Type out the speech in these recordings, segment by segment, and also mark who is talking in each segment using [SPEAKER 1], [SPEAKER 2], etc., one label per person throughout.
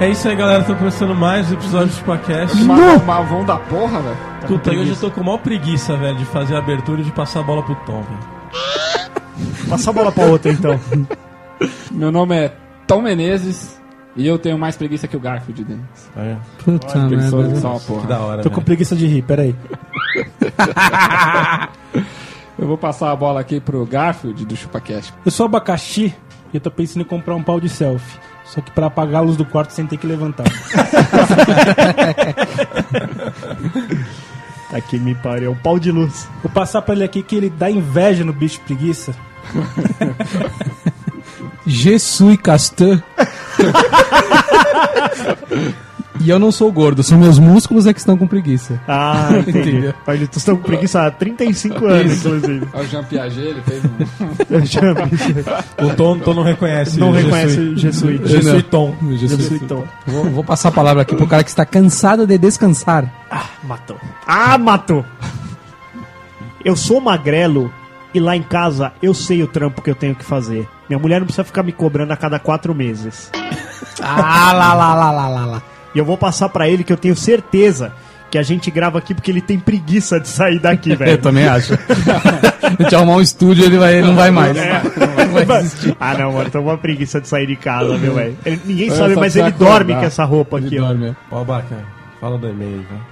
[SPEAKER 1] É isso aí, galera. Tô começando mais um episódio do podcast.
[SPEAKER 2] Mar Marvão da porra, velho.
[SPEAKER 3] Tá
[SPEAKER 1] Puta, e hoje eu tô com maior preguiça, velho, de fazer a abertura e de passar a bola pro Tom, velho.
[SPEAKER 3] Passa a bola pra outra então.
[SPEAKER 2] Meu nome é Tom Menezes e eu tenho mais preguiça que o Garfield Denis.
[SPEAKER 4] Puta
[SPEAKER 2] Preguiçoso que
[SPEAKER 4] merda. né?
[SPEAKER 2] só uma porra.
[SPEAKER 1] Que da hora,
[SPEAKER 3] Tô com
[SPEAKER 1] velho.
[SPEAKER 3] preguiça de rir, peraí.
[SPEAKER 2] Eu vou passar a bola aqui pro Garfield do ChupaCast.
[SPEAKER 3] Eu sou abacaxi e eu tô pensando em comprar um pau de selfie. Só que pra apagar a luz do quarto sem ter que levantar.
[SPEAKER 4] Tá que me
[SPEAKER 5] é
[SPEAKER 4] pariu, um pau de luz.
[SPEAKER 3] Vou passar pra ele aqui que ele dá inveja no bicho preguiça.
[SPEAKER 4] Jesus Castan. e eu não sou gordo, são meus músculos é que estão com preguiça.
[SPEAKER 3] Ah,
[SPEAKER 4] entendi.
[SPEAKER 3] Mas eles estão com preguiça há 35 anos, inclusive.
[SPEAKER 2] É o Jean Piaget, ele fez um.
[SPEAKER 1] O Tom, Tom não reconhece.
[SPEAKER 3] Não
[SPEAKER 1] o
[SPEAKER 3] reconhece Jesuíte.
[SPEAKER 1] Jesuí- Jesuí
[SPEAKER 4] Não.
[SPEAKER 1] Tom.
[SPEAKER 4] Jesus,
[SPEAKER 3] Jesuitão.
[SPEAKER 4] vou, vou passar a palavra aqui pro cara que está cansado de descansar.
[SPEAKER 3] Matou.
[SPEAKER 5] Ah, matou! Eu sou magrelo e lá em casa eu sei o trampo que eu tenho que fazer. Minha mulher não precisa ficar me cobrando a cada quatro meses.
[SPEAKER 4] Ah, lá, lá, lá, lá, lá, lá.
[SPEAKER 5] E eu vou passar pra ele que eu tenho certeza que a gente grava aqui porque ele tem preguiça de sair daqui,
[SPEAKER 4] É, Eu
[SPEAKER 5] velho.
[SPEAKER 4] também acho. A gente arrumar um estúdio, ele, vai, ele não vai mais. Não vai existir.
[SPEAKER 5] ah, não, mano, tô com uma preguiça de sair de casa, meu velho. Ele- Ninguém
[SPEAKER 2] Eu
[SPEAKER 5] sabe,
[SPEAKER 2] Ah, só
[SPEAKER 5] mas
[SPEAKER 2] preciso
[SPEAKER 5] ele
[SPEAKER 2] acordar.
[SPEAKER 5] dorme com essa roupa aqui,
[SPEAKER 4] Ele
[SPEAKER 5] ó.
[SPEAKER 4] dorme.
[SPEAKER 1] Ó, Baca, fala do e-mail, velho.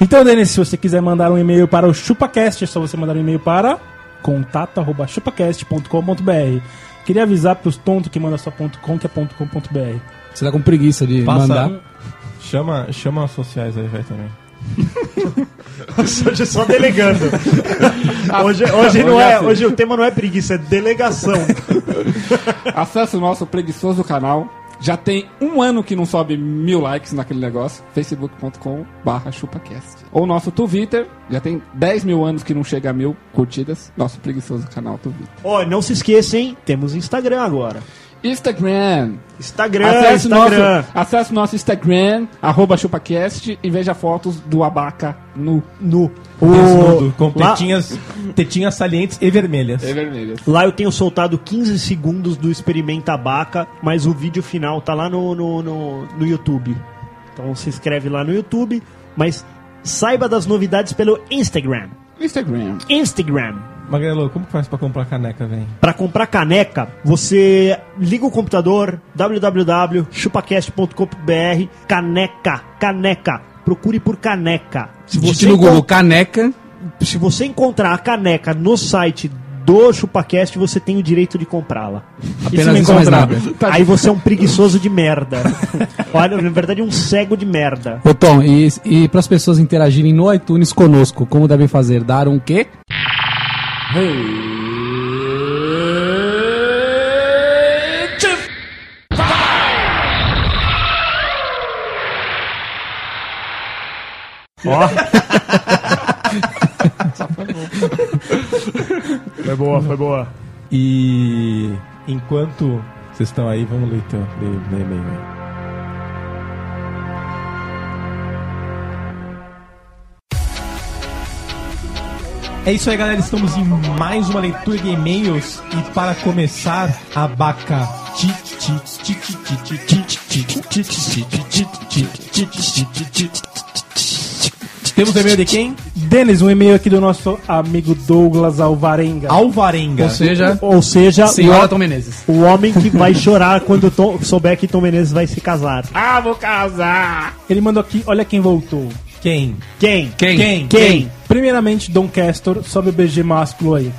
[SPEAKER 3] Então, Denis, se você quiser mandar um e-mail para o ChupaCast, é só você mandar um e-mail para contato.chupacast.com.br. Queria avisar pros tontos que mandam só ponto .com que é ponto .com.br.
[SPEAKER 4] Você tá com preguiça de mandar.
[SPEAKER 1] um. Chama, chama as sociais aí, velho, também.
[SPEAKER 5] Hoje é só delegando. Hoje, hoje, não
[SPEAKER 2] Hoje é
[SPEAKER 5] é,
[SPEAKER 2] assim.
[SPEAKER 5] hoje o tema não é preguiça, é delegação.
[SPEAKER 2] Acesse o nosso preguiçoso canal. Já tem um ano que não sobe mil likes naquele negócio. facebook.com barra chupacast. Ou nosso Twitter. Já tem 10 mil anos que não chega a mil curtidas. Nosso preguiçoso canal Twitter.
[SPEAKER 5] Ó, não se esqueçam, hein? Temos Instagram agora.
[SPEAKER 2] Instagram.
[SPEAKER 5] Instagram,
[SPEAKER 2] Acesse o nosso,
[SPEAKER 5] Instagram.
[SPEAKER 2] acesse o nosso Instagram, arroba chupacast, e veja fotos do abaca nu.
[SPEAKER 5] Nu.
[SPEAKER 1] Desnudo, com
[SPEAKER 5] lá,
[SPEAKER 1] tetinhas, tetinhas salientes e vermelhas.
[SPEAKER 2] É vermelho.
[SPEAKER 5] lá eu tenho soltado 15 segundos do Experimenta Abaca, mas o vídeo final tá lá no, no, no, no YouTube. Então se inscreve lá no YouTube, mas saiba das novidades pelo Instagram.
[SPEAKER 2] Instagram.
[SPEAKER 5] Instagram.
[SPEAKER 1] Magrelo, como que faz pra comprar caneca, velho?
[SPEAKER 5] Pra comprar caneca, você liga o computador www.chupacast.com.br caneca, caneca. Procure por caneca. Se
[SPEAKER 4] Digite no Google, caneca.
[SPEAKER 5] se você encontrar a caneca no site do ChupaCast, você tem o direito de comprá-la. E se
[SPEAKER 4] Apenas isso, mais nada.
[SPEAKER 5] Aí você é um preguiçoso de merda. Olha, na verdade, um cego de merda.
[SPEAKER 4] Ô Tom, e, e para as pessoas interagirem no iTunes conosco, como devem fazer? Dar um quê?
[SPEAKER 5] Foi boa, foi boa.
[SPEAKER 1] E enquanto vocês estão aí, vamos ler teu ler- ler e-mail, velho. É isso aí, galera. Estamos em mais uma leitura de e-mails. E para começar, abaca. Temos e-mail de quem?
[SPEAKER 3] Denis, um e-mail aqui do nosso amigo Douglas Alvarenga.
[SPEAKER 1] Alvarenga.
[SPEAKER 4] Ou seja,
[SPEAKER 5] Ou seja,
[SPEAKER 4] senhora Tom Menezes.
[SPEAKER 5] o, o homem que vai chorar quando Tom- souber que Tom Menezes vai se casar.
[SPEAKER 2] Ah, vou casar!
[SPEAKER 3] Ele mandou aqui, olha quem voltou.
[SPEAKER 1] Quem?
[SPEAKER 5] Quem?
[SPEAKER 1] Quem?
[SPEAKER 5] Quem?
[SPEAKER 3] Primeiramente, Dom Castor, sobe o BG másculo aí.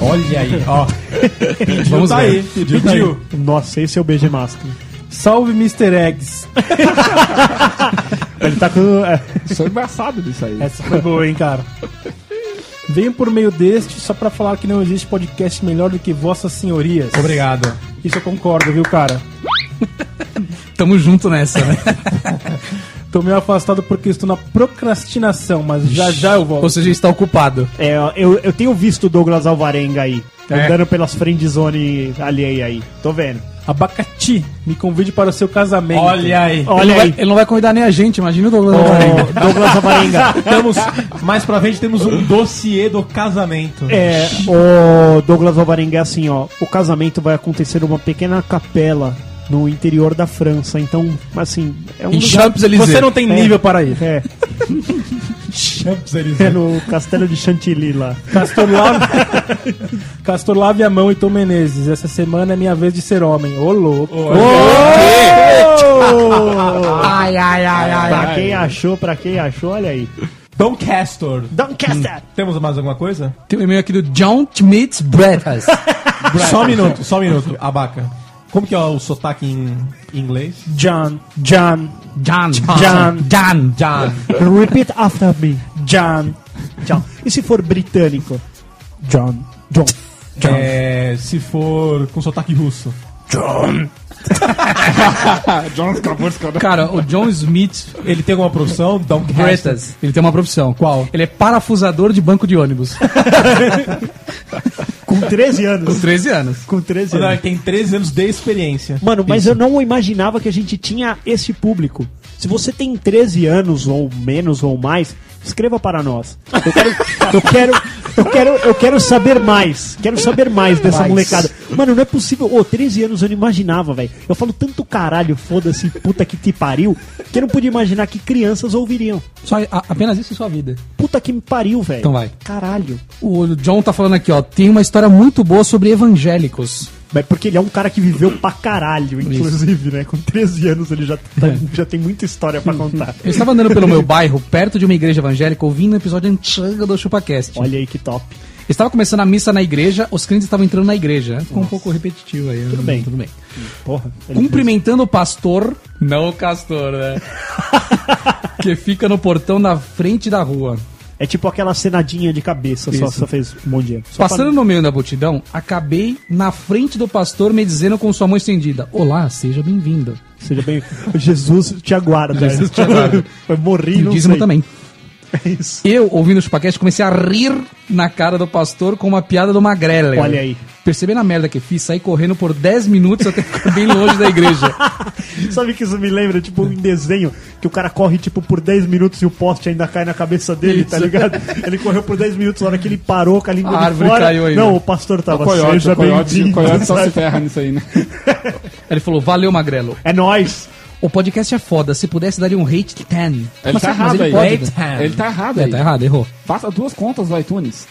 [SPEAKER 1] Olha aí, ó.
[SPEAKER 4] Vamos
[SPEAKER 1] tá
[SPEAKER 4] ver.
[SPEAKER 1] aí, pediu.
[SPEAKER 3] tá
[SPEAKER 4] Tá
[SPEAKER 1] tá
[SPEAKER 5] Nossa, esse é o BG Máscara.
[SPEAKER 3] Salve Mr. Eggs.
[SPEAKER 5] Ele tá com. é,
[SPEAKER 2] Sou embaçado disso aí.
[SPEAKER 3] Essa foi boa, hein, cara? Venho por meio deste só pra falar que não existe podcast melhor do que Vossas Senhorias.
[SPEAKER 1] Obrigado.
[SPEAKER 3] Isso eu concordo, viu, cara?
[SPEAKER 4] Tamo junto nessa, né?
[SPEAKER 3] Tô meio afastado porque estou na procrastinação, mas já já eu
[SPEAKER 4] Ou
[SPEAKER 3] volto.
[SPEAKER 4] seja, está ocupado.
[SPEAKER 5] É, eu, eu tenho visto o Douglas Alvarenga aí. tá
[SPEAKER 4] É.
[SPEAKER 5] Andando pelas friendzone alheia aí. Tô vendo.
[SPEAKER 3] Abacati, me convide para o seu casamento.
[SPEAKER 1] aí.
[SPEAKER 4] ele,
[SPEAKER 5] Olha
[SPEAKER 4] não vai,
[SPEAKER 5] aí.
[SPEAKER 4] ele não vai convidar nem a gente, imagina o Douglas.
[SPEAKER 5] Ô, Douglas Alvarenga.
[SPEAKER 1] Temos, mais pra frente temos um dossiê do casamento.
[SPEAKER 5] É, o Douglas Alvarenga é assim, ó. O casamento vai acontecer numa pequena capela no interior da França. Então, assim, é um
[SPEAKER 4] Em
[SPEAKER 5] lugar...
[SPEAKER 4] Champs-Élysées.
[SPEAKER 3] Você não tem nível para ir.
[SPEAKER 5] É, é no castelo de Chantilly lá.
[SPEAKER 3] Castor lave... Castor lave a mão e Tom Menezes. Essa semana é minha vez de ser homem. Ô, louco.
[SPEAKER 4] Ai, ai, ai, ai.
[SPEAKER 5] Pra quem achou, pra quem achou, olha aí.
[SPEAKER 1] Dom Castor.
[SPEAKER 5] Doncaster!
[SPEAKER 1] Temos mais alguma coisa?
[SPEAKER 4] Tem um e-mail aqui do John Schmitz Bretas.
[SPEAKER 1] Só um minuto, só um minuto. Abaca. Como que é o sotaque em inglês?
[SPEAKER 5] John, John,
[SPEAKER 4] John.
[SPEAKER 5] John.
[SPEAKER 4] John.
[SPEAKER 1] John.
[SPEAKER 5] repeat after me. John, John. E se for britânico? John, John,
[SPEAKER 1] É, se for com sotaque russo.
[SPEAKER 2] John Skavorska.
[SPEAKER 4] Cara, o John Smith
[SPEAKER 1] Ele tem alguma profissão? Dom Castor.
[SPEAKER 4] Bretas, ele tem uma profissão. Qual? Ele é parafusador de banco de ônibus.
[SPEAKER 5] Com 13 anos.
[SPEAKER 4] 13 anos.
[SPEAKER 5] Com 13
[SPEAKER 1] Não,
[SPEAKER 5] anos.
[SPEAKER 1] ele tem 13 anos de experiência.
[SPEAKER 5] Mano, mas eu não imaginava que a gente tinha esse público. Se você tem 13 anos ou menos ou mais, escreva para nós. Eu quero, eu quero, eu quero, eu quero saber mais. Quero saber mais dessa molecada. Mano, não é possível. Ô, 13 anos eu não imaginava, velho. Eu falo tanto caralho, foda-se, puta que te pariu, que eu não podia imaginar que crianças ouviriam.
[SPEAKER 4] Só, a- apenas isso em sua vida.
[SPEAKER 5] Puta que me pariu, velho.
[SPEAKER 4] Então vai.
[SPEAKER 5] Caralho.
[SPEAKER 4] O John tá falando aqui, ó. Tem uma história muito boa sobre evangélicos.
[SPEAKER 5] Mas porque ele é um cara que viveu pra caralho, inclusive, né? Com 13 anos ele já, tá-
[SPEAKER 4] É.
[SPEAKER 5] já tem muita história pra contar.
[SPEAKER 4] Eu estava andando pelo meu bairro, perto de uma igreja evangélica, ouvindo um episódio antigo do ChupaCast.
[SPEAKER 5] Olha aí que top.
[SPEAKER 4] Estava começando a missa na igreja, os crentes estavam entrando na igreja. né? Ficou um pouco repetitivo aí. Tudo
[SPEAKER 5] bem.
[SPEAKER 4] Tudo bem.
[SPEAKER 5] Porra. ele-
[SPEAKER 4] Cumprimentando o pastor. Não o castor, né? que fica no portão na frente da rua.
[SPEAKER 5] É tipo aquela cenadinha de cabeça, só,
[SPEAKER 4] Isso.
[SPEAKER 5] só fez um bom dia. Só
[SPEAKER 4] Passando no meio da multidão, acabei na frente do pastor me dizendo com sua mão estendida: Olá, seja bem-vindo.
[SPEAKER 5] pra- Seja bem. Jesus te aguarda.
[SPEAKER 4] Jesus te aguarda.
[SPEAKER 5] Foi morrer
[SPEAKER 4] E
[SPEAKER 5] não
[SPEAKER 4] o dízimo
[SPEAKER 5] sei.
[SPEAKER 4] também.
[SPEAKER 5] É isso.
[SPEAKER 4] Eu, ouvindo o chupacast, comecei a rir na cara do pastor com uma piada do Magrela.
[SPEAKER 5] Olha aí.
[SPEAKER 4] Percebendo a merda que fiz, saí correndo por 10 minutos até ficar bem longe da igreja.
[SPEAKER 5] Sabe que isso me lembra, tipo, um desenho que o cara corre, tipo, por 10 minutos e o poste ainda cai na cabeça dele, tá
[SPEAKER 4] Isso.
[SPEAKER 5] ligado? Ele correu por 10 minutos, na hora que ele parou com a língua
[SPEAKER 4] A
[SPEAKER 5] de
[SPEAKER 4] árvore
[SPEAKER 5] fora.
[SPEAKER 4] caiu ainda. É
[SPEAKER 5] Não, o pastor tava
[SPEAKER 2] O coiote,
[SPEAKER 5] seja
[SPEAKER 2] o coiote, o
[SPEAKER 5] bem-vindo.
[SPEAKER 2] coiote só se
[SPEAKER 5] sabe?
[SPEAKER 4] tá
[SPEAKER 2] ferra nisso aí, né?
[SPEAKER 4] Ele falou: Valeu, Magrelo.
[SPEAKER 5] É nóis.
[SPEAKER 4] O podcast é foda, se pudesse daria um rate 10.
[SPEAKER 2] Ele
[SPEAKER 4] Mas
[SPEAKER 2] tá
[SPEAKER 4] será- mas
[SPEAKER 2] errado aí.
[SPEAKER 4] pode,
[SPEAKER 2] Rate
[SPEAKER 4] né?
[SPEAKER 2] Ele tá errado
[SPEAKER 4] É,
[SPEAKER 2] aí.
[SPEAKER 4] tá errado, errou.
[SPEAKER 2] Faça duas contas do iTunes.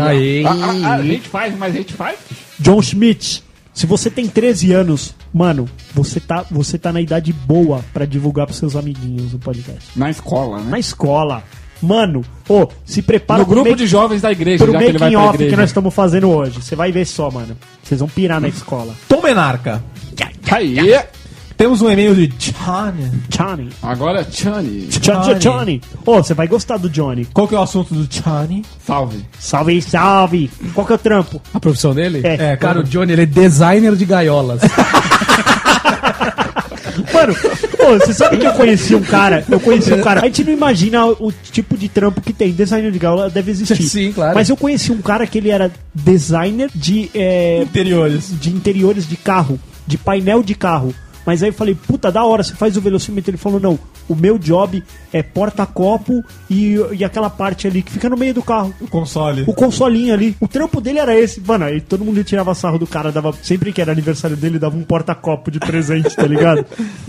[SPEAKER 4] Aí.
[SPEAKER 2] Ah, ah, ah, Rate 5, mais Rate 5?
[SPEAKER 5] John Schmidt, se você tem 13 anos, mano, você tá, você tá na idade boa pra divulgar pros seus amiguinhos o podcast.
[SPEAKER 2] Na escola, né?
[SPEAKER 5] Na escola. Mano, ô, se prepara
[SPEAKER 2] no
[SPEAKER 5] pro
[SPEAKER 2] grupo
[SPEAKER 5] make-
[SPEAKER 2] de jovens da igreja,
[SPEAKER 5] pro
[SPEAKER 2] já que ele vai
[SPEAKER 5] making
[SPEAKER 2] pra
[SPEAKER 5] off que
[SPEAKER 2] igreja.
[SPEAKER 5] nós estamos fazendo hoje. Você vai ver só, mano. Vocês vão pirar na escola.
[SPEAKER 1] Tom Menarca.
[SPEAKER 2] Tá Aí,
[SPEAKER 1] Temos um e-mail de John.
[SPEAKER 5] Johnny.
[SPEAKER 2] agora Chani.
[SPEAKER 5] Johnny.
[SPEAKER 1] Johnny.
[SPEAKER 5] Johnny. Ô, você vai gostar do Johnny.
[SPEAKER 1] Qual que é o assunto do Johnny?
[SPEAKER 2] Salve.
[SPEAKER 5] Salve, salve. Qual que é o trampo?
[SPEAKER 4] A profissão dele?
[SPEAKER 5] É.
[SPEAKER 4] Cara, o Johnny, ele é designer de gaiolas.
[SPEAKER 5] Mano, ô, você sabe que eu conheci um cara. Eu conheci um cara. A gente não imagina o o tipo de trampo que tem. Designer de gaiola deve existir.
[SPEAKER 4] Sim, claro.
[SPEAKER 5] Mas eu conheci um cara que ele era designer de, é,
[SPEAKER 1] Interiores.
[SPEAKER 5] de interiores de carro, de painel de carro. Mas aí eu falei, puta, da hora, você faz o velocímetro. Ele falou, não, o meu job é porta-copo e, e aquela parte ali que fica no meio do carro.
[SPEAKER 1] O console.
[SPEAKER 5] O consolinho ali. O trampo dele era esse. Mano, aí todo mundo tirava sarro do cara. Dava, sempre que era aniversário dele, dava um porta-copo de presente, tá ligado?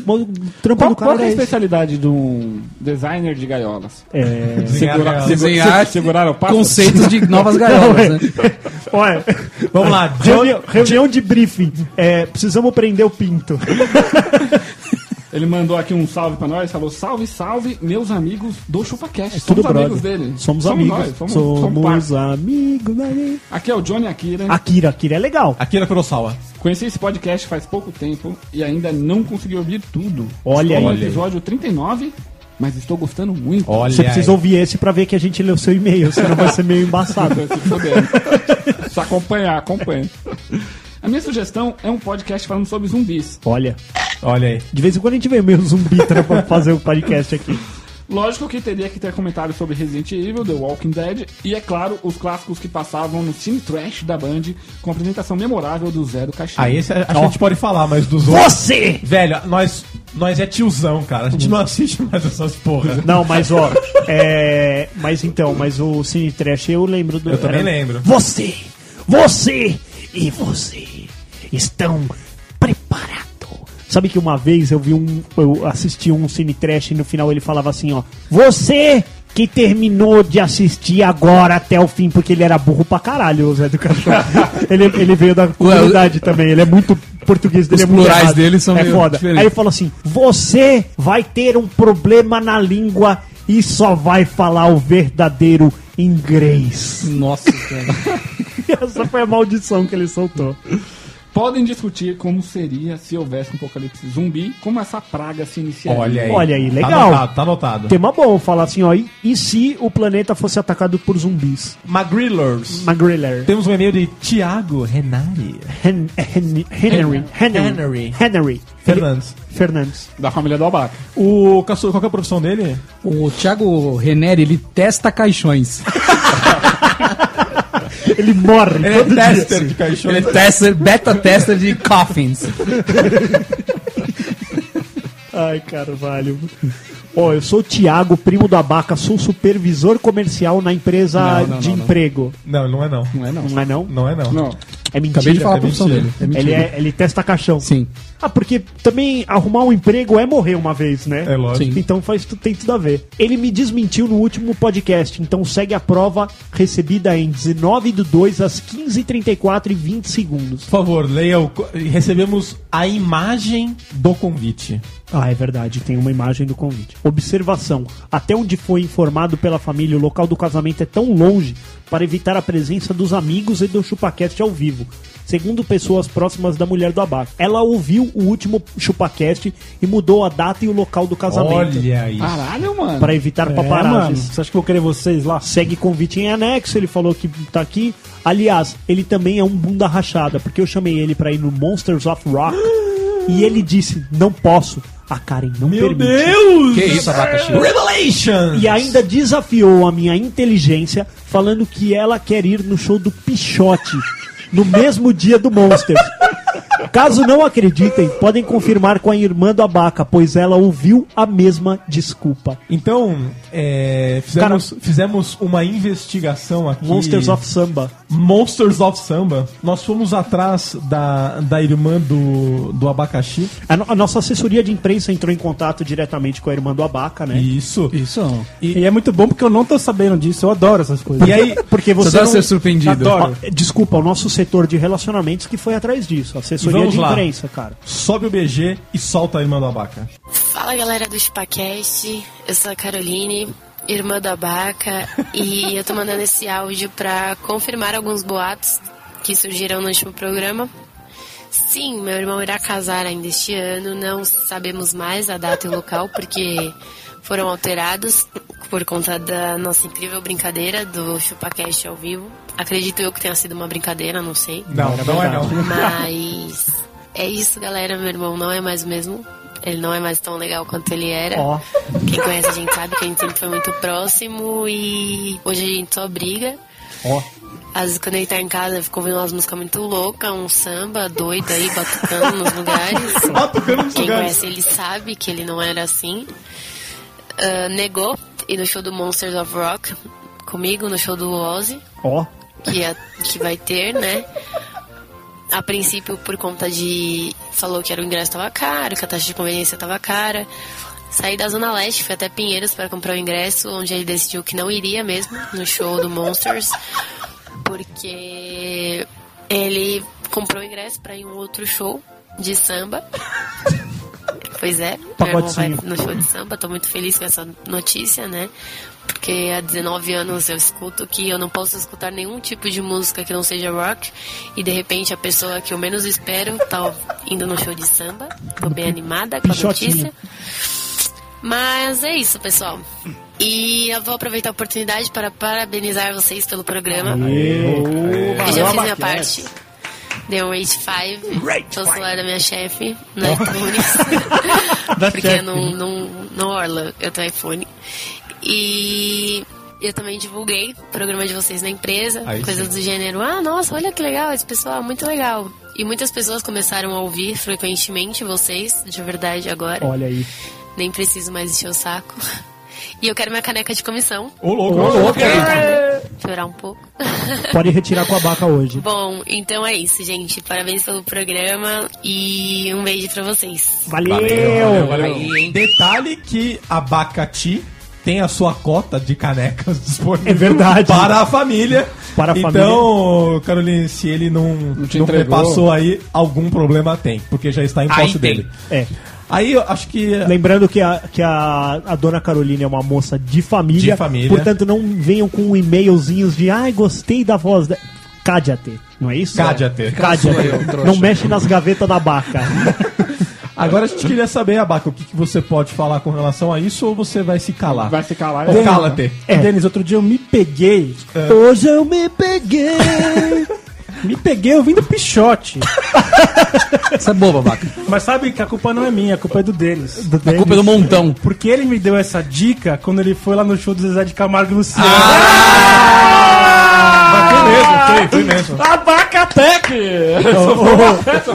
[SPEAKER 5] Mas o trampo
[SPEAKER 2] Qual, qual
[SPEAKER 5] do cara
[SPEAKER 2] que é a
[SPEAKER 5] era esse.
[SPEAKER 2] especialidade de um designer de gaiolas?
[SPEAKER 5] É...
[SPEAKER 1] Desenhar-
[SPEAKER 4] Desenhar
[SPEAKER 2] Seguraram o passo?
[SPEAKER 4] conceitos de novas gaiolas, né?
[SPEAKER 5] Olha,
[SPEAKER 1] Vamos lá, John.
[SPEAKER 5] reunião, reunião de briefing. É, precisamos prender o pinto.
[SPEAKER 2] Ele mandou aqui um salve pra nós, falou salve, salve, meus amigos do
[SPEAKER 5] É
[SPEAKER 2] ChupaCast.
[SPEAKER 3] Tudo
[SPEAKER 2] somos
[SPEAKER 3] brother.
[SPEAKER 2] amigos dele.
[SPEAKER 3] Somos, amigos.
[SPEAKER 2] nós, somos,
[SPEAKER 3] somos
[SPEAKER 2] somos par.
[SPEAKER 3] amigos. né?
[SPEAKER 2] Aqui é o Johnny Akira.
[SPEAKER 5] Akira, Akira é legal.
[SPEAKER 1] Akira Kurosawa.
[SPEAKER 2] Conheci esse podcast faz pouco tempo e ainda não consegui ouvir tudo.
[SPEAKER 5] Olha
[SPEAKER 2] estou
[SPEAKER 5] aí.
[SPEAKER 2] no episódio 39, mas estou gostando muito.
[SPEAKER 1] Olha
[SPEAKER 5] Você precisa ouvir esse pra ver que a gente leu seu e-mail, senão vai ser meio embaçado.
[SPEAKER 2] Se fodendo. Só acompanhar, acompanha. A minha sugestão é um podcast falando sobre zumbis.
[SPEAKER 5] Olha,
[SPEAKER 1] Olha aí.
[SPEAKER 5] de vez em quando a gente vê meio zumbi tra- pra fazer o podcast aqui.
[SPEAKER 2] Lógico que teria que ter comentários sobre Resident Evil, The Walking Dead e, é claro, os clássicos que passavam no Cine Trash da Band, com a apresentação memorável do Zero Caixinha.
[SPEAKER 1] Aí Ah, esse, acho que a gente pode falar, mas dos outros.
[SPEAKER 5] Você!
[SPEAKER 1] Velho, nós, nós é tiozão, cara. A gente não assiste mais essas porra.
[SPEAKER 5] Não, mas ó, é. Mas então, mas o Cine Trash eu lembro do.
[SPEAKER 1] Eu também lembro.
[SPEAKER 5] Você! Você! E você! Estão preparados! Sabe que uma vez eu vi um. Eu assisti um Cine Trash e no final ele falava assim, ó. Você! Que terminou de assistir agora até o fim, porque ele era burro pra caralho, o Zé do Cachorro. ele, ele veio da comunidade também, ele é muito. O português dele
[SPEAKER 4] Os
[SPEAKER 5] é muito
[SPEAKER 4] plurais
[SPEAKER 5] errado.
[SPEAKER 4] dele são
[SPEAKER 5] é
[SPEAKER 4] meio
[SPEAKER 5] foda.
[SPEAKER 4] diferentes.
[SPEAKER 5] Aí ele falou assim: você vai ter um problema na língua e só vai falar o verdadeiro inglês.
[SPEAKER 4] Nossa, cara.
[SPEAKER 5] Essa foi a maldição que ele soltou.
[SPEAKER 2] Podem discutir como seria se houvesse um apocalipse zumbi, como essa praga se iniciaria.
[SPEAKER 1] Olha aí.
[SPEAKER 5] Olha aí,
[SPEAKER 1] Tá
[SPEAKER 5] legal.
[SPEAKER 1] anotado, tá anotado.
[SPEAKER 5] Tema bom, falar assim, ó, e, e se o planeta fosse atacado por zumbis?
[SPEAKER 1] Magrillers.
[SPEAKER 5] Magriller.
[SPEAKER 1] Temos um e-mail de Thiago Renari.
[SPEAKER 6] um
[SPEAKER 5] Hen- Hen- Henry. Henry.
[SPEAKER 1] Henry.
[SPEAKER 5] Henry.
[SPEAKER 1] Fernandes.
[SPEAKER 5] Fernandes.
[SPEAKER 2] Da família do Abaca.
[SPEAKER 1] O Castor, qual que é a profissão dele?
[SPEAKER 4] O Thiago Reneri, ele testa caixões.
[SPEAKER 5] Ele morre
[SPEAKER 4] É,
[SPEAKER 5] todo dia.
[SPEAKER 1] de caixão.
[SPEAKER 4] Ele testa, beta testa de coffins.
[SPEAKER 5] Ai, Carvalho. Ó, eu sou o Thiago, primo do Abaca, sou supervisor comercial na empresa
[SPEAKER 4] Não, não,
[SPEAKER 5] de
[SPEAKER 4] não, não.
[SPEAKER 5] emprego.
[SPEAKER 1] Não, não é não.
[SPEAKER 2] Não é não.
[SPEAKER 5] Não é não?
[SPEAKER 1] Não é não.
[SPEAKER 2] Não.
[SPEAKER 5] É mentira.
[SPEAKER 4] Acabei de falar a
[SPEAKER 1] é
[SPEAKER 4] profissão
[SPEAKER 1] mentira.
[SPEAKER 4] dele. É mentira.
[SPEAKER 5] ele, é, ele testa caixão.
[SPEAKER 4] Sim.
[SPEAKER 5] Ah, porque também arrumar um emprego é morrer uma vez, né?
[SPEAKER 1] É lógico.
[SPEAKER 4] Sim.
[SPEAKER 5] Então faz, tu- tem tudo a ver. Ele me desmentiu no último podcast, então segue a prova recebida em 19 do 2 às 15h34 e 20 segundos.
[SPEAKER 1] Por favor, leia o. co- Recebemos a imagem do convite.
[SPEAKER 5] Ah, é verdade, tem uma imagem do convite. Observação: até onde foi informado pela família, o local do casamento é tão longe para evitar a presença dos amigos e do ChupaCast ao vivo, segundo pessoas próximas da mulher do abaco. Ela ouviu o último ChupaCast e mudou a data e o local do casamento
[SPEAKER 1] Olha isso.
[SPEAKER 2] Caralho, mano.
[SPEAKER 5] para evitar
[SPEAKER 3] É, mano,
[SPEAKER 5] paparazes.
[SPEAKER 3] você acha que eu vou querer vocês lá?
[SPEAKER 5] Segue convite em anexo, ele falou que tá aqui. Aliás, ele também é um bunda rachada, porque eu chamei ele pra ir no Monsters of Rock e ele disse: "Não posso". A Karen não
[SPEAKER 1] Meu
[SPEAKER 5] permite.
[SPEAKER 1] Deus!
[SPEAKER 4] Que isso, abacaxi?
[SPEAKER 1] Revelation!
[SPEAKER 5] E ainda desafiou a minha inteligência falando que ela quer ir no show do Pichote no mesmo dia do Monsters. Caso não acreditem, podem confirmar com a irmã do Abaca, pois ela ouviu a mesma desculpa.
[SPEAKER 1] Então, é, fizemos, fizemos uma investigação aqui.
[SPEAKER 5] Monsters of Samba.
[SPEAKER 1] Monsters of Samba. Nós fomos atrás da, da irmã do, do abacaxi.
[SPEAKER 5] A, no- a nossa assessoria de imprensa entrou em contato diretamente com a irmã do Abaca, né?
[SPEAKER 1] Isso.
[SPEAKER 4] Isso.
[SPEAKER 3] E, é muito bom porque eu não tô sabendo disso, eu adoro essas coisas.
[SPEAKER 1] E aí,
[SPEAKER 5] Porque
[SPEAKER 4] Você
[SPEAKER 5] você
[SPEAKER 4] deve
[SPEAKER 5] não-
[SPEAKER 4] ser surpreendido.
[SPEAKER 3] Adoro.
[SPEAKER 5] Ó, Desculpa, o nosso setor de relacionamentos que foi atrás disso. Assessoria
[SPEAKER 1] Vamos
[SPEAKER 5] de
[SPEAKER 1] lá.
[SPEAKER 5] imprensa, cara.
[SPEAKER 1] sobe o BG e solta a irmã do abaca.
[SPEAKER 7] Fala galera do Chupacast, eu sou a Caroline, irmã da Baca, e eu tô mandando esse áudio pra confirmar alguns boatos que surgiram no último programa. Sim, meu irmão irá casar ainda este ano, não sabemos mais a data e o local porque foram alterados por conta da nossa incrível brincadeira do ChupaCast ao vivo. Acredito eu que tenha sido uma brincadeira, não sei.
[SPEAKER 1] Não, não, é não.
[SPEAKER 7] Mas é isso, galera. Meu irmão não é mais o mesmo. Ele não é mais tão legal quanto ele era.
[SPEAKER 5] Ó.
[SPEAKER 7] Quem conhece a gente sabe que a gente sempre foi muito próximo e hoje a gente só briga. Às vezes quando ele tá em casa, eu fico ouvindo umas músicas muito loucas, um samba doido aí, batucando nos lugares.
[SPEAKER 1] Batucando nos
[SPEAKER 7] Quem
[SPEAKER 1] lugares.
[SPEAKER 7] conhece ele sabe que ele não era assim. Ah, negou e no show do Monsters of Rock comigo, no show do Ozzy
[SPEAKER 5] Ó,
[SPEAKER 7] que, a- que vai ter, né? A princípio, por conta de. Falou que era o ingresso tava caro, que a taxa de conveniência tava cara. Saí da Zona Leste, fui até Pinheiros para comprar o ingresso, onde ele decidiu que não iria mesmo no show do Monsters, porque ele comprou o ingresso para ir em um outro show de samba. Pois é, meu irmão vai
[SPEAKER 3] Pagodinho.
[SPEAKER 7] no show de samba, tô muito feliz com essa notícia, né? Porque há 19 anos eu escuto que eu não posso escutar nenhum tipo de música que não seja rock, e de repente a pessoa que eu menos espero tá indo no show de samba. Tô bem animada com a
[SPEAKER 3] Pichotinho.
[SPEAKER 7] notícia. Mas é isso, pessoal. E eu vou aproveitar a oportunidade para parabenizar vocês pelo programa.
[SPEAKER 6] É.
[SPEAKER 7] Eu já fiz minha
[SPEAKER 6] né?
[SPEAKER 7] parte. Deu um 85. Tô celular da minha chefe no iTunes. Porque
[SPEAKER 3] chefe.
[SPEAKER 7] eu
[SPEAKER 6] né?
[SPEAKER 7] não, não, não orla, eu tenho iPhone. E eu também divulguei o programa de vocês na empresa, coisas do gênero. Ah, nossa, olha que legal, esse pessoal, é muito legal. E muitas pessoas começaram a ouvir frequentemente vocês, de verdade, agora.
[SPEAKER 3] Olha aí.
[SPEAKER 7] Nem preciso mais encher o saco. E eu quero minha caneca de comissão,
[SPEAKER 6] Ô, louco, é. ô, louco.
[SPEAKER 7] chorar um pouco.
[SPEAKER 5] Pode retirar com a baca hoje.
[SPEAKER 7] Bom, então é isso, gente. Parabéns pelo programa e um beijo pra vocês.
[SPEAKER 5] Valeu!
[SPEAKER 6] Detalhe que abacati tem a sua cota de canecas disponível
[SPEAKER 5] É verdade.
[SPEAKER 6] para a família.
[SPEAKER 5] Para a
[SPEAKER 6] então, Caroline, se ele não, não,
[SPEAKER 2] te entregou.
[SPEAKER 6] repassou aí, algum problema tem, porque já está em posse dele.
[SPEAKER 5] É.
[SPEAKER 6] Aí eu acho que
[SPEAKER 5] Lembrando que, a, que a, a dona Carolina é uma moça de família,
[SPEAKER 6] De família.
[SPEAKER 5] portanto não venham com e-mailzinhos de ai, gostei da voz da. Cádiate, não é isso?
[SPEAKER 6] Cádiate.
[SPEAKER 5] É. Cádiate.
[SPEAKER 4] Fica na sua, eu, trouxa.
[SPEAKER 5] Não mexe nas gavetas da baca.
[SPEAKER 6] agora a gente queria saber, Abaca, o que, que você pode falar com relação a isso ou você vai se calar?
[SPEAKER 2] Vai se calar.
[SPEAKER 6] Ou cala-te.
[SPEAKER 5] É.
[SPEAKER 3] Denis, outro dia eu me peguei.
[SPEAKER 1] É.
[SPEAKER 3] Hoje eu me peguei. me peguei ouvindo pichote.
[SPEAKER 4] Isso é boba, vaca.
[SPEAKER 3] Mas sabe que a culpa não é minha, a culpa é do Denis.
[SPEAKER 4] A culpa é do montão.
[SPEAKER 3] Porque ele me deu essa dica quando ele foi lá no show do Zezé de Camargo e Luciano.
[SPEAKER 6] Ah, foi mesmo, foi, foi mesmo.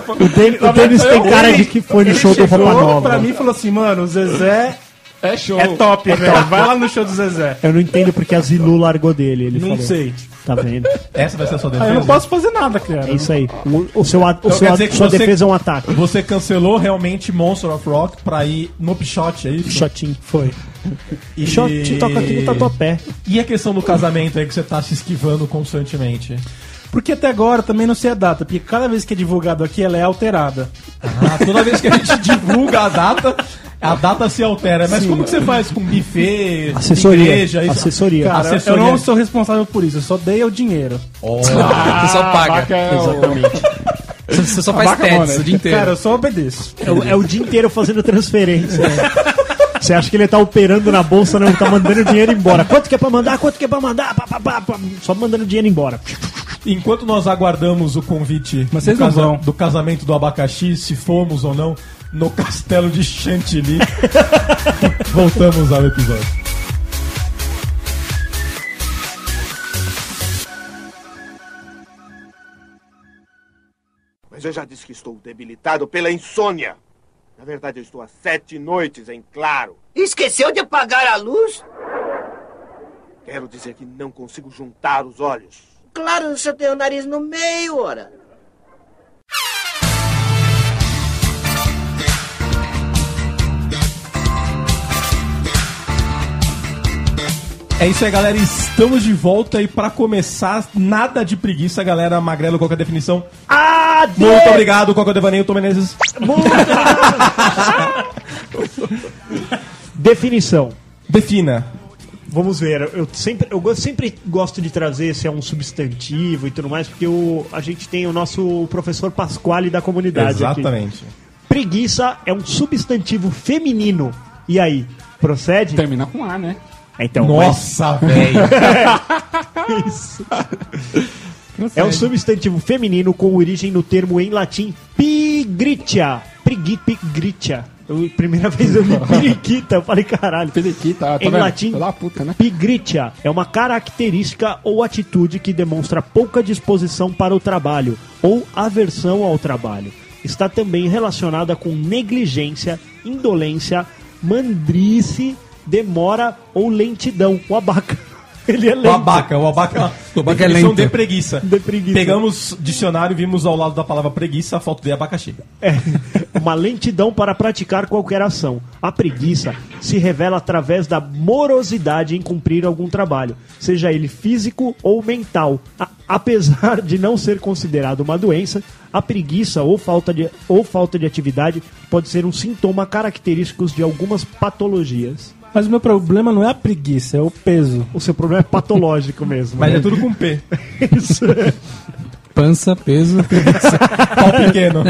[SPEAKER 5] O Denis,
[SPEAKER 6] Tá
[SPEAKER 5] o Denis tem
[SPEAKER 6] um
[SPEAKER 5] cara de que foi no show do Roupa
[SPEAKER 3] Falou
[SPEAKER 5] Nova.
[SPEAKER 3] pra mim e falou assim, mano, o Zezé
[SPEAKER 2] É show.
[SPEAKER 3] é top, velho. Vai lá no show do Zezé.
[SPEAKER 5] Eu não entendo porque a Zilu largou dele. Ele
[SPEAKER 3] Não
[SPEAKER 5] falou.
[SPEAKER 3] sei.
[SPEAKER 5] Tá vendo?
[SPEAKER 6] Essa vai ser a sua
[SPEAKER 3] Ah,
[SPEAKER 6] defesa?
[SPEAKER 3] eu não posso fazer nada, cara.
[SPEAKER 5] É isso aí. O, o seu, a, o
[SPEAKER 6] Então
[SPEAKER 5] seu
[SPEAKER 6] quer
[SPEAKER 5] a-
[SPEAKER 6] dizer que
[SPEAKER 5] sua
[SPEAKER 6] você-
[SPEAKER 5] defesa é um ataque.
[SPEAKER 6] Você cancelou realmente Monster of Rock pra ir no Pichote, é isso?
[SPEAKER 5] Shotinho. Foi.
[SPEAKER 6] E-
[SPEAKER 5] Shotinho toca aqui no tatuapé.
[SPEAKER 6] E a questão do casamento aí que você tá se esquivando constantemente?
[SPEAKER 3] Porque até agora eu também não sei a data, porque cada vez que é divulgado aqui ela é alterada.
[SPEAKER 6] Ah, toda vez que a gente divulga a data, a data se altera. Mas como que você faz com buffet,
[SPEAKER 5] Assessoria.
[SPEAKER 6] igreja? Isso?
[SPEAKER 5] Assessoria.
[SPEAKER 6] Cara,
[SPEAKER 3] Cara, eu
[SPEAKER 6] assessoria.
[SPEAKER 3] não sou responsável por isso, eu só dei o dinheiro.
[SPEAKER 4] você só paga.
[SPEAKER 2] Vaca é o-
[SPEAKER 4] Você- Você só faz
[SPEAKER 2] vaca mora,
[SPEAKER 4] testes o
[SPEAKER 2] né?
[SPEAKER 4] dia inteiro.
[SPEAKER 3] Cara, eu só obedeço.
[SPEAKER 5] É, o- é o dia inteiro fazendo transferência. Você acha que ele tá operando na bolsa, não? Tá mandando dinheiro embora. Quanto que é pra mandar? Quanto que é pra mandar? Pá, pá, pá, pá. Só mandando dinheiro embora.
[SPEAKER 6] Enquanto nós aguardamos o convite
[SPEAKER 3] Mas vocês
[SPEAKER 6] do,
[SPEAKER 3] não vão.
[SPEAKER 6] do casamento do abacaxi, se fomos ou não, no castelo de Chantilly, voltamos ao episódio.
[SPEAKER 8] Mas eu já disse que estou debilitado pela insônia. Na verdade, eu estou há sete noites em claro.
[SPEAKER 9] Esqueceu de apagar a luz?
[SPEAKER 8] Quero dizer que não consigo juntar os olhos.
[SPEAKER 9] Claro, só tem o nariz um no meio, ora.
[SPEAKER 6] É isso aí, galera. Estamos de volta e pra começar, nada de preguiça, galera. Magrelo, qual que é a definição?
[SPEAKER 5] Ah,
[SPEAKER 6] Muito obrigado, qual que é o devaneio, Tom Menezes?
[SPEAKER 5] Definição.
[SPEAKER 6] Defina.
[SPEAKER 5] Vamos ver, eu sempre, eu go- sempre gosto de trazer se é um substantivo e tudo mais, porque o, a gente tem o nosso professor Pasquale da comunidade aqui.
[SPEAKER 6] Exatamente.
[SPEAKER 5] Preguiça é um substantivo feminino. E aí, procede?
[SPEAKER 2] Termina com A, né?
[SPEAKER 5] Então,
[SPEAKER 4] Tá
[SPEAKER 6] Nossa, velho.
[SPEAKER 5] mas isso. É um substantivo feminino com origem no termo em latim pigritia. Prigui, pigritia. Eu, primeira vez eu li periquita, eu falei caralho.
[SPEAKER 2] Pedeki, tá, tá
[SPEAKER 5] Em
[SPEAKER 2] vendo?
[SPEAKER 5] latim,
[SPEAKER 2] Filha da puta, né?
[SPEAKER 5] Pigritia é uma característica ou atitude que demonstra pouca disposição para o trabalho ou aversão ao trabalho. Está também relacionada com negligência, indolência, mandrice, demora ou lentidão. O abaca. Ele é
[SPEAKER 6] O
[SPEAKER 5] lento.
[SPEAKER 6] abaca, o abaca.
[SPEAKER 4] O abaca é
[SPEAKER 6] definição
[SPEAKER 4] lento.
[SPEAKER 6] de preguiça.
[SPEAKER 5] Ah, De preguiça.
[SPEAKER 6] Pegamos dicionário e vimos ao lado da palavra preguiça a foto de abacaxi.
[SPEAKER 5] É, uma lentidão para praticar qualquer ação. A preguiça se revela através da morosidade em cumprir algum trabalho, seja ele físico ou mental. A Apesar de não ser considerado uma doença, a preguiça ou falta, de, ou falta de atividade pode ser um sintoma característico de algumas patologias.
[SPEAKER 3] Mas o meu problema não é a preguiça, é o peso.
[SPEAKER 5] O seu problema é patológico mesmo.
[SPEAKER 1] Mas
[SPEAKER 5] né?
[SPEAKER 1] é tudo com P.
[SPEAKER 5] isso.
[SPEAKER 4] Pança, peso.
[SPEAKER 1] Pau pequeno.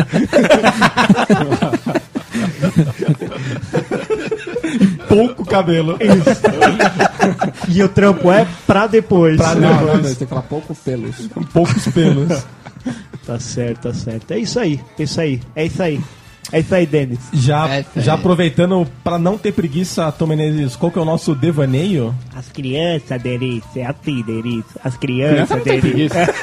[SPEAKER 1] Pouco cabelo.
[SPEAKER 5] E o trampo é pra depois.
[SPEAKER 1] Pra
[SPEAKER 2] Não, não,
[SPEAKER 1] depois.
[SPEAKER 2] não, você tem que falar pouco pelos.
[SPEAKER 1] Poucos pelos.
[SPEAKER 5] Tá certo, tá certo. É isso aí, é isso aí, é isso aí. É isso aí, Denis.
[SPEAKER 1] Já,
[SPEAKER 4] É, tá
[SPEAKER 1] já
[SPEAKER 4] aí.
[SPEAKER 1] aproveitando pra não ter preguiça, Tom Menezes, qual que é o nosso devaneio?
[SPEAKER 5] As crianças, Denis, é assim, Denis. As
[SPEAKER 2] Criança
[SPEAKER 5] crianças,
[SPEAKER 2] não tem
[SPEAKER 5] Denis.
[SPEAKER 2] preguiça.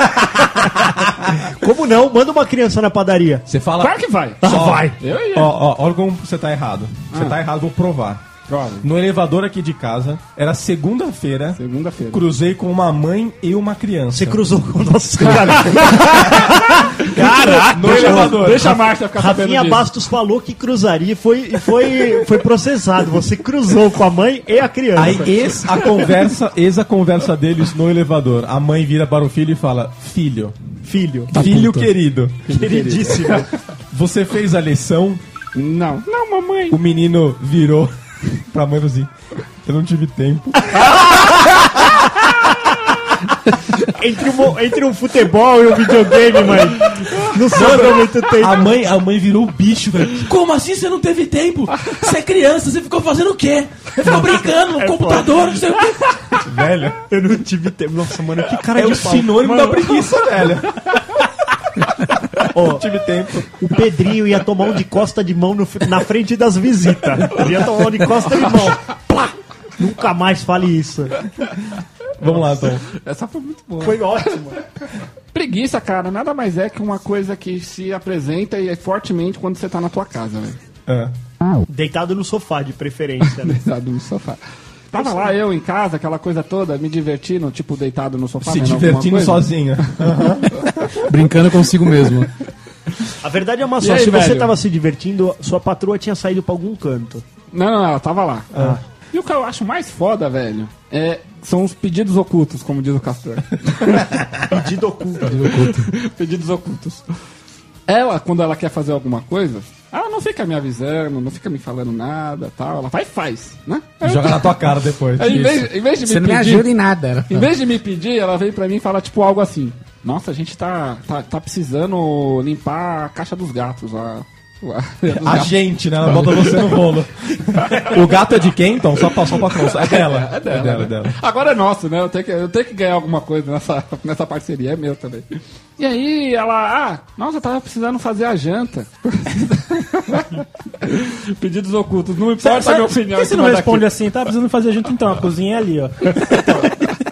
[SPEAKER 5] Como não? Manda uma criança na padaria.
[SPEAKER 1] Você fala.
[SPEAKER 2] Claro que vai.
[SPEAKER 5] Ah, vai.
[SPEAKER 2] Eu
[SPEAKER 1] Ó,
[SPEAKER 2] ia.
[SPEAKER 1] ó, olha como você tá errado.
[SPEAKER 5] Ah.
[SPEAKER 1] Você tá errado, vou provar.
[SPEAKER 2] Prova.
[SPEAKER 1] No elevador aqui de casa, era segunda-feira,
[SPEAKER 2] Segunda-feira.
[SPEAKER 1] cruzei com uma mãe e uma criança.
[SPEAKER 5] Você cruzou com o nosso cara.
[SPEAKER 1] no elevador.
[SPEAKER 2] Deixa a Márcia ficar sabendo
[SPEAKER 5] Rafinha
[SPEAKER 2] disso.
[SPEAKER 5] Bastos falou que cruzaria e foi, e foi, foi processado. Você cruzou com a mãe e a criança.
[SPEAKER 1] Aí ex a conversa, ex a conversa deles no elevador. A mãe vira para o filho e fala: "Filho, Tá
[SPEAKER 5] Filho,
[SPEAKER 1] filho querido,
[SPEAKER 5] queridíssimo.
[SPEAKER 1] você fez a lição?"
[SPEAKER 2] Não. Não, mamãe.
[SPEAKER 1] O menino virou pra mãe e falou assim: "Eu não tive tempo."
[SPEAKER 5] entre, o mo- entre um futebol e um videogame, mãe. Não sobra muito tempo.
[SPEAKER 1] A mãe, a mãe virou o bicho, velho. Como assim você não teve tempo? Você é criança, você ficou fazendo o quê? Ficou brincando
[SPEAKER 5] É
[SPEAKER 1] no computador, não sei o quê. Velho,
[SPEAKER 5] Eu não tive tempo. Nossa, mano, que cara
[SPEAKER 1] é o
[SPEAKER 5] de pau.
[SPEAKER 1] sinônimo da preguiça, velho.
[SPEAKER 5] Ó,
[SPEAKER 1] Tive tempo.
[SPEAKER 5] o Pedrinho ia tomar um de costa de mão no f- na frente das visitas. Ele ia tomar um de costa de mão. Plá! Nunca mais fale isso.
[SPEAKER 1] Vamos lá, então.
[SPEAKER 2] Essa foi muito boa.
[SPEAKER 5] Foi ótimo.
[SPEAKER 2] Preguiça, cara, nada mais é que uma coisa que se apresenta e é fortemente quando você tá na tua casa, velho.
[SPEAKER 1] É.
[SPEAKER 2] Tá
[SPEAKER 5] Deitado no sofá, de preferência. Né?
[SPEAKER 2] Deitado no sofá. Tava lá eu em casa, aquela coisa toda, me divertindo, tipo, deitado no sofá.
[SPEAKER 1] Se
[SPEAKER 2] vendo alguma
[SPEAKER 1] divertindo
[SPEAKER 2] coisa.
[SPEAKER 1] sozinha.
[SPEAKER 4] Brincando consigo mesmo.
[SPEAKER 5] A verdade é uma
[SPEAKER 2] E
[SPEAKER 5] só.
[SPEAKER 2] aí,
[SPEAKER 5] Se você
[SPEAKER 2] velho?
[SPEAKER 5] tava se divertindo, sua patroa tinha saído pra algum canto.
[SPEAKER 2] Não, não, ela tava lá.
[SPEAKER 1] Ah.
[SPEAKER 2] E o que eu acho mais foda, velho, é, são os pedidos ocultos, como diz o Castor.
[SPEAKER 5] Pedido oculto.
[SPEAKER 2] pedidos ocultos. Ela, quando ela quer fazer alguma coisa, ela não fica me avisando, não fica me falando nada tal. Ela vai e faz, né? Aí eu-
[SPEAKER 1] Joga na tua cara depois.
[SPEAKER 2] aí, em, vez, em vez de me
[SPEAKER 4] Você não me
[SPEAKER 2] pedir-
[SPEAKER 4] ajuda em nada. ela
[SPEAKER 2] Em
[SPEAKER 4] fala.
[SPEAKER 2] vez de me pedir, ela vem pra mim e fala, tipo, algo assim. Nossa, a gente tá, tá, tá precisando limpar a caixa dos gatos lá. lá dos
[SPEAKER 1] A
[SPEAKER 2] gatos.
[SPEAKER 1] gente, né? Ela
[SPEAKER 2] Tá.
[SPEAKER 1] bota você no rolo. O gato é de quem, então? Só passou pra consta. É dela.
[SPEAKER 2] É dela, né?
[SPEAKER 1] é dela.
[SPEAKER 2] Agora é nosso, né? Eu tenho que, eu tenho que ganhar alguma coisa nessa, nessa parceria, é meu também. E aí ela, ah, nossa, eu tava precisando fazer a janta. Pedidos ocultos, não importa a minha opinião.
[SPEAKER 3] Por que
[SPEAKER 2] em
[SPEAKER 3] você
[SPEAKER 2] cima
[SPEAKER 3] não responde
[SPEAKER 2] daquilo.
[SPEAKER 3] assim? Tá precisando fazer junto então, a cozinha é ali, ó.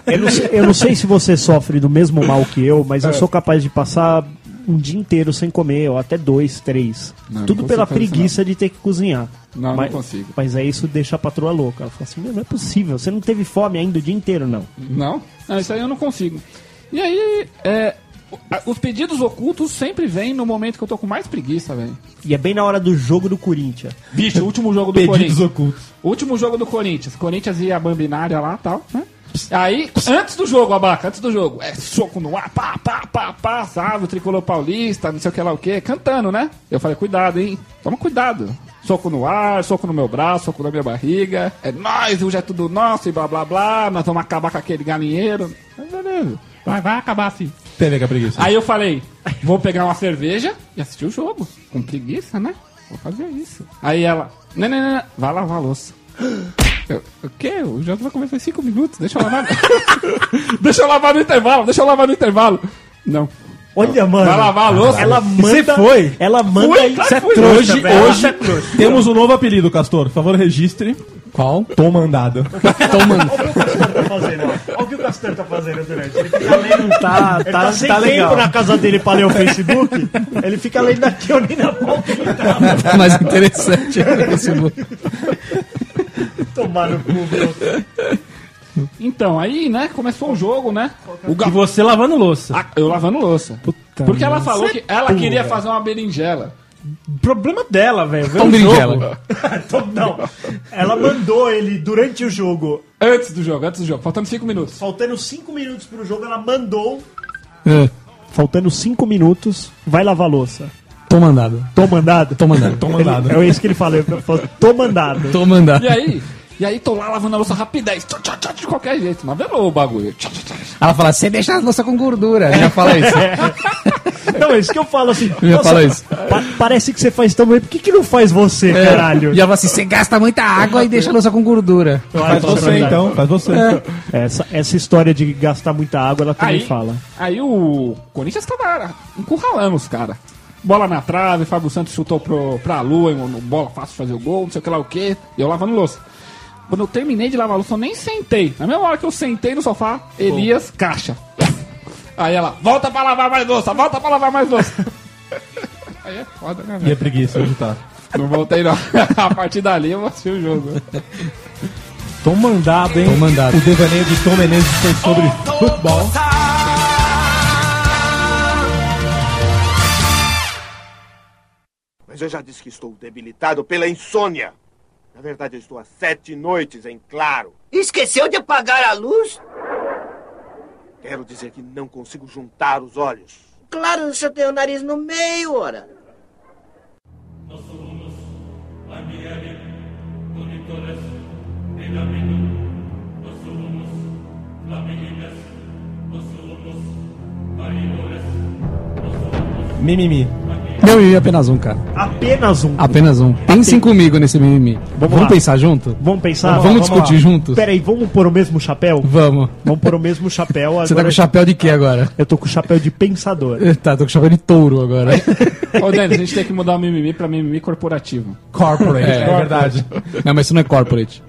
[SPEAKER 5] Eu não, sei, eu não sei se você sofre do mesmo mal que eu, mas
[SPEAKER 2] É.
[SPEAKER 5] eu sou capaz de passar um dia inteiro sem comer, ou até dois, três.
[SPEAKER 2] Não, não
[SPEAKER 5] Tudo
[SPEAKER 2] consigo
[SPEAKER 5] pela
[SPEAKER 2] fazer isso,
[SPEAKER 5] preguiça de ter que cozinhar.
[SPEAKER 2] Não, não
[SPEAKER 5] mas,
[SPEAKER 2] consigo.
[SPEAKER 5] Mas aí isso deixa a patroa louca. Ela fala assim: "Meu, não é possível, você não teve fome ainda o dia inteiro, não.
[SPEAKER 2] Não? Ah, isso aí eu não consigo. E aí, é, o- a- os pedidos ocultos sempre vêm no momento que eu tô com mais preguiça, velho.
[SPEAKER 5] E é bem na hora do jogo do Corinthians.
[SPEAKER 2] Bicho, o último jogo do
[SPEAKER 1] Pedidos
[SPEAKER 2] Corinthians.
[SPEAKER 1] ocultos.
[SPEAKER 2] O Último jogo do Corinthians. Corinthians e a Bambinária lá e tal, né? Aí, antes do jogo, Abaca, antes do jogo, é soco no ar, pá, pá, pá, pá, sabe, o tricolor paulista, não sei o que lá o que, cantando, né? Eu falei, cuidado, hein? Toma cuidado. Soco no ar, soco no meu braço, soco na minha barriga, é nóis, hoje é tudo nosso e blá blá blá, nós vamos acabar com aquele galinheiro. Mas beleza, vai, vai acabar assim.
[SPEAKER 1] Teve que a preguiça.
[SPEAKER 2] Aí eu falei, vou pegar uma cerveja e assistir o jogo. Com preguiça, né? Vou fazer isso. Aí ela, "Né, não, não, não, não. vai lavar a louça. Eu, o quê? O jogo vai começar em 5 minutos, deixa eu lavar. deixa eu lavar no intervalo, deixa eu lavar no intervalo. Não.
[SPEAKER 5] Olha, mano.
[SPEAKER 2] Vai lavar a louça.
[SPEAKER 5] Ela manda.
[SPEAKER 1] Você foi?
[SPEAKER 5] Ela manda.
[SPEAKER 2] Fui,
[SPEAKER 5] e-
[SPEAKER 2] claro
[SPEAKER 5] Cê é
[SPEAKER 2] que fui.
[SPEAKER 5] trouxa,
[SPEAKER 1] Hoje,
[SPEAKER 5] velho.
[SPEAKER 1] hoje, temos um novo apelido, Castor. Por favor, registre.
[SPEAKER 4] Qual?
[SPEAKER 1] Tom mandado.
[SPEAKER 4] Tomando.
[SPEAKER 5] tá fazendo, ó. Olha o que o Castor tá fazendo durante. Ele fica lendo, tá, tá,
[SPEAKER 3] tá
[SPEAKER 5] sem
[SPEAKER 3] tá
[SPEAKER 5] tempo
[SPEAKER 3] legal.
[SPEAKER 5] na casa dele pra ler o Facebook. Ele fica lendo aqui, eu nem na pauta ele tá
[SPEAKER 4] É Mais interessante. Esse bu-
[SPEAKER 5] tomando no cu, meu.
[SPEAKER 2] Então, aí, né, começou o jogo, né? O
[SPEAKER 3] E
[SPEAKER 2] Gabo-
[SPEAKER 3] você lavando louça.
[SPEAKER 5] é
[SPEAKER 2] Ah, eu lavando louça.
[SPEAKER 3] Puta
[SPEAKER 2] Porque ela
[SPEAKER 3] merda.
[SPEAKER 2] falou que ela queria fazer uma berinjela.
[SPEAKER 3] Problema dela, velho. Vê
[SPEAKER 4] Tom
[SPEAKER 3] o um jogo.
[SPEAKER 4] Berinjela.
[SPEAKER 5] Tom- Não, ela mandou ele durante o jogo,
[SPEAKER 2] Antes do jogo, antes do jogo, faltando 5 minutos.
[SPEAKER 5] faltando 5 minutos pro jogo, ela mandou
[SPEAKER 4] É,
[SPEAKER 5] Faltando cinco minutos, vai lavar a louça.
[SPEAKER 4] tô mandado.
[SPEAKER 5] Tô mandado?
[SPEAKER 4] Tô mandado. Tô
[SPEAKER 5] mandado. é isso que ele fala. Ele fala, Tô mandado.
[SPEAKER 4] Tô mandado.
[SPEAKER 2] E aí? E aí tô lá lavando a louça rapidez. Tchá, tchá, tchá, de qualquer jeito. Mas velou o bagulho. Tchá, tchá, tchá.
[SPEAKER 4] Ela fala, você deixa a louça com gordura. Ela fala isso.
[SPEAKER 5] Não, é isso que eu falo assim.
[SPEAKER 4] ia
[SPEAKER 5] "Nossa,
[SPEAKER 4] falar isso.
[SPEAKER 5] pa- parece que você faz tão bem. Por que, que não faz você,
[SPEAKER 2] É.
[SPEAKER 5] caralho?
[SPEAKER 4] E ela fala assim, você gasta muita água e deixa a louça com gordura.
[SPEAKER 5] Claro,
[SPEAKER 3] Faz
[SPEAKER 5] fala a
[SPEAKER 3] você
[SPEAKER 5] verdade.
[SPEAKER 3] então, faz você.
[SPEAKER 5] Essa, essa história de gastar muita água, ela também
[SPEAKER 2] Aí,
[SPEAKER 5] fala.
[SPEAKER 2] aí o Corinthians tava encurralando os caras. Bola na trave, Fábio Santos chutou pro, pra lua, no bola fácil fazer o gol, não sei o que lá o que, e eu lavando louça. Quando eu terminei de lavar a louça, eu nem sentei. Na mesma hora que eu sentei no sofá, Elias, caixa. Aí ela, volta pra lavar mais louça, volta pra lavar mais louça. aí é foda, né,
[SPEAKER 3] E
[SPEAKER 2] velho?
[SPEAKER 3] é preguiça hoje tá.
[SPEAKER 2] Não voltei não. a partir dali eu assisti o jogo.
[SPEAKER 3] Tô mandado, hein?
[SPEAKER 4] Tô mandado.
[SPEAKER 3] O devaneio de Tom Menezes foi sobre futebol.
[SPEAKER 8] Mas eu já disse que estou debilitado pela insônia. Na verdade, eu estou há sete noites em claro.
[SPEAKER 10] Esqueceu de apagar a luz?
[SPEAKER 8] Quero dizer que não consigo juntar os olhos.
[SPEAKER 10] Claro, eu chutei o nariz no meio, ora.
[SPEAKER 3] Mimimi.
[SPEAKER 4] Não, eu ia apenas um, cara.
[SPEAKER 5] Apenas um.
[SPEAKER 4] Apenas um. Pensem comigo nesse mimimi. Vamos,
[SPEAKER 5] lá.
[SPEAKER 4] pensar junto?
[SPEAKER 5] Vamos pensar?
[SPEAKER 4] Vamos, discutir juntos?
[SPEAKER 5] Peraí, vamos pôr o mesmo chapéu?
[SPEAKER 4] Vamos.
[SPEAKER 5] Vamos pôr o mesmo chapéu. Agora
[SPEAKER 4] Você tá com chapéu de quê agora?
[SPEAKER 5] Eu tô com o chapéu de pensador.
[SPEAKER 4] Tá, tô com chapéu de touro agora.
[SPEAKER 2] Ô, Denis, a gente tem que mudar o mimimi pra mimimi corporativo.
[SPEAKER 3] Corporate, é,
[SPEAKER 4] corporate.
[SPEAKER 3] verdade.
[SPEAKER 4] Não, mas isso não é corporate.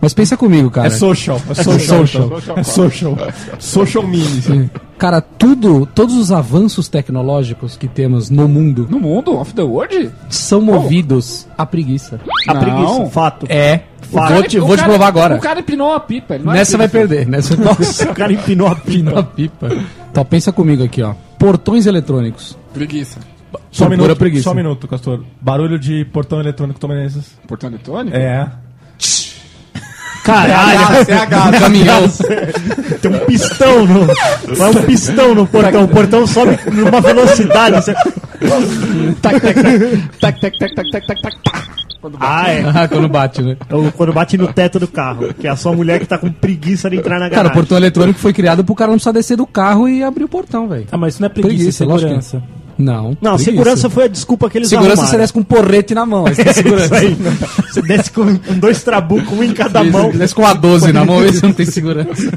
[SPEAKER 4] Mas pensa comigo, cara.
[SPEAKER 3] É social. É social. É social. Social mini.
[SPEAKER 4] Cara, tudo, todos os avanços tecnológicos que temos no mundo
[SPEAKER 2] No mundo, off the world?
[SPEAKER 4] são movidos à preguiça.
[SPEAKER 5] A
[SPEAKER 2] Não.
[SPEAKER 5] preguiça, fato.
[SPEAKER 4] É. Vou te,
[SPEAKER 2] O
[SPEAKER 4] vou te
[SPEAKER 2] cara-
[SPEAKER 4] provar agora.
[SPEAKER 2] O cara empinou a pipa. ele não é
[SPEAKER 4] Nessa você vai
[SPEAKER 2] pipa.
[SPEAKER 4] perder. Nessa... Nossa,
[SPEAKER 5] O cara empinou a
[SPEAKER 4] na
[SPEAKER 5] pipa.
[SPEAKER 4] pipa. Então pensa comigo aqui, ó. Portões eletrônicos.
[SPEAKER 2] Preguiça.
[SPEAKER 3] Só um
[SPEAKER 4] Por pura
[SPEAKER 3] minuto,
[SPEAKER 4] preguiça.
[SPEAKER 3] só um minuto, Castor. Barulho de portão eletrônico Tom Menezes.
[SPEAKER 2] Portão eletrônico?
[SPEAKER 3] É.
[SPEAKER 5] Caralho,
[SPEAKER 4] Do Um caminhão.
[SPEAKER 5] tem um pistão no. Vai um pistão no portão. O portão sobe numa velocidade. Você-
[SPEAKER 4] tac, tac, tac, tac, tac, tac, tac.
[SPEAKER 5] Ah, é.
[SPEAKER 4] Ah, quando bate, né?
[SPEAKER 5] É o- Quando bate no teto do carro. Que é a sua mulher que tá com preguiça de entrar na
[SPEAKER 4] Cara,
[SPEAKER 5] garagem.
[SPEAKER 4] o portão eletrônico foi criado pro cara não precisar descer do carro e abrir o portão, velho.
[SPEAKER 3] Ah, mas isso não é
[SPEAKER 4] Preguiça,
[SPEAKER 3] preguiça, é
[SPEAKER 4] lógico que é.
[SPEAKER 3] segurança.
[SPEAKER 4] Não.
[SPEAKER 5] Não,
[SPEAKER 4] preguiça.
[SPEAKER 5] segurança foi a desculpa que eles
[SPEAKER 4] Segurança você
[SPEAKER 5] arrumaram.
[SPEAKER 4] desce com um porrete na mão. aí você tem segurança.
[SPEAKER 5] Isso aí. Você desce com, com dois trabucos, um em cada mão.
[SPEAKER 4] Isso, Desce com a 12 na mão, aí você não tem segurança.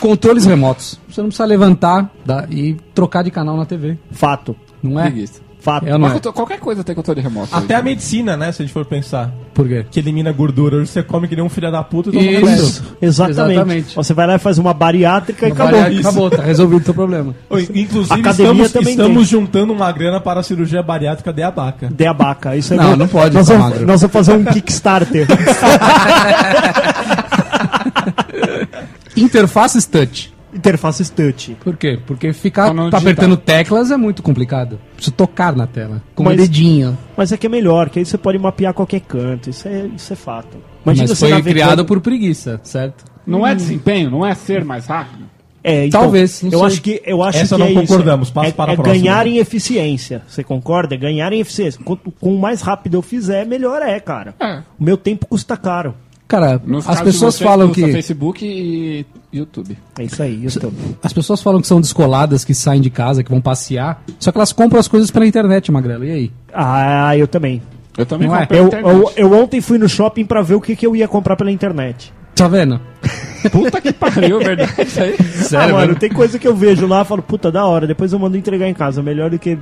[SPEAKER 4] Controles remotos. Você não precisa levantar dá- e trocar de canal na TV.
[SPEAKER 5] Fato.
[SPEAKER 4] Não é?
[SPEAKER 2] Preguiça.
[SPEAKER 5] Fato.
[SPEAKER 4] É ou não
[SPEAKER 2] Mas
[SPEAKER 4] é?
[SPEAKER 2] conto- qualquer coisa tem controle remoto.
[SPEAKER 3] Até a medicina, né? Se a gente for pensar.
[SPEAKER 4] Por quê?
[SPEAKER 3] Que elimina gordura. Hoje você come que nem um filho da puta e toma
[SPEAKER 4] Isso.
[SPEAKER 3] remédio.
[SPEAKER 5] Exatamente.
[SPEAKER 4] Exatamente.
[SPEAKER 5] Você vai lá e faz uma bariátrica e acabou.
[SPEAKER 4] Avaliar- Acabou, tá resolvido o teu problema.
[SPEAKER 3] Oi, Inclusive,
[SPEAKER 5] Academia
[SPEAKER 3] estamos,
[SPEAKER 5] também
[SPEAKER 3] estamos juntando uma grana para a cirurgia bariátrica de abaca.
[SPEAKER 5] De abaca. Isso é
[SPEAKER 4] Não,
[SPEAKER 5] bom.
[SPEAKER 4] não pode,
[SPEAKER 5] Nós
[SPEAKER 4] tá
[SPEAKER 5] vamos,
[SPEAKER 4] magro.
[SPEAKER 5] nós vamos fazer um Kickstarter.
[SPEAKER 4] Interfaces touch.
[SPEAKER 5] Interface touch.
[SPEAKER 4] Por quê? Porque
[SPEAKER 2] Pra
[SPEAKER 4] ficar
[SPEAKER 2] não digitar.
[SPEAKER 4] apertando teclas é muito complicado. Preciso tocar na tela. Com o
[SPEAKER 5] Mas-
[SPEAKER 4] dedinho.
[SPEAKER 5] Mas é que é melhor, que aí você pode mapear qualquer canto. Isso é, isso é fato.
[SPEAKER 4] Mas
[SPEAKER 5] você
[SPEAKER 4] foi
[SPEAKER 5] navegando-
[SPEAKER 4] criado por preguiça, certo?
[SPEAKER 2] Não é desempenho, não é ser mais rápido.
[SPEAKER 5] É, então,
[SPEAKER 4] Talvez, não
[SPEAKER 5] Eu
[SPEAKER 4] sei.
[SPEAKER 5] acho que eu acho
[SPEAKER 3] Essa
[SPEAKER 5] que
[SPEAKER 3] não
[SPEAKER 5] é isso.
[SPEAKER 3] concordamos, passa
[SPEAKER 5] é,
[SPEAKER 3] para a
[SPEAKER 5] é
[SPEAKER 3] próxima.
[SPEAKER 5] ganhar em eficiência. Você concorda? É Ganhar em eficiência. Quanto com mais rápido eu fizer, melhor é, cara.
[SPEAKER 2] É.
[SPEAKER 5] O meu tempo custa caro.
[SPEAKER 4] Cara,
[SPEAKER 2] Nos
[SPEAKER 4] as
[SPEAKER 2] casos de
[SPEAKER 4] pessoas
[SPEAKER 2] vocês,
[SPEAKER 4] falam
[SPEAKER 2] custa
[SPEAKER 4] que.
[SPEAKER 2] Facebook e YouTube.
[SPEAKER 5] É isso aí, YouTube.
[SPEAKER 4] As pessoas falam que são descoladas, que saem de casa, que vão passear. Só que elas compram as coisas pela internet, Magrelo. E aí?
[SPEAKER 5] Ah, eu também.
[SPEAKER 2] Eu também
[SPEAKER 4] Não é?
[SPEAKER 2] comprei
[SPEAKER 5] Eu,
[SPEAKER 2] internet.
[SPEAKER 5] eu, eu ontem fui no shopping pra ver o que, que eu ia comprar pela internet.
[SPEAKER 4] Tá vendo? Tá
[SPEAKER 2] Puta que pariu, é verdade. Isso aí.
[SPEAKER 5] ah,
[SPEAKER 4] Sério,
[SPEAKER 5] mano,
[SPEAKER 4] mano?
[SPEAKER 5] tem coisa que eu vejo lá, falo, puta, da hora, depois eu mando entregar em casa, melhor do que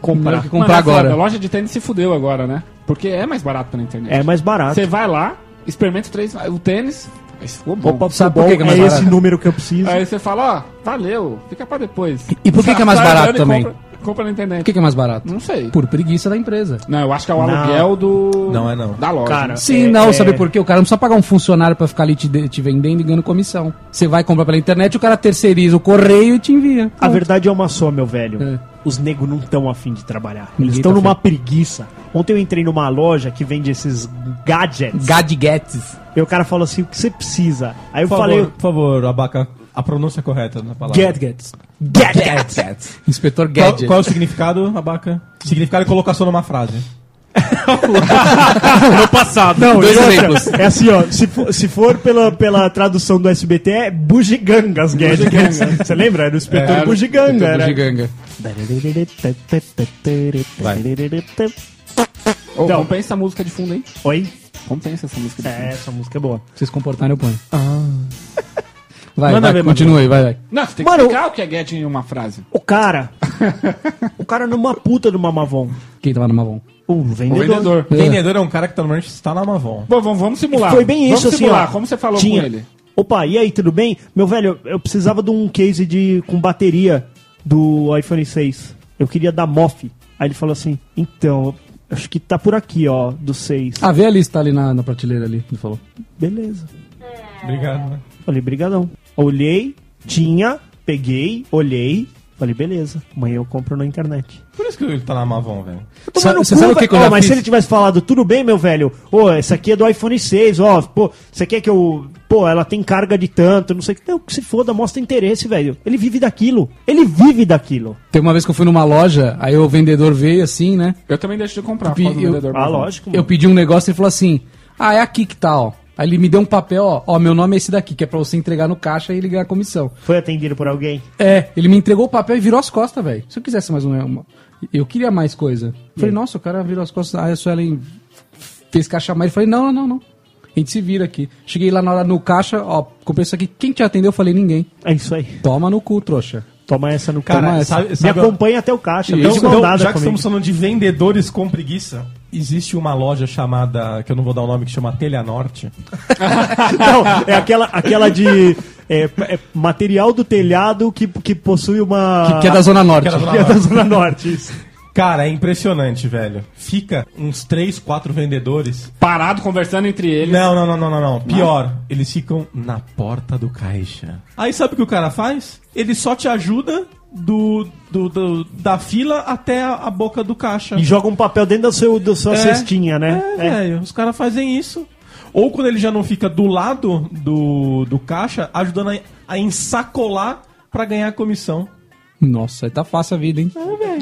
[SPEAKER 5] comprar.
[SPEAKER 4] Melhor que comprar
[SPEAKER 2] Mano, é foda, A
[SPEAKER 4] agora.
[SPEAKER 2] loja de tênis se fudeu agora, né? Porque é mais barato pela internet.
[SPEAKER 5] É mais barato.
[SPEAKER 2] Você vai lá, experimenta o, três, o tênis, aí ficou bom.
[SPEAKER 5] Opa,
[SPEAKER 4] Sabe
[SPEAKER 5] futebol,
[SPEAKER 4] por que que é mais
[SPEAKER 5] é
[SPEAKER 4] barato?
[SPEAKER 5] esse número que eu preciso.
[SPEAKER 2] Aí você fala, ó, valeu, fica pra depois.
[SPEAKER 4] E por que que é mais
[SPEAKER 2] Sai
[SPEAKER 4] barato
[SPEAKER 2] andando e
[SPEAKER 4] também?
[SPEAKER 2] Compra, compra na
[SPEAKER 4] Por que,
[SPEAKER 2] internet.
[SPEAKER 4] que é mais barato?
[SPEAKER 2] Não sei.
[SPEAKER 4] Por preguiça da empresa.
[SPEAKER 2] Não, eu acho que é o aluguel do.
[SPEAKER 3] Não, é não.
[SPEAKER 2] Da loja. né?
[SPEAKER 5] Cara,
[SPEAKER 4] Sim,
[SPEAKER 5] É,
[SPEAKER 4] não,
[SPEAKER 5] é.
[SPEAKER 4] sabe por quê? O cara não precisa pagar um funcionário pra ficar ali te, de- te vendendo e ganhando comissão. Você vai comprar pela internet, o cara terceiriza o correio e te envia.
[SPEAKER 5] A verdade é uma só, meu velho.
[SPEAKER 4] É.
[SPEAKER 5] Os negros não estão afim de trabalhar.
[SPEAKER 4] Ninguém
[SPEAKER 5] Eles estão
[SPEAKER 4] tá
[SPEAKER 5] numa preguiça. Ontem eu entrei numa loja que vende esses gadgets.
[SPEAKER 4] Gadgets.
[SPEAKER 5] e o cara falou assim: o que você precisa? Aí eu
[SPEAKER 3] Por favor,
[SPEAKER 5] falei.
[SPEAKER 3] por favor, abaca.
[SPEAKER 6] a pronúncia correta da palavra.
[SPEAKER 3] Gadgets.
[SPEAKER 6] Gadgets.
[SPEAKER 4] Inspetor
[SPEAKER 6] Qual,
[SPEAKER 4] Gadget.
[SPEAKER 6] qual é o significado, Abaca? Significado é colocação numa frase.
[SPEAKER 5] no passado. Não,
[SPEAKER 4] Dois
[SPEAKER 5] e outra,
[SPEAKER 4] exemplos.
[SPEAKER 5] É assim, ó. Se for, se for pela, pela tradução do SBT, é bugigangas, gadgets. Você lembra? Era o inspetor
[SPEAKER 2] É, Era o
[SPEAKER 5] bugiganga. Era...
[SPEAKER 4] Bugiganga.
[SPEAKER 6] Vai.
[SPEAKER 2] Ô,
[SPEAKER 5] Então.
[SPEAKER 2] compensa a música de fundo, hein?
[SPEAKER 5] Oi?
[SPEAKER 2] Compensa essa música de fundo.
[SPEAKER 5] É, essa música é boa.
[SPEAKER 4] Se vocês comportarem, eu ponho. Vai,
[SPEAKER 5] Manda
[SPEAKER 4] vai,
[SPEAKER 5] ver,
[SPEAKER 4] continue, vai, vai.
[SPEAKER 2] Não, você tem que
[SPEAKER 5] Mano,
[SPEAKER 2] explicar o que é Get em uma frase.
[SPEAKER 5] O cara. o cara numa puta de uma Mavon.
[SPEAKER 4] Quem tava no Mavon?
[SPEAKER 5] O
[SPEAKER 2] O
[SPEAKER 5] vendedor.
[SPEAKER 2] vendedor.
[SPEAKER 6] Vendedor é um cara que normalmente está na Amazon.
[SPEAKER 2] Bom, vamos, vamos simular.
[SPEAKER 5] Foi bem isso,
[SPEAKER 2] Tá, vamos
[SPEAKER 5] assim,
[SPEAKER 2] simular.
[SPEAKER 5] ó.
[SPEAKER 2] Como você falou
[SPEAKER 5] Tinha.
[SPEAKER 2] com ele?
[SPEAKER 5] Opa, e aí, tudo bem? Meu velho, eu precisava de um case de, com bateria do iPhone 6. Eu queria da MOF. Aí ele falou assim, então, acho que tá por aqui, ó, do 6.
[SPEAKER 4] Ah, vê ali se tá ali na, na prateleira ali, ele falou.
[SPEAKER 5] Beleza.
[SPEAKER 6] Obrigado. né?
[SPEAKER 5] Falei, brigadão. Olhei, tinha, peguei, olhei. Falei, beleza, amanhã eu compro na internet.
[SPEAKER 6] Por isso que ele tá na Amazon, velho.
[SPEAKER 4] Sa-
[SPEAKER 5] Tomando
[SPEAKER 4] você
[SPEAKER 5] cu,
[SPEAKER 4] sabe o
[SPEAKER 5] velho.
[SPEAKER 4] que, que eu
[SPEAKER 5] Ó,
[SPEAKER 4] já
[SPEAKER 5] mas
[SPEAKER 4] fiz?
[SPEAKER 5] se ele tivesse falado, tudo bem, meu velho, ô, essa aqui é do iPhone 6, ó, pô, você quer que eu. Pô, ela tem carga de tanto, não sei o que. Não, que se foda, mostra interesse, velho. Ele vive daquilo. Ele vive daquilo.
[SPEAKER 4] Teve uma vez que eu fui numa loja, aí o vendedor veio assim, né?
[SPEAKER 2] Eu também deixo de comprar.
[SPEAKER 4] Pi-
[SPEAKER 2] por causa do
[SPEAKER 4] eu-
[SPEAKER 2] vendedor,
[SPEAKER 5] Ah,
[SPEAKER 2] mas não.
[SPEAKER 5] lógico,
[SPEAKER 4] Eu pedi um negócio e ele falou assim: Ah, é aqui que tá, ó. Aí ele me deu um papel, ó, ó, meu nome é esse daqui, que é pra você entregar no caixa e ele ganhar a comissão.
[SPEAKER 5] Foi atendido por alguém.
[SPEAKER 4] É, ele me entregou o papel e virou as costas, velho. Se eu quisesse mais uma, uma- Eu queria mais coisa. Eu falei, nossa, o cara virou as costas. ah, Aí a Suelen fez caixa mais. Eu falei, não, não, não, não. A gente se vira aqui. Cheguei lá na hora no caixa, ó, comprei isso aqui. Quem te atendeu? Eu falei, ninguém.
[SPEAKER 5] É isso aí.
[SPEAKER 4] Toma no cu, trouxa.
[SPEAKER 5] Toma essa no
[SPEAKER 6] Cara,
[SPEAKER 5] Toma essa.
[SPEAKER 6] sabe-
[SPEAKER 5] Me
[SPEAKER 6] sabe-
[SPEAKER 5] acompanha até o caixa.
[SPEAKER 6] Então,
[SPEAKER 5] Então,
[SPEAKER 6] então,
[SPEAKER 5] mandada
[SPEAKER 6] já que
[SPEAKER 5] comigo.
[SPEAKER 6] estamos falando de vendedores com preguiça, existe uma loja chamada, que eu não vou dar o nome, que chama Telha Norte.
[SPEAKER 5] Não, é aquela, aquela de. é, é material do telhado que, que possui uma.
[SPEAKER 4] Que é da Zona Norte.
[SPEAKER 6] Que era
[SPEAKER 5] que é
[SPEAKER 6] lá-
[SPEAKER 5] da Zona Norte. isso.
[SPEAKER 6] Cara, é impressionante, velho. Fica uns 3, 4 vendedores.
[SPEAKER 2] Parado, conversando entre eles.
[SPEAKER 6] Não, não, não, não, não, não. Pior, eles ficam na porta do caixa. Aí sabe o que o cara faz? Ele só te ajuda do, do, do- da fila até a, a boca do caixa.
[SPEAKER 5] E joga um papel dentro da, seu, da sua
[SPEAKER 6] É.
[SPEAKER 5] cestinha, né?
[SPEAKER 6] É, velho. Os caras fazem isso. Ou quando ele já não fica do lado do, do caixa, ajudando a, a ensacolar pra ganhar a comissão.
[SPEAKER 4] Nossa, aí tá fácil a vida, hein?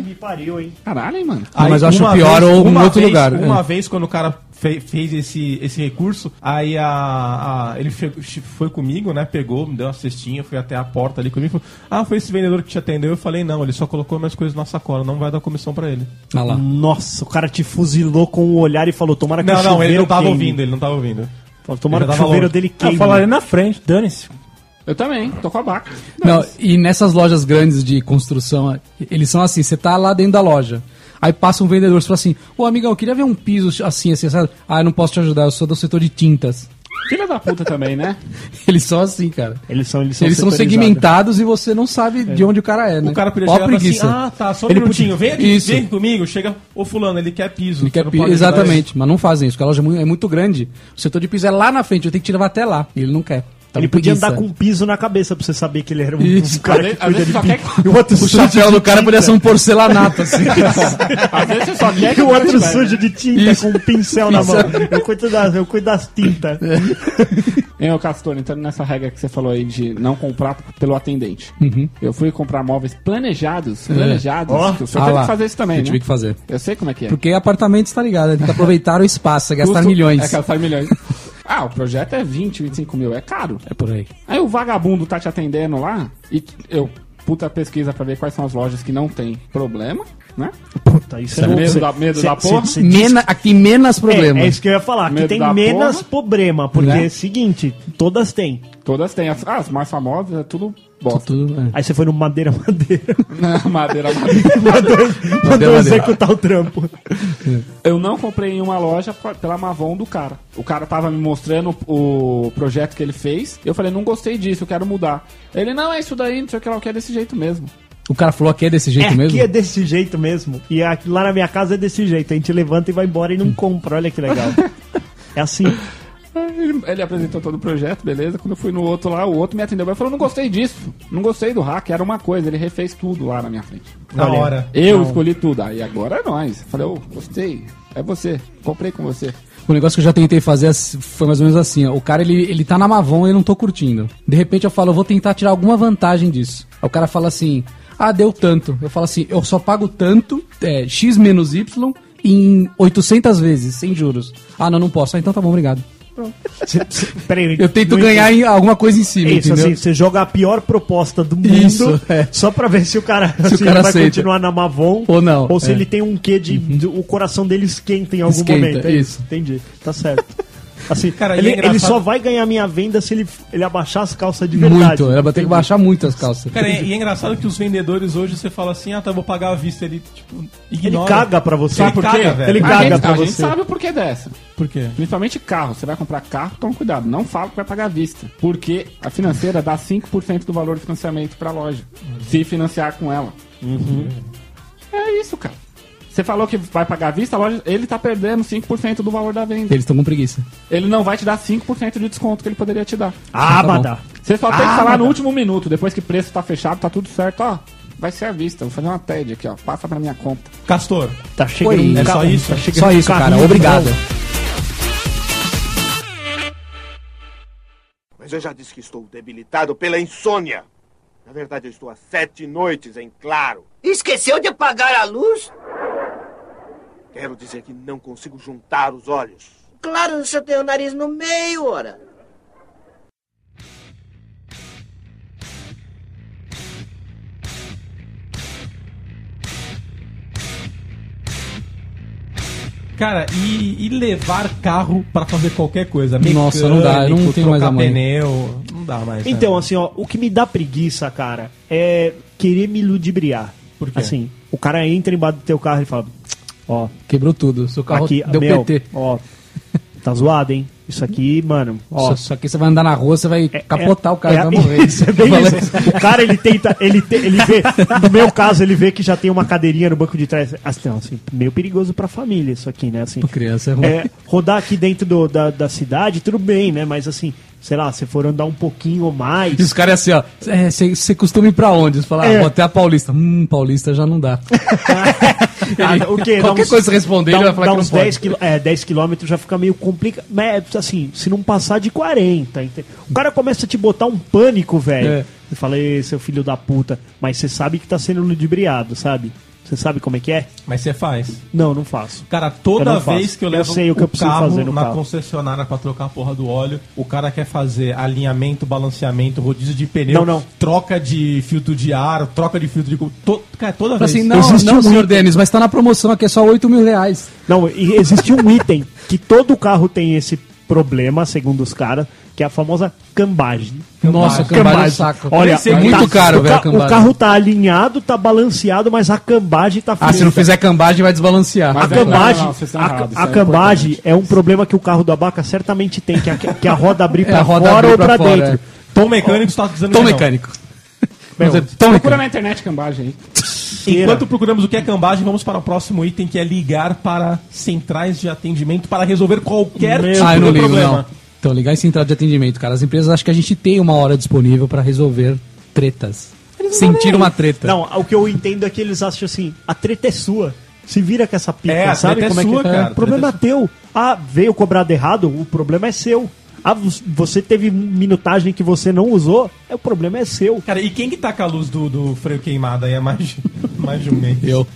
[SPEAKER 5] Me pariu, hein?
[SPEAKER 2] Caralho, hein, mano.
[SPEAKER 4] mas eu acho pior ou em
[SPEAKER 6] uma
[SPEAKER 4] outro
[SPEAKER 6] vez-
[SPEAKER 4] lugar.
[SPEAKER 6] Uma
[SPEAKER 4] É.
[SPEAKER 6] vez, quando o cara fe- fez esse, esse recurso, aí a, a- ele che- foi comigo, né? Pegou, me deu uma cestinha, foi até a porta ali comigo. Falou, ah, foi esse vendedor que te atendeu? Eu falei, não, ele só colocou minhas coisas na sacola, não vai dar comissão pra ele.
[SPEAKER 4] Ah lá.
[SPEAKER 5] Hum. Nossa, o cara te fuzilou com o olhar e falou: tomara que
[SPEAKER 6] Não,
[SPEAKER 5] o
[SPEAKER 6] não, ele não tava
[SPEAKER 5] queime.
[SPEAKER 6] ouvindo, ele não tava ouvindo.
[SPEAKER 5] Falou, tomara que
[SPEAKER 6] Ele já
[SPEAKER 5] o
[SPEAKER 6] tava
[SPEAKER 5] chuveiro
[SPEAKER 6] longe.
[SPEAKER 5] dele
[SPEAKER 3] Eu
[SPEAKER 5] queime.
[SPEAKER 3] falaria Ah, na frente, dane-se.
[SPEAKER 2] Eu também, tô com a baca.
[SPEAKER 4] Não, e nessas lojas grandes de construção, eles são assim, você tá lá dentro da loja. Aí passa um vendedor, você fala assim, ô amigão, eu queria ver um piso assim, assim, sabe? Ah, eu não posso te ajudar, eu sou do setor de tintas.
[SPEAKER 2] Filha da puta também, né?
[SPEAKER 4] Eles são assim, cara.
[SPEAKER 5] Eles são, eles são,
[SPEAKER 4] Eles são
[SPEAKER 5] setorizados.
[SPEAKER 4] segmentados e você não sabe de onde o cara é, né?
[SPEAKER 6] O cara podia
[SPEAKER 4] Ó a
[SPEAKER 6] chegar e falar assim,
[SPEAKER 4] preguiça.
[SPEAKER 6] ah, tá, só um
[SPEAKER 4] Ele
[SPEAKER 6] minutinho,
[SPEAKER 4] podia-
[SPEAKER 6] vem aqui,
[SPEAKER 4] Isso.
[SPEAKER 6] vem comigo, chega, ô fulano, ele quer piso.
[SPEAKER 4] Ele
[SPEAKER 6] você
[SPEAKER 4] quer
[SPEAKER 6] não
[SPEAKER 4] pi-
[SPEAKER 6] pode ajudar ele.
[SPEAKER 4] Exatamente, mas não fazem isso, porque a loja é mu- é muito grande. O setor de piso é lá na frente, eu tenho que tirar até lá. E ele não quer. Tá
[SPEAKER 5] Ele
[SPEAKER 4] com
[SPEAKER 5] podia
[SPEAKER 4] preguiça.
[SPEAKER 5] andar com um piso na cabeça pra você saber que ele era um, um
[SPEAKER 4] Isso.
[SPEAKER 5] cara que
[SPEAKER 2] Às
[SPEAKER 5] cuida
[SPEAKER 2] vezes
[SPEAKER 5] de
[SPEAKER 2] só
[SPEAKER 5] piso.
[SPEAKER 2] quer que-
[SPEAKER 5] E o outro
[SPEAKER 4] O
[SPEAKER 5] sujo
[SPEAKER 4] chapéu
[SPEAKER 5] de
[SPEAKER 4] do cara
[SPEAKER 5] tinta.
[SPEAKER 4] podia ser um porcelanato, assim.
[SPEAKER 2] Às vezes você só quer
[SPEAKER 5] E
[SPEAKER 2] que
[SPEAKER 5] o outro
[SPEAKER 2] cara tiver, né?
[SPEAKER 5] sujo de tinta
[SPEAKER 4] Isso.
[SPEAKER 5] com um pincel na mão.
[SPEAKER 4] Pincel.
[SPEAKER 5] Eu cuido das, eu cuido das tintas.
[SPEAKER 2] Hein, ô Castor, entrando nessa regra que você falou aí de não comprar pelo atendente.
[SPEAKER 4] Uhum.
[SPEAKER 2] Eu fui comprar móveis planejados, planejados.
[SPEAKER 5] Ó.
[SPEAKER 2] que o senhor
[SPEAKER 4] É. Ah
[SPEAKER 2] teve
[SPEAKER 4] lá.
[SPEAKER 2] que fazer isso também,
[SPEAKER 4] Eu tive
[SPEAKER 2] né?
[SPEAKER 4] que fazer.
[SPEAKER 2] Eu sei como é que é.
[SPEAKER 4] Porque apartamento está ligado, né? tem que aproveitar o espaço, é gastar
[SPEAKER 2] Custo-
[SPEAKER 4] milhões.
[SPEAKER 2] É gastar milhões. Ah, o projeto é 20, 25 mil, é caro.
[SPEAKER 4] É por aí.
[SPEAKER 2] Aí o vagabundo tá te atendendo lá e eu puta pesquisa pra ver quais são as lojas que não tem problema, né?
[SPEAKER 5] Puta, isso é
[SPEAKER 4] Tá
[SPEAKER 2] Medo
[SPEAKER 5] louco.
[SPEAKER 2] da-
[SPEAKER 5] Cê-
[SPEAKER 2] medo
[SPEAKER 5] cê-
[SPEAKER 2] da
[SPEAKER 5] cê-
[SPEAKER 2] porra.
[SPEAKER 5] cê diz-
[SPEAKER 4] Mena, aqui menos problema.
[SPEAKER 5] É, é isso que eu ia falar, que
[SPEAKER 2] Medo
[SPEAKER 5] tem
[SPEAKER 2] da
[SPEAKER 5] menos
[SPEAKER 2] porra.
[SPEAKER 5] problema, porque
[SPEAKER 4] Né?
[SPEAKER 5] é o seguinte, todas têm.
[SPEAKER 2] Todas têm. As, ah, as mais famosas é tudo bosta.
[SPEAKER 4] Tudo, é.
[SPEAKER 5] Aí você foi no Madeira Madeira,
[SPEAKER 2] madeira, madeira.
[SPEAKER 5] mandou, mandou
[SPEAKER 4] Madeira.
[SPEAKER 5] executar o trampo.
[SPEAKER 2] Eu não comprei em uma loja p- pela Mavon do cara. O cara tava me mostrando o projeto que ele fez. Eu falei, não gostei disso, eu quero mudar. Ele, não, é isso daí, não sei o que lá, que é desse jeito mesmo.
[SPEAKER 4] O cara falou que é desse
[SPEAKER 5] É,
[SPEAKER 4] jeito mesmo?
[SPEAKER 5] aqui é desse jeito mesmo. E aqui, lá na minha casa é desse jeito. A gente levanta e vai embora e não compra. Olha que legal. É assim.
[SPEAKER 2] Ele, ele apresentou todo o projeto, beleza. Quando eu fui no outro lá, o outro me atendeu. Ele falou, não gostei disso. Não gostei do hack, era uma coisa. Ele refez tudo lá na minha frente.
[SPEAKER 6] Na
[SPEAKER 5] Olha.
[SPEAKER 6] hora.
[SPEAKER 2] Eu escolhi tudo. Aí agora é nós. Falei, ô, gostei. É você. Comprei com você.
[SPEAKER 4] O negócio que eu já tentei fazer ass- foi mais ou menos assim, ó. O cara, ele, ele tá na Mavon e eu não tô curtindo. De repente eu falo, eu vou tentar tirar alguma vantagem disso. Aí o cara fala assim, ah, deu tanto. Eu falo assim, eu só pago tanto, é, X menos Y, em 800 vezes, sem juros. Ah, não, não posso. Ah, então tá bom, obrigado.
[SPEAKER 5] Peraí,
[SPEAKER 4] Eu tento
[SPEAKER 5] não
[SPEAKER 4] ganhar em alguma coisa em cima,
[SPEAKER 5] É isso,
[SPEAKER 4] entendeu?
[SPEAKER 5] assim, você joga a pior proposta do mundo
[SPEAKER 4] Isso, é.
[SPEAKER 5] só pra ver se o cara, se
[SPEAKER 4] cara
[SPEAKER 5] ele vai
[SPEAKER 4] aceita.
[SPEAKER 5] continuar na Mavon
[SPEAKER 4] Ou não,
[SPEAKER 5] Ou se
[SPEAKER 4] é.
[SPEAKER 5] ele tem um quê de. de- O coração dele esquenta em algum
[SPEAKER 4] Esquenta,
[SPEAKER 5] momento. É
[SPEAKER 4] isso.
[SPEAKER 5] Entendi. Tá certo. Assim,
[SPEAKER 6] Cara, e
[SPEAKER 5] ele,
[SPEAKER 6] é engraçado-
[SPEAKER 5] ele só vai ganhar minha venda se ele, ele abaixar as calças de verdade.
[SPEAKER 4] Muito, ela tem que baixar muito as calças.
[SPEAKER 6] Cara, e, e é engraçado que os vendedores hoje você fala assim, ah, tá, vou pagar à vista. Ele, tipo,
[SPEAKER 5] Ele
[SPEAKER 6] ignora.
[SPEAKER 5] caga pra você.
[SPEAKER 6] Sabe por quê?
[SPEAKER 5] Caga, velho. Ele
[SPEAKER 2] a
[SPEAKER 5] caga
[SPEAKER 2] gente,
[SPEAKER 5] pra
[SPEAKER 2] a gente
[SPEAKER 5] você.
[SPEAKER 2] sabe o porquê dessa.
[SPEAKER 6] Por quê?
[SPEAKER 2] Principalmente carro. Você vai comprar carro, toma cuidado. Não fala que vai pagar à vista. Porque a financeira dá 5% do valor de financiamento pra loja. Se financiar com ela.
[SPEAKER 5] Uhum.
[SPEAKER 2] É isso, cara. Você falou que vai pagar à vista, a loja, ele tá perdendo 5% do valor da venda.
[SPEAKER 4] Eles estão com preguiça.
[SPEAKER 2] Ele não vai te dar 5% de desconto que ele poderia te dar.
[SPEAKER 5] Ah,
[SPEAKER 4] Tá bom.
[SPEAKER 5] badá.
[SPEAKER 2] Você só tem
[SPEAKER 5] Ah,
[SPEAKER 2] que falar
[SPEAKER 5] mas
[SPEAKER 2] no
[SPEAKER 5] tá.
[SPEAKER 2] último minuto, depois que o preço tá fechado, tá tudo certo, ó. Vai ser à vista, vou fazer uma TED aqui, ó. Passa pra minha conta.
[SPEAKER 6] Castor,
[SPEAKER 5] Tá chegando
[SPEAKER 4] Oi,
[SPEAKER 5] um
[SPEAKER 6] é
[SPEAKER 5] carro-
[SPEAKER 6] só isso?
[SPEAKER 5] tá chegando
[SPEAKER 4] Só
[SPEAKER 5] um
[SPEAKER 4] isso, cara.
[SPEAKER 5] carrinho
[SPEAKER 4] Obrigado.
[SPEAKER 5] novo.
[SPEAKER 8] Mas eu já disse que estou debilitado pela insônia. Na verdade, eu estou há sete noites em claro.
[SPEAKER 10] Esqueceu de apagar a luz?
[SPEAKER 8] Quero dizer que não consigo juntar os olhos.
[SPEAKER 10] Claro, o senhor tem o nariz no meio, ora.
[SPEAKER 6] Cara, e, e levar carro pra fazer qualquer coisa?
[SPEAKER 4] Nossa, não dá, eu não
[SPEAKER 6] Mecânico,
[SPEAKER 4] tenho mais
[SPEAKER 6] trocar
[SPEAKER 4] a manha.
[SPEAKER 6] pneu, não dá mais. né?
[SPEAKER 5] Então, assim, ó, o que me dá preguiça, cara, é querer me ludibriar.
[SPEAKER 6] Por quê?
[SPEAKER 5] Assim, o cara entra embaixo do teu carro e fala, ó,
[SPEAKER 4] Quebrou tudo. Seu carro
[SPEAKER 5] aqui,
[SPEAKER 4] deu
[SPEAKER 5] meu,
[SPEAKER 4] PT.
[SPEAKER 5] ó, tá zoado, hein? Isso aqui, mano, ó.
[SPEAKER 4] é Só, só que você vai andar na rua, você vai
[SPEAKER 5] é-
[SPEAKER 4] capotar o cara,
[SPEAKER 5] é-
[SPEAKER 4] vai morrer.
[SPEAKER 5] Isso é bem isso. O cara, ele tenta, ele, te- ele vê, no meu caso, ele vê que já tem uma cadeirinha no banco de trás. Assim, não, assim, meio perigoso pra família isso aqui, né? Assim,
[SPEAKER 4] Pô, criança, é ruim.
[SPEAKER 5] é, rodar aqui dentro do- da, da cidade, tudo bem, né? Mas assim, sei lá, se for andar um pouquinho ou mais...
[SPEAKER 4] E os caras assim, ó. Você costuma ir pra onde? Você fala, ah,
[SPEAKER 5] É.
[SPEAKER 4] vou até a Paulista. Hum, Paulista já não dá.
[SPEAKER 5] Ah, o quê? Dá
[SPEAKER 4] Qualquer
[SPEAKER 5] uns-
[SPEAKER 4] coisa que responder,
[SPEAKER 5] dá,
[SPEAKER 4] ele
[SPEAKER 5] um-
[SPEAKER 4] vai falar
[SPEAKER 5] dá
[SPEAKER 4] que não
[SPEAKER 5] uns
[SPEAKER 4] pode.
[SPEAKER 5] 10, quilô- é, 10 quilômetros já fica meio complicado. Mas, assim, se não passar de 40, entende? o cara começa a te botar um pânico, velho.
[SPEAKER 4] É.
[SPEAKER 5] Você fala, "Ei, seu filho da puta, mas você sabe que tá sendo ludibriado, sabe? Você sabe como é que é?
[SPEAKER 6] Mas você faz.
[SPEAKER 5] Não, não faço.
[SPEAKER 6] Cara,
[SPEAKER 5] Eu
[SPEAKER 6] toda
[SPEAKER 5] não faço.
[SPEAKER 6] vez que eu
[SPEAKER 5] Eu
[SPEAKER 6] levo
[SPEAKER 5] sei o que eu preciso
[SPEAKER 6] carro
[SPEAKER 5] fazer no
[SPEAKER 6] na
[SPEAKER 5] carro.
[SPEAKER 6] concessionária pra trocar a porra do óleo, o cara quer fazer alinhamento, balanceamento, rodízio de pneu,
[SPEAKER 5] Não, não.
[SPEAKER 6] troca de filtro de ar, troca de filtro de... co- To... Cara, toda
[SPEAKER 4] Fala
[SPEAKER 6] vez.
[SPEAKER 4] assim, não, não, senhor Denis, mas tá na promoção aqui, é só 8 mil reais.
[SPEAKER 5] Não, e existe um item que todo carro tem esse problema, segundo os caras, que é a famosa cambagem. Ah,
[SPEAKER 4] Nossa, cambagem é um saco.
[SPEAKER 5] Olha,
[SPEAKER 4] é
[SPEAKER 5] tá-
[SPEAKER 4] muito caro,
[SPEAKER 5] o,
[SPEAKER 4] velho,
[SPEAKER 5] ca-
[SPEAKER 4] a cambagem.
[SPEAKER 5] o carro tá alinhado, tá balanceado, mas a cambagem tá
[SPEAKER 4] Ah, se não fizer cambagem, vai desbalancear.
[SPEAKER 5] A
[SPEAKER 2] Mas é
[SPEAKER 5] cambagem,
[SPEAKER 2] claro, não, vocês estão
[SPEAKER 5] a,
[SPEAKER 2] errados,
[SPEAKER 5] a
[SPEAKER 2] isso é
[SPEAKER 5] cambagem é um problema que o carro da Baca certamente tem, que a, que a roda abrir
[SPEAKER 4] É,
[SPEAKER 5] pra
[SPEAKER 4] a roda
[SPEAKER 5] fora
[SPEAKER 4] abrir
[SPEAKER 5] ou
[SPEAKER 4] pra
[SPEAKER 5] pra,
[SPEAKER 4] fora, é.
[SPEAKER 5] dentro.
[SPEAKER 6] Tom mecânico está dizendo
[SPEAKER 4] Tom
[SPEAKER 6] que não.
[SPEAKER 4] mecânico.
[SPEAKER 5] Meu,
[SPEAKER 4] Mas é Tom
[SPEAKER 2] Procura
[SPEAKER 4] mecânico.
[SPEAKER 2] na internet cambagem aí.
[SPEAKER 6] Enquanto procuramos o que é cambagem, vamos para o próximo item, que é ligar para centrais de atendimento para resolver qualquer
[SPEAKER 5] Meu
[SPEAKER 6] tipo
[SPEAKER 4] Ah, eu não
[SPEAKER 6] de
[SPEAKER 4] ligo,
[SPEAKER 6] problema.
[SPEAKER 4] não. Então, ligar esse central de atendimento, cara. As empresas acham que a gente tem uma hora disponível pra resolver tretas. Sentir uma treta.
[SPEAKER 5] Não, o que eu entendo é que eles acham assim, a treta é sua. Se vira com essa pica,
[SPEAKER 6] É, a
[SPEAKER 5] sabe?
[SPEAKER 6] treta é
[SPEAKER 5] Como é que
[SPEAKER 6] sua, cara, a
[SPEAKER 5] O problema é
[SPEAKER 6] treta
[SPEAKER 5] teu. Ah, veio cobrado errado, o problema é seu. Ah, vo- você teve minutagem que você não usou, é, o problema é seu.
[SPEAKER 6] Cara, e quem que tá com a luz do, do freio queimada aí há mais de, mais de um mês?
[SPEAKER 4] Eu.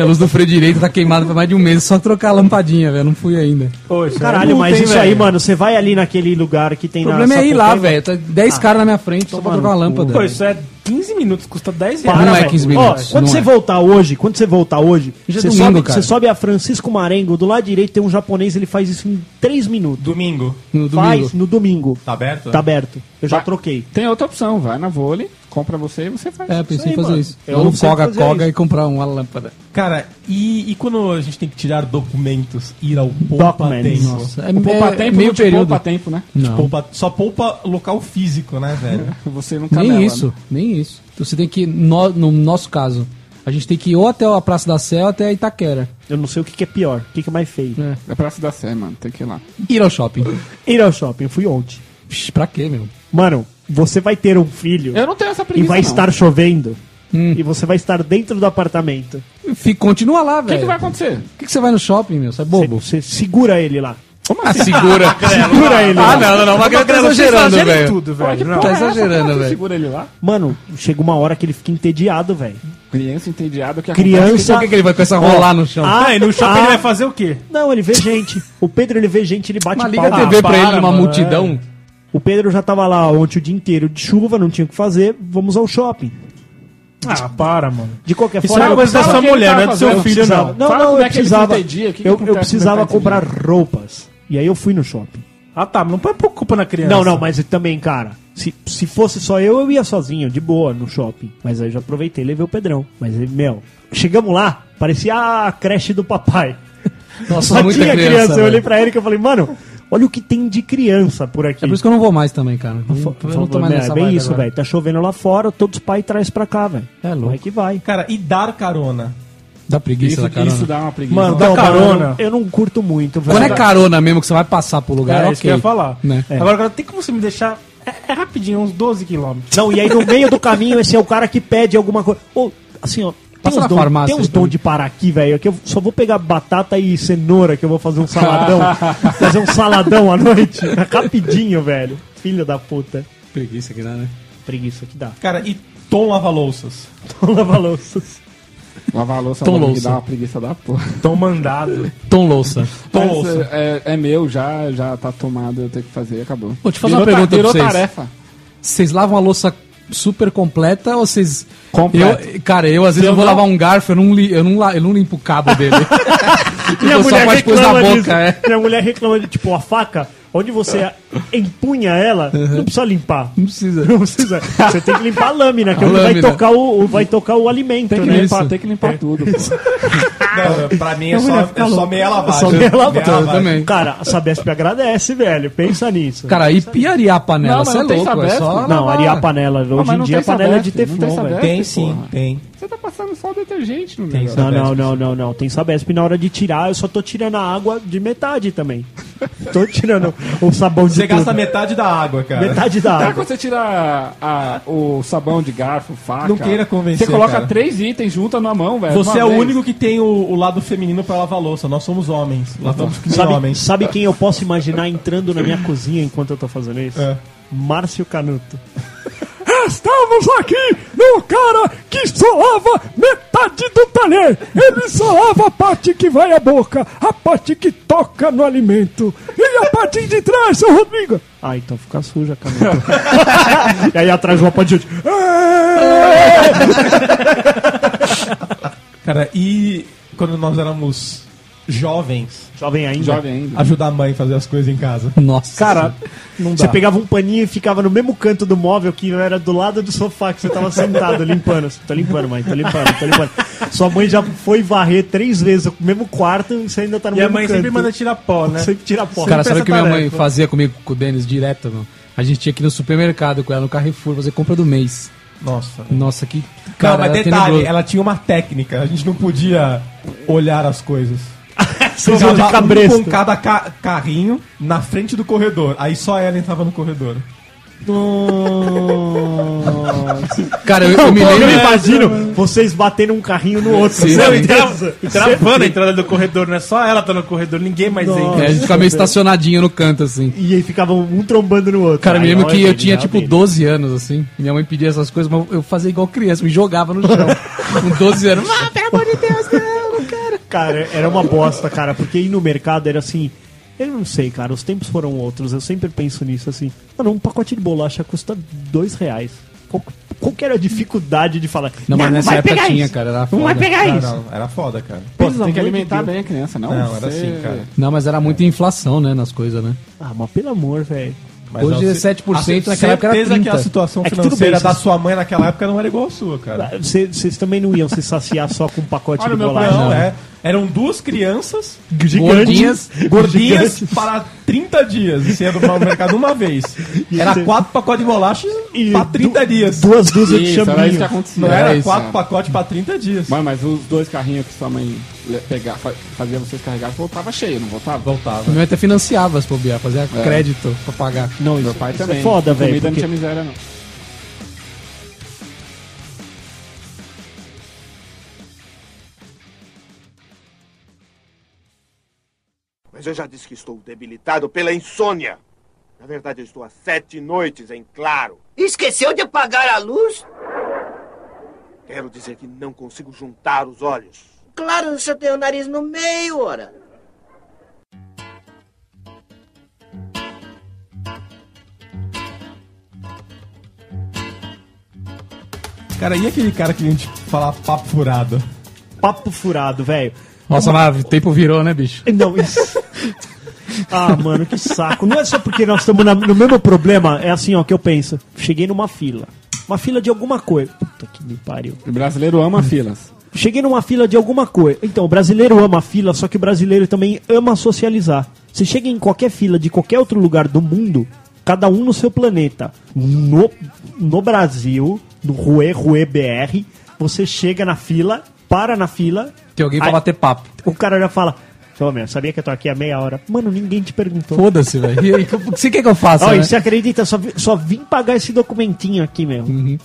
[SPEAKER 4] a luz do freio direito tá queimada por mais de um mês. Só trocar a lampadinha, velho. Não fui ainda.
[SPEAKER 5] Caralho, mas isso aí, mano, você vai ali naquele lugar que tem
[SPEAKER 4] O problema é ir lá, velho. Tá 10
[SPEAKER 5] Ah,
[SPEAKER 4] caras na minha frente só pra
[SPEAKER 5] tomar
[SPEAKER 4] trocar uma
[SPEAKER 5] no
[SPEAKER 4] lâmpada.
[SPEAKER 11] Pô, isso é 15 minutos, custa 10 reais.
[SPEAKER 5] Para,
[SPEAKER 4] Não é
[SPEAKER 5] velho.
[SPEAKER 4] 15 minutos,
[SPEAKER 5] Ó, quando
[SPEAKER 4] não
[SPEAKER 5] você
[SPEAKER 4] é.
[SPEAKER 5] voltar hoje, quando você voltar hoje,
[SPEAKER 4] Já é
[SPEAKER 5] você,
[SPEAKER 4] domingo,
[SPEAKER 5] sobe,
[SPEAKER 4] cara.
[SPEAKER 5] você sobe a Francisco Marengo, do lado direito tem um japonês, ele faz isso em 3 minutos.
[SPEAKER 6] Domingo.
[SPEAKER 4] No
[SPEAKER 5] Faz
[SPEAKER 4] domingo.
[SPEAKER 5] no domingo.
[SPEAKER 6] Tá aberto?
[SPEAKER 5] Tá aberto. Eu já
[SPEAKER 2] Vai.
[SPEAKER 5] troquei.
[SPEAKER 2] Tem outra opção, vai na Vole, compra você e você faz.
[SPEAKER 4] É, pensei
[SPEAKER 5] aí,
[SPEAKER 4] em fazer
[SPEAKER 5] mano.
[SPEAKER 4] isso.
[SPEAKER 5] Eu
[SPEAKER 4] Ou
[SPEAKER 5] não
[SPEAKER 4] um
[SPEAKER 5] sei
[SPEAKER 4] coga,
[SPEAKER 5] fazer
[SPEAKER 4] coga
[SPEAKER 5] isso.
[SPEAKER 4] e comprar uma lâmpada.
[SPEAKER 6] Cara, e, e quando a gente tem que tirar documentos, ir ao poupa
[SPEAKER 5] Documents.
[SPEAKER 6] tempo?
[SPEAKER 4] Nossa, é,
[SPEAKER 2] O poupa
[SPEAKER 4] é,
[SPEAKER 2] tempo
[SPEAKER 4] meio
[SPEAKER 2] não te
[SPEAKER 4] período.
[SPEAKER 2] poupa tempo, né?
[SPEAKER 4] Não.
[SPEAKER 6] Poupa- só poupa local físico, né, velho?
[SPEAKER 2] Você não
[SPEAKER 4] Nem
[SPEAKER 2] canela.
[SPEAKER 4] isso,
[SPEAKER 2] né?
[SPEAKER 4] nem isso. Então você tem que, no, no nosso caso, a gente tem que ir ou até a Praça da Sé ou até a Itaquera.
[SPEAKER 5] Eu não sei o que, que é pior, o que, que é mais feio.
[SPEAKER 2] É Praça da Sé, mano, tem que ir lá.
[SPEAKER 4] Ir ao shopping.
[SPEAKER 5] Ir ao shopping, eu fui ontem.
[SPEAKER 4] Psh, pra quê, meu?
[SPEAKER 5] Mano, você vai ter um filho
[SPEAKER 2] Eu não tenho essa
[SPEAKER 5] e
[SPEAKER 2] preguiça,
[SPEAKER 5] vai
[SPEAKER 2] não.
[SPEAKER 5] estar chovendo.
[SPEAKER 4] Hum.
[SPEAKER 5] E você vai estar dentro do apartamento.
[SPEAKER 4] Fica, continua lá,
[SPEAKER 5] que
[SPEAKER 4] velho.
[SPEAKER 5] vai acontecer?
[SPEAKER 4] Por que, que você vai no shopping, meu? Você é bobo?
[SPEAKER 5] Você segura ele lá.
[SPEAKER 4] Como assim? segura.
[SPEAKER 5] Segura ele.
[SPEAKER 4] Ah, não, não, não. Magrelo tá exagerando,
[SPEAKER 5] exagera em
[SPEAKER 4] velho.
[SPEAKER 5] tudo,
[SPEAKER 4] Olha que
[SPEAKER 5] velho. Não.
[SPEAKER 4] porra é essa, cara? Você segura
[SPEAKER 5] ele lá? Mano, chega uma hora que ele fica entediado, velho.
[SPEAKER 2] Criança entediada que
[SPEAKER 5] Criança. Ó,
[SPEAKER 11] Ah, e no shopping
[SPEAKER 5] ah,
[SPEAKER 11] ele vai fazer o quê?
[SPEAKER 5] Não, ele vê gente. O Pedro, ele vê gente, ele bate
[SPEAKER 11] Mas
[SPEAKER 4] liga a TV pra ele numa multidão.
[SPEAKER 5] é. O Pedro já tava lá ontem o dia inteiro de chuva, não tinha o que fazer, vamos ao shopping.
[SPEAKER 11] Ah, para, mano.
[SPEAKER 5] De qualquer
[SPEAKER 11] Isso
[SPEAKER 5] forma,
[SPEAKER 11] é uma coisa da sua mulher, não é do seu
[SPEAKER 5] Eu
[SPEAKER 11] filho,
[SPEAKER 5] precisava-
[SPEAKER 11] não.
[SPEAKER 5] Não,
[SPEAKER 11] Fala
[SPEAKER 5] não,
[SPEAKER 11] como
[SPEAKER 5] eu
[SPEAKER 11] é que ele
[SPEAKER 5] precisava,
[SPEAKER 11] entendia, o que que
[SPEAKER 5] eu,
[SPEAKER 11] acontece
[SPEAKER 5] eu
[SPEAKER 11] no
[SPEAKER 5] precisava
[SPEAKER 11] mercado de
[SPEAKER 5] comprar
[SPEAKER 11] dia?
[SPEAKER 5] roupas. E aí eu fui no shopping.
[SPEAKER 11] Ah, tá, mas não põe culpa na criança.
[SPEAKER 5] Não, não, mas eu também, cara, se, se fosse só eu, eu ia sozinho, de boa, no shopping. Mas aí eu já aproveitei e levei o Pedrão. Mas, meu, chegamos lá, parecia a creche do papai.
[SPEAKER 4] Nossa,
[SPEAKER 5] Só
[SPEAKER 4] muita
[SPEAKER 5] tinha
[SPEAKER 4] criança, né?
[SPEAKER 5] criança. Eu
[SPEAKER 4] velho.
[SPEAKER 5] olhei pra ele e eu falei, mano, olha o que tem de criança por aqui.
[SPEAKER 4] É por isso que eu não vou mais também, cara.
[SPEAKER 5] Fa-
[SPEAKER 4] Eu não tô
[SPEAKER 5] falou,
[SPEAKER 4] mais
[SPEAKER 5] né,
[SPEAKER 4] nessa
[SPEAKER 5] bem
[SPEAKER 4] vibe
[SPEAKER 5] isso,
[SPEAKER 4] agora.
[SPEAKER 5] velho. Tá chovendo lá fora, todos os pais traz pra cá, velho. É louco. Vai que vai.
[SPEAKER 6] Cara, e dar carona?
[SPEAKER 4] Dá preguiça
[SPEAKER 6] Isso-
[SPEAKER 4] da carona.
[SPEAKER 6] isso dá uma preguiça.
[SPEAKER 5] Mano,
[SPEAKER 4] Dá
[SPEAKER 5] não,
[SPEAKER 4] carona.
[SPEAKER 5] mano, Eu não curto muito, velho.
[SPEAKER 4] Quando é carona mesmo que você vai passar pro lugar,
[SPEAKER 2] Tá,
[SPEAKER 11] É,
[SPEAKER 4] ok.
[SPEAKER 11] isso que eu ia falar. É.
[SPEAKER 4] Né?
[SPEAKER 11] Agora, cara, tem como você me deixar. É, é rapidinho, uns 12 quilômetros.
[SPEAKER 5] Não, e aí no meio do caminho, esse é o cara que pede alguma coisa. Ou, assim, ó. Tem
[SPEAKER 4] Passa
[SPEAKER 5] uns,
[SPEAKER 4] na
[SPEAKER 5] dom,
[SPEAKER 4] farmácia então.
[SPEAKER 5] tem uns
[SPEAKER 4] aí pra
[SPEAKER 5] dom
[SPEAKER 4] mim.
[SPEAKER 5] de parar aqui, velho. Que eu só vou pegar batata e cenoura, que eu vou fazer um saladão. fazer um saladão à noite. Rapidinho, velho. Filho da puta.
[SPEAKER 4] Preguiça que dá, né?
[SPEAKER 5] Preguiça que dá.
[SPEAKER 6] Cara, e Tom lava-louças?
[SPEAKER 5] Tom lava-louças.
[SPEAKER 2] Lavar a louça
[SPEAKER 4] Tom
[SPEAKER 2] Tom que
[SPEAKER 4] louça.
[SPEAKER 2] dá uma preguiça da porra.
[SPEAKER 11] Tão mandado.
[SPEAKER 4] Tom louça.
[SPEAKER 2] Mas,
[SPEAKER 11] louça.
[SPEAKER 2] é, é meu, já, já tá tomado, eu tenho que fazer, acabou.
[SPEAKER 4] Vou te fazer
[SPEAKER 2] Virou
[SPEAKER 4] uma pergunta
[SPEAKER 2] ta- virou
[SPEAKER 4] pra vocês.
[SPEAKER 2] tarefa.
[SPEAKER 4] Vocês lavam a louça super completa ou vocês.
[SPEAKER 2] Completa.
[SPEAKER 4] Eu, cara, eu às vezes eu, vou lavar um garfo, eu não, li, eu, não la- eu não limpo o cabo dele.
[SPEAKER 5] Minha
[SPEAKER 4] eu
[SPEAKER 5] mulher
[SPEAKER 4] só faz coisa na
[SPEAKER 5] reclama disso.
[SPEAKER 4] boca, é.
[SPEAKER 5] Minha mulher reclama de, tipo, a faca, onde você empunha ela, não precisa limpar.
[SPEAKER 4] Não precisa.
[SPEAKER 5] Não precisa. Você tem que limpar a lâmina, que
[SPEAKER 4] A
[SPEAKER 5] é onde vai
[SPEAKER 4] lâmina.
[SPEAKER 5] tocar o, o- vai tocar o alimento,
[SPEAKER 2] Tem que
[SPEAKER 5] né?
[SPEAKER 2] limpar, tem que limpar tudo, pô.
[SPEAKER 6] Não, pra mim é
[SPEAKER 5] Minha mulher
[SPEAKER 6] só,
[SPEAKER 5] fica
[SPEAKER 6] é só
[SPEAKER 5] louca.
[SPEAKER 6] meia lavagem.
[SPEAKER 5] Só meia lavagem.
[SPEAKER 6] lavagem.
[SPEAKER 4] também.
[SPEAKER 5] Cara, a Sabesp agradece, velho. Pensa nisso.
[SPEAKER 4] Cara, e piaria a panela,
[SPEAKER 2] Não, mas
[SPEAKER 4] você é
[SPEAKER 2] não tem
[SPEAKER 4] louco, é
[SPEAKER 2] Sabesp.
[SPEAKER 4] só.
[SPEAKER 5] não,
[SPEAKER 4] lavar.
[SPEAKER 5] arear a panela.
[SPEAKER 2] mas
[SPEAKER 5] Hoje em
[SPEAKER 2] não
[SPEAKER 5] dia a
[SPEAKER 2] tem
[SPEAKER 5] panela é de
[SPEAKER 2] Sabesp, não tem
[SPEAKER 5] teflon, velho.
[SPEAKER 2] Sabesp.
[SPEAKER 6] Tem sim,
[SPEAKER 2] Porra.
[SPEAKER 6] tem.
[SPEAKER 2] Você tá passando só detergente é? no
[SPEAKER 6] Tem
[SPEAKER 2] negócio.
[SPEAKER 5] Não,
[SPEAKER 6] Sabesp.
[SPEAKER 5] não, não, não, não. Tem Sabesp na hora de tirar, eu só tô tirando a água de metade também. Tô tirando o sabão de
[SPEAKER 6] Você
[SPEAKER 5] tudo.
[SPEAKER 6] gasta metade da água, cara.
[SPEAKER 5] metade da
[SPEAKER 2] Tá,
[SPEAKER 5] água.
[SPEAKER 2] quando você tira a- a- o sabão de garfo, faca...
[SPEAKER 6] Não queira convencer,
[SPEAKER 2] Você coloca
[SPEAKER 6] cara.
[SPEAKER 2] três itens junto na mão, velho.
[SPEAKER 6] Você
[SPEAKER 2] uma
[SPEAKER 6] é o
[SPEAKER 2] vez.
[SPEAKER 6] único que tem o, o lado feminino pra lavar louça. Nós somos homens. Lavamos que nem
[SPEAKER 5] Sabe,
[SPEAKER 6] homens.
[SPEAKER 5] sabe quem eu posso imaginar entrando na minha cozinha enquanto eu tô fazendo isso?
[SPEAKER 4] É.
[SPEAKER 5] Márcio Canuto.
[SPEAKER 2] Estamos aqui no cara que só lava metade do talher. Ele só lava a parte que vai à boca, a parte que toca no alimento. E a parte de trás, seu Rodrigo.
[SPEAKER 5] Ah, então fica suja a Canuto. e aí atrás uma pode
[SPEAKER 6] Cara, e quando nós éramos jovens,
[SPEAKER 5] Jovem ainda.
[SPEAKER 2] Jovem ainda.
[SPEAKER 6] ajudar a mãe a fazer as coisas em casa.
[SPEAKER 4] Nossa.
[SPEAKER 5] Cara,
[SPEAKER 2] Não
[SPEAKER 5] você pegava um paninho e ficava no mesmo canto do móvel que era do lado do sofá que você tava sentado limpando. Assim, Tô limpando, mãe, tô limpando, tô limpando. Sua mãe já foi varrer três vezes o mesmo quarto e você ainda tá no
[SPEAKER 11] E a
[SPEAKER 5] mesmo
[SPEAKER 11] mãe
[SPEAKER 5] canto.
[SPEAKER 11] sempre manda tirar pó, né?
[SPEAKER 5] Sempre tira a porta.
[SPEAKER 4] Cara, sabe o que minha mãe
[SPEAKER 11] tarefa.
[SPEAKER 4] fazia comigo com o Denis direto, mano? A gente tinha que ir no supermercado com ela, no Carrefour, fazer compra do mês.
[SPEAKER 6] Nossa.
[SPEAKER 4] Nossa, que.
[SPEAKER 6] Cara, mas
[SPEAKER 4] era
[SPEAKER 6] detalhe,
[SPEAKER 4] tenebroso.
[SPEAKER 6] ela tinha uma técnica. A gente não podia olhar as coisas.
[SPEAKER 5] Você usa de
[SPEAKER 6] Ficava um
[SPEAKER 5] cabresto.
[SPEAKER 6] com cada ca- carrinho na frente do corredor. Aí só ela entrava no corredor.
[SPEAKER 4] Cara, eu, eu me
[SPEAKER 5] tá- Eu
[SPEAKER 4] lembro.
[SPEAKER 5] imagino vocês batendo um carrinho no outro.
[SPEAKER 4] Sim.
[SPEAKER 11] Não,
[SPEAKER 5] Meu
[SPEAKER 11] e
[SPEAKER 5] Deus.
[SPEAKER 11] tra- e travando a entrada do corredor, não é só ela tá no corredor, ninguém mais
[SPEAKER 4] É,
[SPEAKER 11] entra.
[SPEAKER 4] a gente ficava meio estacionadinho no canto, assim.
[SPEAKER 5] E aí ficavam um trombando no outro.
[SPEAKER 4] Cara, eu me
[SPEAKER 5] Aí,
[SPEAKER 4] lembro
[SPEAKER 5] olha,
[SPEAKER 4] que eu
[SPEAKER 5] ele
[SPEAKER 4] tinha
[SPEAKER 5] já
[SPEAKER 4] tipo
[SPEAKER 5] dele.
[SPEAKER 4] 12 anos, assim. Minha mãe pedia essas coisas, mas eu fazia igual criança, me jogava no chão. Com 12 anos. Ah, pelo amor de Deus, não, não quero.
[SPEAKER 5] Cara, era uma bosta, cara, porque ir no mercado era assim. Eu não sei, cara, os tempos foram outros, eu sempre penso nisso assim. Mano, um pacote de bolacha custa dois reais. Qual, qual que era a dificuldade de falar?
[SPEAKER 4] Não, mas nessa
[SPEAKER 5] vai
[SPEAKER 4] época
[SPEAKER 5] pegar
[SPEAKER 4] tinha,
[SPEAKER 5] isso.
[SPEAKER 4] cara, era
[SPEAKER 5] Não vai
[SPEAKER 4] foda."
[SPEAKER 5] pegar
[SPEAKER 6] Não,
[SPEAKER 5] É isso.
[SPEAKER 6] não, era foda, cara.
[SPEAKER 2] Pô,
[SPEAKER 5] Pelo
[SPEAKER 2] você tem que
[SPEAKER 5] amor de
[SPEAKER 2] alimentar
[SPEAKER 5] Deus.
[SPEAKER 2] Tá bem a criança, não.
[SPEAKER 6] Não, era
[SPEAKER 2] Você-
[SPEAKER 6] assim, cara.
[SPEAKER 4] Não, mas era muita inflação, né, nas coisas, né?
[SPEAKER 5] Ah, mas pelo amor, velho.
[SPEAKER 6] Mas
[SPEAKER 4] Hoje
[SPEAKER 6] eu
[SPEAKER 4] é
[SPEAKER 6] ce-
[SPEAKER 4] 7%,
[SPEAKER 6] a
[SPEAKER 4] naquela época era
[SPEAKER 6] certeza que a
[SPEAKER 4] 30.
[SPEAKER 6] situação
[SPEAKER 5] É que tudo
[SPEAKER 6] financeira
[SPEAKER 5] bem,
[SPEAKER 6] da
[SPEAKER 5] vocês-
[SPEAKER 6] sua mãe naquela época não era igual a sua, cara.
[SPEAKER 5] Ah, Cê- Vocês também não iam se saciar só com um pacote
[SPEAKER 6] Olha,
[SPEAKER 5] de
[SPEAKER 6] meu pai,
[SPEAKER 5] bolacha.
[SPEAKER 6] não, é. Eram duas crianças
[SPEAKER 4] Gordinhas.
[SPEAKER 6] gordinhas
[SPEAKER 5] Gigantes.
[SPEAKER 6] para 30 dias, e sendo no mercado uma vez. Era quatro pacotes de bolacha
[SPEAKER 5] E
[SPEAKER 6] para 30 dias.
[SPEAKER 5] Duas dúzias de
[SPEAKER 2] Isso, era isso que
[SPEAKER 5] chaminho.
[SPEAKER 2] acontecia.
[SPEAKER 6] Não era
[SPEAKER 4] isso,
[SPEAKER 6] quatro
[SPEAKER 2] é.
[SPEAKER 6] pacotes para 30 dias.
[SPEAKER 2] Mano, mas os dois carrinhos que sua mãe le- pega- fa- fazia vocês carregar, voltava cheio, não voltava?
[SPEAKER 6] Voltava.
[SPEAKER 4] Minha mãe até financiava as bobear, fazia crédito pra pagar.
[SPEAKER 2] Não, isso, Meu pai
[SPEAKER 5] isso é
[SPEAKER 2] também.
[SPEAKER 5] foda, velho,
[SPEAKER 2] Comida não
[SPEAKER 5] porque-
[SPEAKER 2] tinha miséria, não.
[SPEAKER 8] Mas eu já disse que estou debilitado pela insônia. Na verdade, eu estou há sete noites em claro.
[SPEAKER 10] Esqueceu de apagar a luz?
[SPEAKER 8] Quero dizer que não consigo juntar os olhos.
[SPEAKER 10] Claro, o senhor tem o nariz no meio, ora.
[SPEAKER 6] Cara, e aquele cara que a gente fala papo furado?
[SPEAKER 5] Papo furado, velho.
[SPEAKER 4] Nossa, mas o tempo virou, né, bicho?
[SPEAKER 5] Não, isso. Ah, mano, que saco. Não é só porque nós estamos na- no mesmo problema, é assim, ó, que eu penso. Cheguei numa fila. Uma fila de alguma coisa. Puta que me pariu.
[SPEAKER 2] O brasileiro ama filas.
[SPEAKER 5] Cheguei numa fila de alguma coisa. Então, o brasileiro ama a fila, só que o brasileiro também ama socializar. Você chega em qualquer fila de qualquer outro lugar do mundo, cada um no seu planeta. No, no Brasil, no Rue Rue BR, você chega na fila, para na fila.
[SPEAKER 4] Tem alguém pra
[SPEAKER 5] aí
[SPEAKER 4] bater papo.
[SPEAKER 5] O cara já fala: Ô meu, sabia que eu tô aqui há meia hora? Mano, ninguém te perguntou.
[SPEAKER 4] Foda-se, velho. E aí, o que você quer que eu faça,
[SPEAKER 5] Olha,
[SPEAKER 4] né?
[SPEAKER 5] você acredita? Só, vi- só vim pagar esse documentinho aqui, meu.
[SPEAKER 4] Uhum.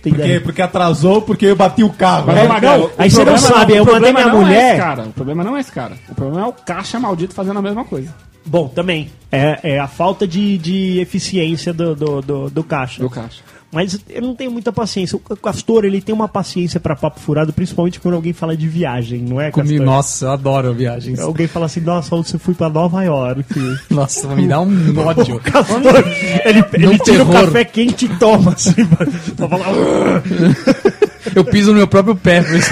[SPEAKER 5] Tem
[SPEAKER 6] Porque, porque atrasou, porque eu bati o carro.
[SPEAKER 2] Mas,
[SPEAKER 6] né?
[SPEAKER 2] Magal,
[SPEAKER 5] não,
[SPEAKER 2] o
[SPEAKER 5] aí você não
[SPEAKER 2] problema
[SPEAKER 5] sabe,
[SPEAKER 2] o
[SPEAKER 5] eu mandei
[SPEAKER 2] problema
[SPEAKER 5] minha
[SPEAKER 2] não é
[SPEAKER 5] mulher-
[SPEAKER 2] esse cara. O problema não é esse cara. O problema é o caixa maldito fazendo a mesma coisa.
[SPEAKER 5] Bom, também. É, é a falta de, de eficiência do, do, do, do caixa.
[SPEAKER 2] Do caixa.
[SPEAKER 5] Mas eu não tenho muita paciência. O Castor, ele tem uma paciência pra papo furado, principalmente quando alguém fala de viagem, não é,
[SPEAKER 4] Comi,
[SPEAKER 5] Castor?
[SPEAKER 4] nossa, eu adoro viagens.
[SPEAKER 5] Alguém fala assim, nossa, ontem eu fui pra Nova York.
[SPEAKER 4] Nossa, me dá um ódio.
[SPEAKER 5] Castor, ele, ele tira o
[SPEAKER 4] terror.
[SPEAKER 5] café quente e toma, assim, pra falar...
[SPEAKER 4] Eu piso no meu próprio pé, por isso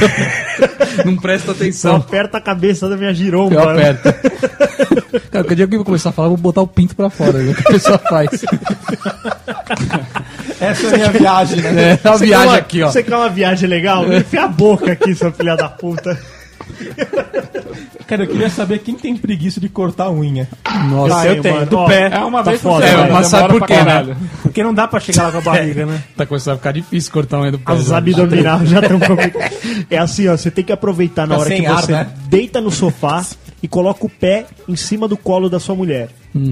[SPEAKER 4] eu não presto
[SPEAKER 5] Só
[SPEAKER 4] atenção.
[SPEAKER 5] aperta a cabeça da minha
[SPEAKER 4] Eu
[SPEAKER 5] giromba.
[SPEAKER 4] aperto. Cara, qualquer dia que eu começar a falar, eu vou botar o pinto pra fora. né? O que a pessoa faz?
[SPEAKER 6] Essa é a minha viagem, né?
[SPEAKER 4] É, a
[SPEAKER 5] Você quer
[SPEAKER 4] viagem
[SPEAKER 5] uma-
[SPEAKER 4] aqui, ó.
[SPEAKER 5] Você quer uma viagem legal? Enfia a boca aqui, sua filha da puta.
[SPEAKER 6] Cara, eu queria saber quem tem preguiça de cortar a unha.
[SPEAKER 4] Nossa,
[SPEAKER 11] Ah, eu tenho, do
[SPEAKER 5] ó,
[SPEAKER 11] pé.
[SPEAKER 2] É uma
[SPEAKER 5] Tá
[SPEAKER 2] vez
[SPEAKER 5] foda,
[SPEAKER 4] é,
[SPEAKER 2] velho,
[SPEAKER 4] mas sabe
[SPEAKER 2] demora pra
[SPEAKER 4] por quê, né?
[SPEAKER 2] caralho.
[SPEAKER 11] Porque não dá pra chegar lá com a barriga, né?
[SPEAKER 4] Tá começando a ficar difícil cortar um aí do pé.
[SPEAKER 5] As
[SPEAKER 4] né?
[SPEAKER 5] abdominais já estão complicadas. É assim, ó, você tem que aproveitar na
[SPEAKER 6] Tá
[SPEAKER 5] hora
[SPEAKER 6] sem
[SPEAKER 5] que
[SPEAKER 6] ar,
[SPEAKER 5] você
[SPEAKER 6] né?
[SPEAKER 5] deita no sofá e coloca o pé em cima do colo da sua mulher.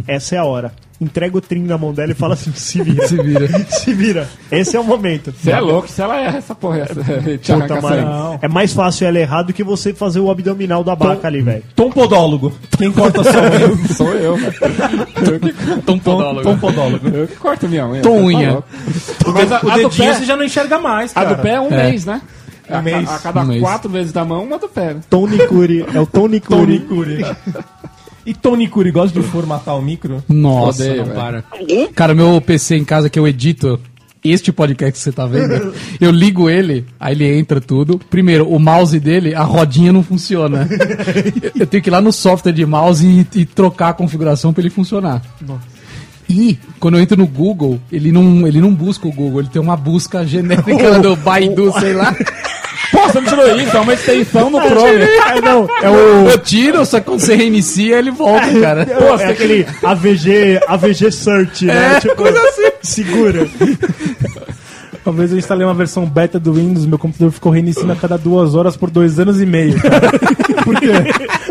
[SPEAKER 5] Essa é a hora. Entrega o trim na mão dela e fala assim: se vira.
[SPEAKER 4] Se vira.
[SPEAKER 5] se vira. Esse é o momento.
[SPEAKER 2] Você é louco, se ela erra essa porra, essa, te arranca
[SPEAKER 5] Puta,
[SPEAKER 2] sangue.
[SPEAKER 5] mano. É mais fácil ela errar do que você fazer o abdominal da
[SPEAKER 6] Tom-
[SPEAKER 5] vaca ali, velho.
[SPEAKER 6] Tompodólogo. Quem corta a sua unha?
[SPEAKER 2] Sou eu, velho. Eu que,
[SPEAKER 4] Tom
[SPEAKER 6] Tom-
[SPEAKER 4] podólogo.
[SPEAKER 6] Tompodólogo.
[SPEAKER 2] eu que corto minha unha.
[SPEAKER 4] Tom
[SPEAKER 2] você tá
[SPEAKER 4] unha.
[SPEAKER 2] louco.
[SPEAKER 11] O, ded-
[SPEAKER 2] a-
[SPEAKER 11] o
[SPEAKER 2] a do
[SPEAKER 11] dedinho
[SPEAKER 2] pé-
[SPEAKER 11] você já não enxerga mais,
[SPEAKER 2] A
[SPEAKER 11] cara.
[SPEAKER 2] do pé é um
[SPEAKER 4] É.
[SPEAKER 2] mês, né?
[SPEAKER 6] Um
[SPEAKER 2] a,
[SPEAKER 6] mês.
[SPEAKER 2] A, cada
[SPEAKER 4] Um mês.
[SPEAKER 2] quatro vezes da mão, uma do pé. né?
[SPEAKER 5] Tony Cury. É o Tony
[SPEAKER 6] Tony
[SPEAKER 5] Cury.
[SPEAKER 6] Cury. E Tony Cury gosta de formatar o micro?
[SPEAKER 4] Nossa,
[SPEAKER 2] Odeio,
[SPEAKER 4] não
[SPEAKER 2] velho.
[SPEAKER 4] para. Cara, meu PC em casa que eu edito este podcast que você tá vendo, eu ligo ele, aí ele entra tudo. Primeiro, o mouse dele, a rodinha não funciona. Eu- eu tenho que ir lá no software de mouse e, e trocar a configuração pra ele funcionar. E quando eu entro no Google, ele não, ele não busca o Google, ele tem uma busca genérica do Baidu, sei lá.
[SPEAKER 2] Pô, você não tirou isso, é uma extensão no Chrome.
[SPEAKER 5] É, não, é o.
[SPEAKER 4] Eu tiro, só que quando você reinicia, ele volta, cara.
[SPEAKER 5] Pô, é aquele AVG, AVG Search,
[SPEAKER 4] É.
[SPEAKER 5] né? tipo, coisa assim. Segura.
[SPEAKER 3] Uma vez eu instalei uma versão beta do Windows, meu computador ficou reiniciando a cada duas horas por dois anos e meio. Cara. Por quê?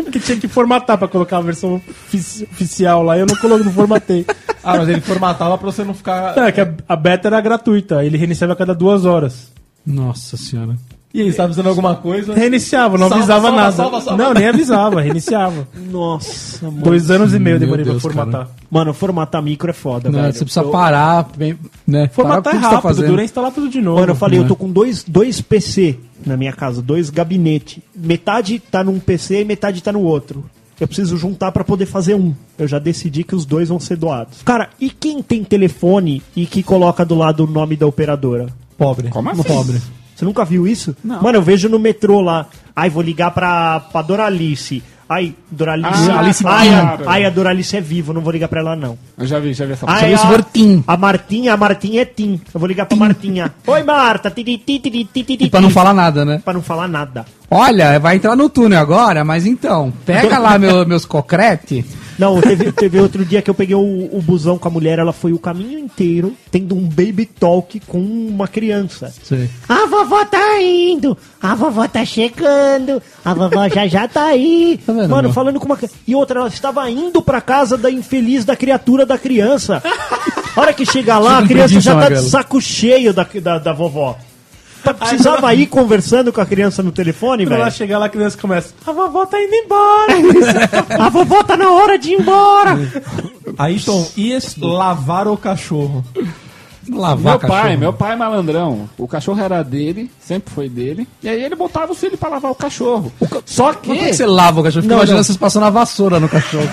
[SPEAKER 3] Porque tinha que formatar pra colocar a versão ofici- oficial lá. Eu não coloquei, não formatei.
[SPEAKER 6] Ah, mas ele formatava pra você não ficar...
[SPEAKER 3] Não, é que a, a beta era gratuita, ele reiniciava a cada duas horas.
[SPEAKER 4] Nossa senhora.
[SPEAKER 6] E aí, você tá precisando de alguma coisa?
[SPEAKER 3] Reiniciava, não
[SPEAKER 6] Salva,
[SPEAKER 3] avisava
[SPEAKER 6] salva,
[SPEAKER 3] nada.
[SPEAKER 6] salva, salva.
[SPEAKER 3] Não, nem avisava, reiniciava.
[SPEAKER 5] Nossa, mano.
[SPEAKER 3] Dois anos e meio eu
[SPEAKER 4] Meu
[SPEAKER 3] demorei
[SPEAKER 4] Deus, Tá,
[SPEAKER 3] pra formatar.
[SPEAKER 5] Mano, formatar micro é foda,
[SPEAKER 4] Não,
[SPEAKER 5] velho.
[SPEAKER 4] você precisa
[SPEAKER 5] Eu-
[SPEAKER 4] parar, bem- né?
[SPEAKER 3] Formatar
[SPEAKER 4] parar
[SPEAKER 3] é
[SPEAKER 4] o que você tá
[SPEAKER 3] rápido,
[SPEAKER 4] fazendo.
[SPEAKER 3] dura instalar tudo de novo.
[SPEAKER 5] Mano, eu falei,
[SPEAKER 2] né?
[SPEAKER 5] eu tô com dois, dois PC na minha casa, dois gabinete. Metade tá num PC e metade tá no outro. Eu preciso juntar pra poder fazer um. Eu já decidi que os dois vão ser doados. Cara, e quem tem telefone e que coloca do lado o nome da operadora?
[SPEAKER 6] Pobre.
[SPEAKER 2] Como assim?
[SPEAKER 5] Pobre. Você nunca viu isso? Mano, eu vejo no metrô lá. Ai, vou ligar pra, pra Doralice. Ai, Doralice.
[SPEAKER 2] Ah, Alice
[SPEAKER 5] ai, a,
[SPEAKER 2] Barra.
[SPEAKER 5] ai, a Doralice é viva, não vou ligar pra ela, não.
[SPEAKER 2] Eu já vi, já vi essa porra.
[SPEAKER 5] Ai,
[SPEAKER 4] Tá isso for Tim.
[SPEAKER 5] a Martinha, a Martinha é Tim. Eu vou ligar pra Martinha. Oi, Marta. Ti, ti, ti, ti, ti, ti, ti, ti.
[SPEAKER 4] E pra não falar nada, né?
[SPEAKER 5] Pra não falar nada.
[SPEAKER 4] Olha, vai entrar no túnel agora, mas então, pega lá meu- meus cocrete.
[SPEAKER 5] Não, teve, teve outro dia que eu peguei o, o busão com a mulher, ela foi o caminho inteiro tendo um baby talk com uma criança. A vovó tá indo, a vovó tá chegando, a vovó já já tá aí.
[SPEAKER 4] Tá vendo,
[SPEAKER 5] Mano,
[SPEAKER 4] amor?
[SPEAKER 5] falando com uma. cri- E outra, ela estava indo pra casa da infeliz da criatura da criança. A hora que chega lá, a
[SPEAKER 4] Tive
[SPEAKER 5] criança
[SPEAKER 4] preguiça,
[SPEAKER 5] já tá de
[SPEAKER 4] Magrelo.
[SPEAKER 5] saco cheio da, da, da vovó. Precisava ir conversando com a criança no telefone,
[SPEAKER 11] Quando ela
[SPEAKER 5] velho.
[SPEAKER 11] chegar lá, a criança começa. A vovó tá indo embora.
[SPEAKER 5] A vovó tá na hora de ir embora.
[SPEAKER 6] Ayrton, e esse lavar o cachorro?
[SPEAKER 4] Lavar
[SPEAKER 2] Meu
[SPEAKER 4] cachorro.
[SPEAKER 2] pai, meu pai é malandrão. O cachorro era dele, sempre foi dele. E aí ele botava o filho pra lavar o cachorro. Só que.
[SPEAKER 4] Mas Como é que você lava o cachorro? Fica
[SPEAKER 2] Não,
[SPEAKER 4] imaginando
[SPEAKER 2] não.
[SPEAKER 4] vocês passando a vassoura no cachorro.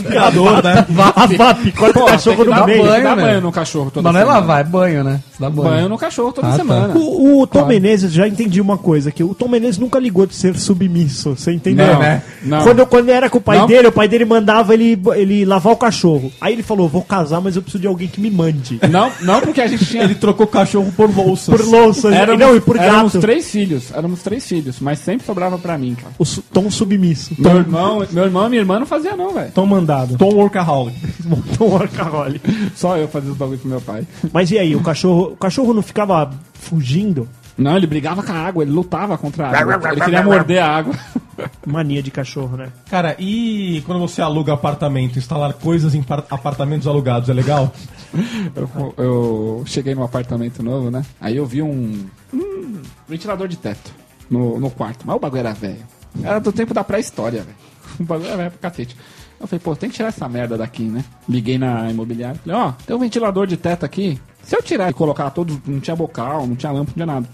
[SPEAKER 6] Criador, né?
[SPEAKER 5] A VAP, corta o cachorro
[SPEAKER 4] que
[SPEAKER 5] no
[SPEAKER 4] dar
[SPEAKER 5] meio.
[SPEAKER 4] banho.
[SPEAKER 2] Você dá
[SPEAKER 4] né?
[SPEAKER 2] banho no cachorro toda
[SPEAKER 4] Mas não é
[SPEAKER 2] semana.
[SPEAKER 4] lavar, é banho, né? Você dá banho.
[SPEAKER 2] Banho no cachorro toda
[SPEAKER 4] Ah, tá.
[SPEAKER 2] semana.
[SPEAKER 5] O, o Tom Menezes, já entendi uma coisa, que o Tom Menezes nunca ligou de ser submisso, você entendeu?
[SPEAKER 2] Não, né? Não.
[SPEAKER 5] Quando, quando era com o pai
[SPEAKER 2] Não.
[SPEAKER 5] dele, o pai dele mandava ele, ele lavar o cachorro. Aí ele falou, vou casar, mas eu preciso de alguém que me mande.
[SPEAKER 2] Não, não porque a gente tinha.
[SPEAKER 6] Ele trocou o cachorro por bolsas.
[SPEAKER 5] Por louça,
[SPEAKER 2] Éramos,
[SPEAKER 5] não, e por
[SPEAKER 2] éramos
[SPEAKER 5] gato.
[SPEAKER 2] três filhos, éramos três filhos, mas sempre sobrava pra mim, cara.
[SPEAKER 5] O su- Tom submisso.
[SPEAKER 2] Meu irmão, meu irmão e minha irmã não fazia não, velho.
[SPEAKER 3] Tom mandado.
[SPEAKER 6] Tom Workaholic.
[SPEAKER 5] Tom Arcaroli.
[SPEAKER 2] Só eu fazia os bagulho pro meu pai.
[SPEAKER 5] Mas e aí, o cachorro, o cachorro não ficava fugindo?
[SPEAKER 2] Não, ele brigava com a água, ele lutava contra a água. Ele queria morder a água.
[SPEAKER 5] Mania de cachorro, né?
[SPEAKER 6] Cara, e quando você aluga apartamento, instalar coisas em par- apartamentos alugados é legal?
[SPEAKER 2] Eu, eu cheguei num apartamento novo, né? Aí eu vi um, um ventilador de teto no, no quarto. Mas o bagulho era velho. Era do tempo da pré-história, velho. O bagulho era velho pra cacete. Eu falei, pô, tem que tirar essa merda daqui, né? Liguei na imobiliária. Falei, ó, tem um ventilador de teto aqui. Se eu tirar e colocar todos... Não tinha bocal, não tinha lâmpada, não tinha nada.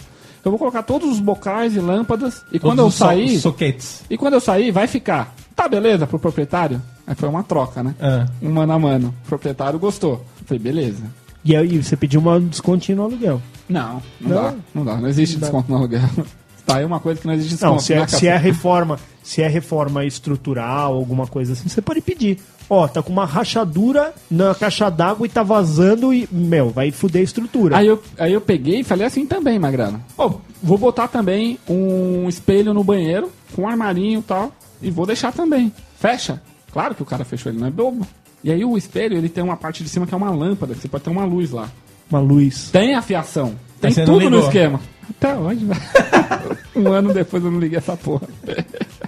[SPEAKER 2] Eu vou colocar todos os bocais e lâmpadas. E quando eu
[SPEAKER 6] Todos os so-
[SPEAKER 2] sair...
[SPEAKER 6] soquetes.
[SPEAKER 2] E quando eu sair, vai ficar. Tá beleza pro proprietário? Aí foi uma troca, né?
[SPEAKER 6] Ah.
[SPEAKER 2] Um mano a mano. O proprietário gostou. Eu Falei, beleza.
[SPEAKER 5] E aí você pediu uma descontinho no aluguel.
[SPEAKER 2] Não, não, dá. Não dá. Não existe desconto no aluguel. Tá aí uma coisa que não existe desconto.
[SPEAKER 5] Não, se
[SPEAKER 2] né,
[SPEAKER 5] é,
[SPEAKER 2] cacete?
[SPEAKER 5] se é reforma, se é reforma estrutural, alguma coisa assim, você pode pedir. Ó, tá com uma rachadura na caixa d'água e tá vazando e, meu, vai fuder a estrutura.
[SPEAKER 2] Aí eu, aí eu peguei e falei assim também, Magrano. Ó, vou botar também um espelho no banheiro, com um armarinho e tal, e vou deixar também. Fecha? Claro que o cara fechou, ele não é bobo. E aí o espelho, ele tem uma parte de cima que é uma lâmpada, que você pode ter uma luz lá.
[SPEAKER 5] Uma luz.
[SPEAKER 2] Tem a fiação. Tem
[SPEAKER 6] Mas você não
[SPEAKER 2] tudo no
[SPEAKER 6] ligou.
[SPEAKER 2] esquema. Até hoje,
[SPEAKER 5] né?
[SPEAKER 2] velho. um ano depois eu não liguei essa porra.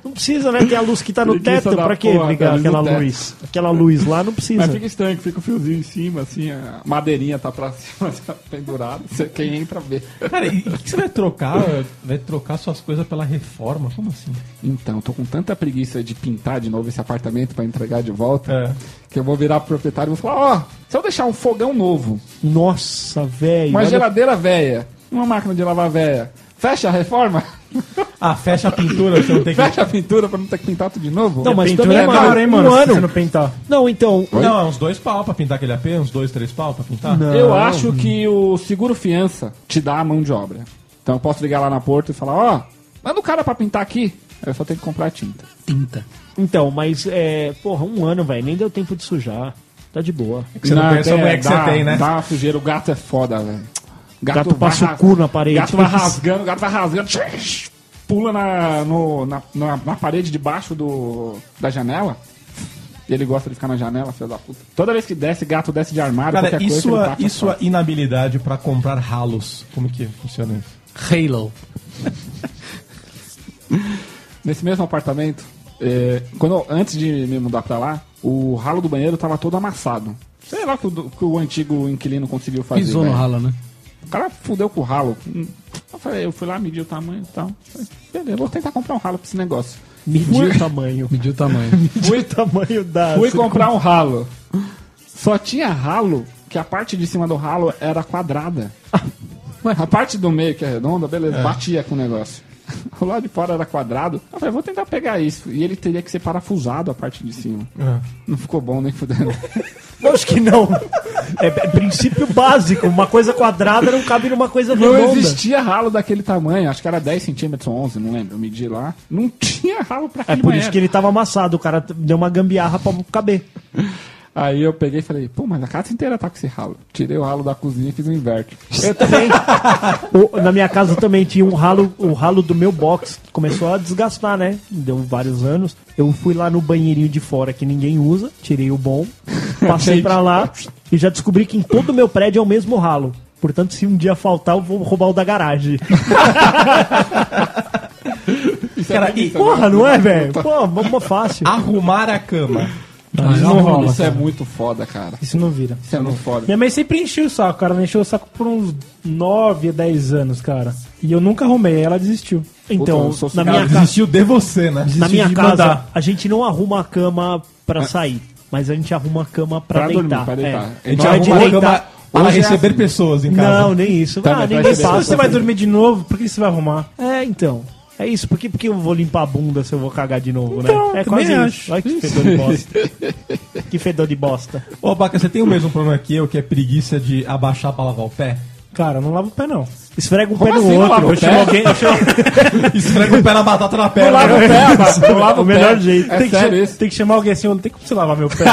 [SPEAKER 5] Não precisa, né? Tem a luz que tá no
[SPEAKER 2] Preguiça
[SPEAKER 5] teto,
[SPEAKER 2] da
[SPEAKER 5] pra quê?
[SPEAKER 2] porra,
[SPEAKER 5] ligar
[SPEAKER 2] cara,
[SPEAKER 5] aquela
[SPEAKER 2] no teto.
[SPEAKER 5] luz. Aquela luz lá não
[SPEAKER 2] Mas
[SPEAKER 6] é.
[SPEAKER 5] precisa.
[SPEAKER 2] fica estranho, que fica o fiozinho em cima, assim, a madeirinha tá pra cima, tá pendurada. Você- Quem entra vê.
[SPEAKER 6] Cara, e o que você vai trocar? Vai trocar suas coisas pela reforma? Como assim?
[SPEAKER 2] Então, tô com tanta preguiça de pintar de novo esse apartamento pra entregar de volta,
[SPEAKER 6] É.
[SPEAKER 2] que eu vou virar pro proprietário e vou falar, ó, se eu deixar um fogão novo,
[SPEAKER 5] Nossa, velho.
[SPEAKER 2] uma
[SPEAKER 5] olha-
[SPEAKER 2] geladeira velha, uma máquina de lavar velha, fecha a reforma?
[SPEAKER 6] Ah, fecha a pintura, você não tem que...
[SPEAKER 2] fecha a pintura pra não ter que pintar tudo de novo?
[SPEAKER 5] Não, mas
[SPEAKER 3] Pintura
[SPEAKER 5] também
[SPEAKER 3] é
[SPEAKER 5] é
[SPEAKER 3] caro, hein,
[SPEAKER 5] um
[SPEAKER 3] mano? Se
[SPEAKER 5] ano.
[SPEAKER 3] você não pintar.
[SPEAKER 5] Não, então.
[SPEAKER 6] Não, é uns dois pau pra pintar aquele AP, uns dois, três pau pra pintar?
[SPEAKER 5] Não.
[SPEAKER 2] Eu acho que o seguro fiança te dá a mão de obra. Então eu posso ligar lá na Porto e falar, ó, manda o cara pra pintar aqui. Aí eu só tenho que comprar a tinta.
[SPEAKER 4] Pinta.
[SPEAKER 5] Então, mas é. Porra, um ano, velho. Nem deu tempo de sujar. Tá de boa.
[SPEAKER 6] Você não pensa como é que
[SPEAKER 2] dá-
[SPEAKER 6] você tem, né?
[SPEAKER 2] Dá uma sujeira, o gato é foda, velho.
[SPEAKER 5] Gato
[SPEAKER 2] vai
[SPEAKER 5] passa o
[SPEAKER 2] ras-
[SPEAKER 5] cu na parede.
[SPEAKER 2] Gato vai rasgando, gato vai rasgando. Pula na, no- na, na, na parede debaixo do, da janela. Ele gosta de ficar na janela, filho da puta. Toda vez que desce, gato desce de armário,
[SPEAKER 6] Cara, é-
[SPEAKER 2] qualquer
[SPEAKER 6] e
[SPEAKER 2] coisa. ele
[SPEAKER 6] sua,
[SPEAKER 2] bate
[SPEAKER 6] e
[SPEAKER 2] a
[SPEAKER 6] sua inabilidade pra comprar ralos? Como que funciona isso?
[SPEAKER 4] Halo.
[SPEAKER 2] Nesse mesmo apartamento, é, quando eu- antes de me mudar pra lá, o ralo do banheiro tava todo amassado. Sei lá o que o, do- que o antigo inquilino conseguiu fazer.
[SPEAKER 4] Pisou no
[SPEAKER 2] velho.
[SPEAKER 4] ralo, né?
[SPEAKER 2] O cara fudeu com o ralo. Hum. Eu falei, eu fui lá, medi o tamanho e tal. Falei, beleza, vou tentar comprar um ralo pra esse negócio.
[SPEAKER 5] Medir o tamanho.
[SPEAKER 4] Mediu o tamanho.
[SPEAKER 5] Medir o tamanho da.
[SPEAKER 2] Fui comprar um ralo. Só tinha ralo que a parte de cima do ralo era quadrada. Ué, a parte do meio que é redonda, beleza, batia com o negócio. O lado de fora era quadrado. Eu falei, vou tentar pegar isso. E ele teria que ser parafusado a parte de cima. Não ficou bom nem fudendo.
[SPEAKER 5] Lógico que não. É, é princípio básico. Uma coisa quadrada não cabe numa coisa
[SPEAKER 2] Não
[SPEAKER 5] redonda.
[SPEAKER 2] existia ralo daquele tamanho. Acho que era 10 centímetros ou 11, não lembro. Eu medi lá. Não tinha ralo pra
[SPEAKER 5] É
[SPEAKER 2] aquele
[SPEAKER 5] por isso
[SPEAKER 2] banheiro.
[SPEAKER 5] que ele tava amassado. O cara t- deu uma gambiarra pra caber.
[SPEAKER 2] Aí eu peguei e falei, pô, mas a casa inteira tá com esse ralo. Tirei o ralo da cozinha e fiz um inverte.
[SPEAKER 5] Eu também. O- na minha casa também tinha um ralo, o ralo do meu box. Começou a desgastar, né? Deu vários anos. Eu fui lá no banheirinho de fora que ninguém usa, tirei o bom, passei pra lá e já descobri que em todo o meu prédio é o mesmo ralo. Portanto, se um dia faltar, eu vou roubar o da garagem.
[SPEAKER 2] Isso
[SPEAKER 6] Cara,
[SPEAKER 2] preguiça,
[SPEAKER 5] Porra,
[SPEAKER 2] né? Ah,
[SPEAKER 5] não é, velho? Pô, vamos fácil.
[SPEAKER 6] Arrumar a cama.
[SPEAKER 3] Não, isso não rola.
[SPEAKER 2] Isso é
[SPEAKER 3] cara.
[SPEAKER 2] muito foda, cara.
[SPEAKER 3] Isso não vira.
[SPEAKER 2] Isso é muito foda.
[SPEAKER 3] Minha mãe sempre encheu o saco, cara. Ela encheu o saco por uns 9 a 10 anos, cara. E eu nunca arrumei, aí ela desistiu.
[SPEAKER 2] eu
[SPEAKER 5] Então,
[SPEAKER 2] sou
[SPEAKER 5] na
[SPEAKER 2] sossegado.
[SPEAKER 5] minha, ca...
[SPEAKER 6] Desistiu de você, né?
[SPEAKER 5] na minha
[SPEAKER 3] de
[SPEAKER 5] casa,
[SPEAKER 3] mandar.
[SPEAKER 5] a gente não arruma a cama pra sair, mas a gente arruma a cama
[SPEAKER 2] Ah.
[SPEAKER 5] pra,
[SPEAKER 2] Pra
[SPEAKER 5] deitar.
[SPEAKER 2] dormir, pra deitar.
[SPEAKER 5] É.
[SPEAKER 6] A gente
[SPEAKER 5] Na hora
[SPEAKER 6] arruma
[SPEAKER 5] de
[SPEAKER 6] uma
[SPEAKER 5] deitar-
[SPEAKER 6] cama para
[SPEAKER 2] Hoje é
[SPEAKER 6] receber
[SPEAKER 2] assim.
[SPEAKER 6] pessoas em casa.
[SPEAKER 5] Não, nem isso.
[SPEAKER 2] Tá,
[SPEAKER 5] ah,
[SPEAKER 2] mas
[SPEAKER 5] nem
[SPEAKER 2] vai
[SPEAKER 5] passa.
[SPEAKER 3] Se você vai dormir de novo, por que você vai arrumar?
[SPEAKER 5] É, então. É isso. Por que, por que eu vou limpar a bunda se eu vou cagar de novo,
[SPEAKER 3] Então,
[SPEAKER 5] né? É
[SPEAKER 3] também
[SPEAKER 5] quase isso.
[SPEAKER 3] acho.
[SPEAKER 5] Olha que fedor de bosta. que fedor de bosta.
[SPEAKER 6] Ô, Baca, você tem o mesmo problema que eu, que é preguiça de abaixar pra lavar o pé?
[SPEAKER 3] Cara, eu não lava o pé, não.
[SPEAKER 5] Esfrega um
[SPEAKER 2] Como
[SPEAKER 5] pé no
[SPEAKER 2] assim, não lava
[SPEAKER 5] outro.
[SPEAKER 2] o
[SPEAKER 5] Eu
[SPEAKER 2] pé?
[SPEAKER 5] chamo alguém. Eu chamo...
[SPEAKER 6] Esfrega o pé na batata na perna.
[SPEAKER 2] Lava o pé, rapaz. Eu lavo
[SPEAKER 5] É o melhor jeito.
[SPEAKER 2] É
[SPEAKER 3] tem, que
[SPEAKER 2] sério
[SPEAKER 3] cha-
[SPEAKER 2] isso.
[SPEAKER 3] tem que chamar alguém assim, não tem como você lavar meu pé.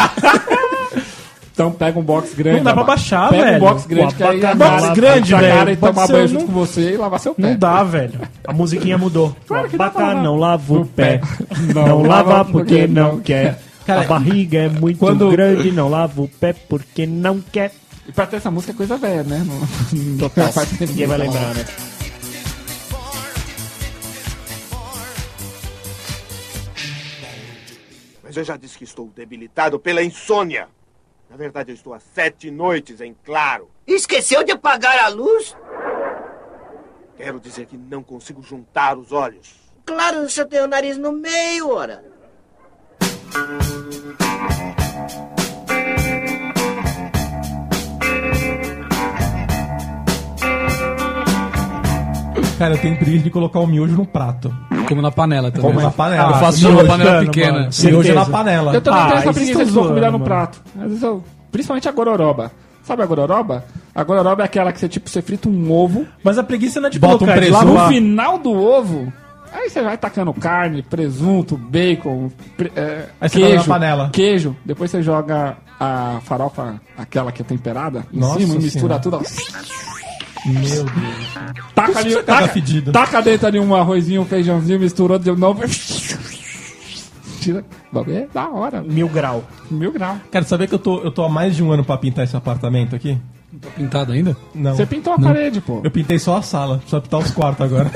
[SPEAKER 2] Então pega um box grande.
[SPEAKER 3] Não dá pra
[SPEAKER 2] rapaz.
[SPEAKER 3] baixar,
[SPEAKER 2] pega
[SPEAKER 3] velho.
[SPEAKER 2] um box grande, que aí
[SPEAKER 5] Box
[SPEAKER 2] agarra
[SPEAKER 3] grande,
[SPEAKER 2] a cara
[SPEAKER 3] velho.
[SPEAKER 2] e
[SPEAKER 3] Pode
[SPEAKER 2] tomar
[SPEAKER 3] ser,
[SPEAKER 2] banho
[SPEAKER 3] eu
[SPEAKER 2] junto
[SPEAKER 3] não-
[SPEAKER 2] com você e lavar seu pé.
[SPEAKER 3] não dá, velho.
[SPEAKER 5] A musiquinha mudou. Claro
[SPEAKER 2] que dá pra lavar.
[SPEAKER 5] não lava o pé.
[SPEAKER 2] Não,
[SPEAKER 5] Não lava porque não quer.
[SPEAKER 6] Cara,
[SPEAKER 5] a barriga é muito
[SPEAKER 6] quando-
[SPEAKER 5] grande, não lava o pé porque não quer.
[SPEAKER 2] E pra ter essa música é coisa velha, né? Não- Total. Faz tempo
[SPEAKER 5] Ninguém
[SPEAKER 2] que
[SPEAKER 5] vai
[SPEAKER 2] não
[SPEAKER 5] lembrar,
[SPEAKER 2] lava.
[SPEAKER 5] né?
[SPEAKER 8] Mas eu já disse que estou debilitado pela insônia. Na verdade, eu estou há sete noites em claro.
[SPEAKER 10] Esqueceu de apagar a luz?
[SPEAKER 8] Quero dizer que não consigo juntar os olhos.
[SPEAKER 10] Claro, eu chutei o nariz no meio, ora.
[SPEAKER 6] Cara, eu tenho preguiça de colocar o miojo no prato.
[SPEAKER 4] Como na panela também. Tá
[SPEAKER 6] Como é? na panela.
[SPEAKER 4] Eu faço de uma panela pequena.
[SPEAKER 6] Miojo na panela.
[SPEAKER 2] Eu também
[SPEAKER 3] Ah,
[SPEAKER 2] tenho essa
[SPEAKER 3] isso
[SPEAKER 2] preguiça
[SPEAKER 3] tá
[SPEAKER 2] de pôr comida
[SPEAKER 3] zoando,
[SPEAKER 2] no
[SPEAKER 3] mano.
[SPEAKER 2] prato. Às vezes eu... Principalmente a gororoba. Sabe a gororoba? A gororoba é aquela que você, tipo, você frita um ovo,
[SPEAKER 3] Mas a preguiça não é de
[SPEAKER 6] Bota um
[SPEAKER 3] colocar, é de
[SPEAKER 6] presunto.
[SPEAKER 3] lavar.
[SPEAKER 2] no final do ovo, aí você vai tacando carne, presunto, bacon, pre- é,
[SPEAKER 6] Aí você joga
[SPEAKER 2] queijo,
[SPEAKER 6] na panela.
[SPEAKER 2] queijo. Depois você joga a farofa, aquela que é temperada, em
[SPEAKER 6] Nossa
[SPEAKER 2] cima e mistura
[SPEAKER 6] Senhora.
[SPEAKER 2] tudo. ó.
[SPEAKER 6] Meu Deus.
[SPEAKER 2] Taca, ali,
[SPEAKER 6] Cada
[SPEAKER 2] taca,
[SPEAKER 6] fedido.
[SPEAKER 2] taca dentro ali um arrozinho, um feijãozinho, misturou de novo. Tira. Logo é da hora.
[SPEAKER 5] Mil grau.
[SPEAKER 2] Mil grau.
[SPEAKER 6] Quero saber que eu tô, eu tô há mais de um ano pra pintar esse apartamento aqui?
[SPEAKER 4] Não tá pintado ainda?
[SPEAKER 6] Não.
[SPEAKER 2] Você pintou a parede, pô.
[SPEAKER 6] Eu pintei só a sala, precisa pintar os quartos agora.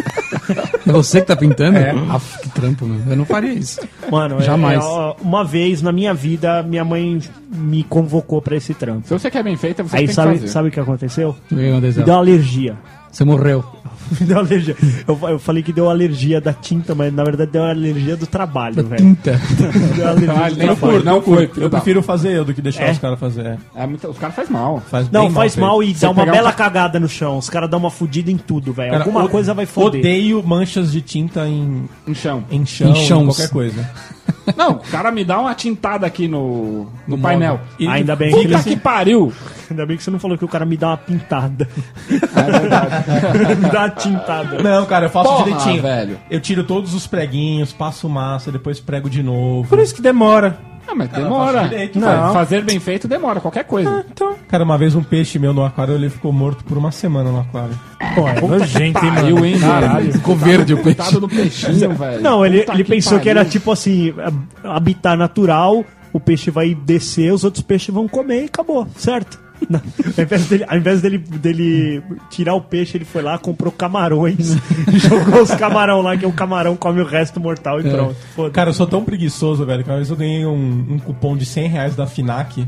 [SPEAKER 4] É você que tá pintando? É. Aff, que trampo, meu. Eu não faria isso.
[SPEAKER 5] Mano, é-
[SPEAKER 4] Jamais.
[SPEAKER 5] é, ó, uma vez na minha vida, minha mãe me convocou pra esse trampo.
[SPEAKER 2] Se você quer bem feita, você
[SPEAKER 5] Aí
[SPEAKER 2] tem que
[SPEAKER 5] sabe,
[SPEAKER 2] fazer.
[SPEAKER 5] sabe o que aconteceu?
[SPEAKER 4] Meu
[SPEAKER 5] Me
[SPEAKER 4] Deus do
[SPEAKER 5] deu
[SPEAKER 4] céu.
[SPEAKER 5] uma alergia.
[SPEAKER 4] Você morreu.
[SPEAKER 5] Me deu uma alergia. Eu, fa- eu falei que deu alergia da tinta, mas na verdade deu alergia do trabalho, velho.
[SPEAKER 4] Tinta.
[SPEAKER 5] Deu alergia
[SPEAKER 2] Ah,
[SPEAKER 5] do
[SPEAKER 2] nem
[SPEAKER 5] trabalho.
[SPEAKER 2] foi, não foi. tá. filho
[SPEAKER 6] Eu
[SPEAKER 2] da-
[SPEAKER 6] prefiro fazer eu do que deixar
[SPEAKER 5] É?
[SPEAKER 6] os caras fazer. é.
[SPEAKER 2] É muito- os caras fazem mal.
[SPEAKER 6] Faz
[SPEAKER 5] Não,
[SPEAKER 6] bem
[SPEAKER 5] faz
[SPEAKER 6] feito.
[SPEAKER 5] mal, e
[SPEAKER 2] Você
[SPEAKER 5] dá uma
[SPEAKER 2] pegar um
[SPEAKER 5] bela
[SPEAKER 2] ca-
[SPEAKER 5] cagada no chão. Os caras dão uma fudida em tudo, velho.
[SPEAKER 6] Cara,
[SPEAKER 5] Alguma
[SPEAKER 6] o-
[SPEAKER 5] coisa vai foder.
[SPEAKER 6] Odeio manchas de tinta em,
[SPEAKER 2] No chão.
[SPEAKER 6] em chão,
[SPEAKER 4] Em chãos.
[SPEAKER 6] em qualquer coisa.
[SPEAKER 2] Não, o cara me dá uma tintada aqui no, no painel.
[SPEAKER 6] E-
[SPEAKER 5] Ainda bem que
[SPEAKER 2] Puta
[SPEAKER 5] eles-
[SPEAKER 2] que pariu!
[SPEAKER 5] Ainda bem que você não falou que o cara me dá uma pintada. me dá uma tintada.
[SPEAKER 6] Não, cara, eu faço
[SPEAKER 2] Porra,
[SPEAKER 6] direitinho.
[SPEAKER 2] velho.
[SPEAKER 6] Eu tiro todos os preguinhos, passo massa, depois prego de novo.
[SPEAKER 3] Por isso que demora.
[SPEAKER 2] Ah, mas
[SPEAKER 6] Cara,
[SPEAKER 2] demora.
[SPEAKER 6] faz direito,
[SPEAKER 2] Fa-
[SPEAKER 6] faz.
[SPEAKER 2] Fazer bem feito demora, qualquer coisa.
[SPEAKER 6] Cara, uma vez um peixe meu no aquário, ele ficou morto por uma semana no aquário.
[SPEAKER 3] Pô, é nojento, hein, mano.
[SPEAKER 2] Pariu, hein, caralho.
[SPEAKER 4] Ficou verde o peixe.
[SPEAKER 2] Coitado do peixinho, velho.
[SPEAKER 5] Não, ele,
[SPEAKER 2] Puta
[SPEAKER 5] ele pensou que era
[SPEAKER 2] pariu.
[SPEAKER 5] tipo assim, hab- habitat natural, o peixe vai descer, os outros peixes vão comer e acabou, certo? Não, ao invés, dele, ao invés dele, dele tirar o peixe, ele foi lá, comprou camarões e jogou os camarão lá, que o camarão come o resto mortal e pronto. Foda-se.
[SPEAKER 6] Cara, eu sou tão preguiçoso, velho, que uma vez eu ganhei um, um cupom de 100 reais da FINAC.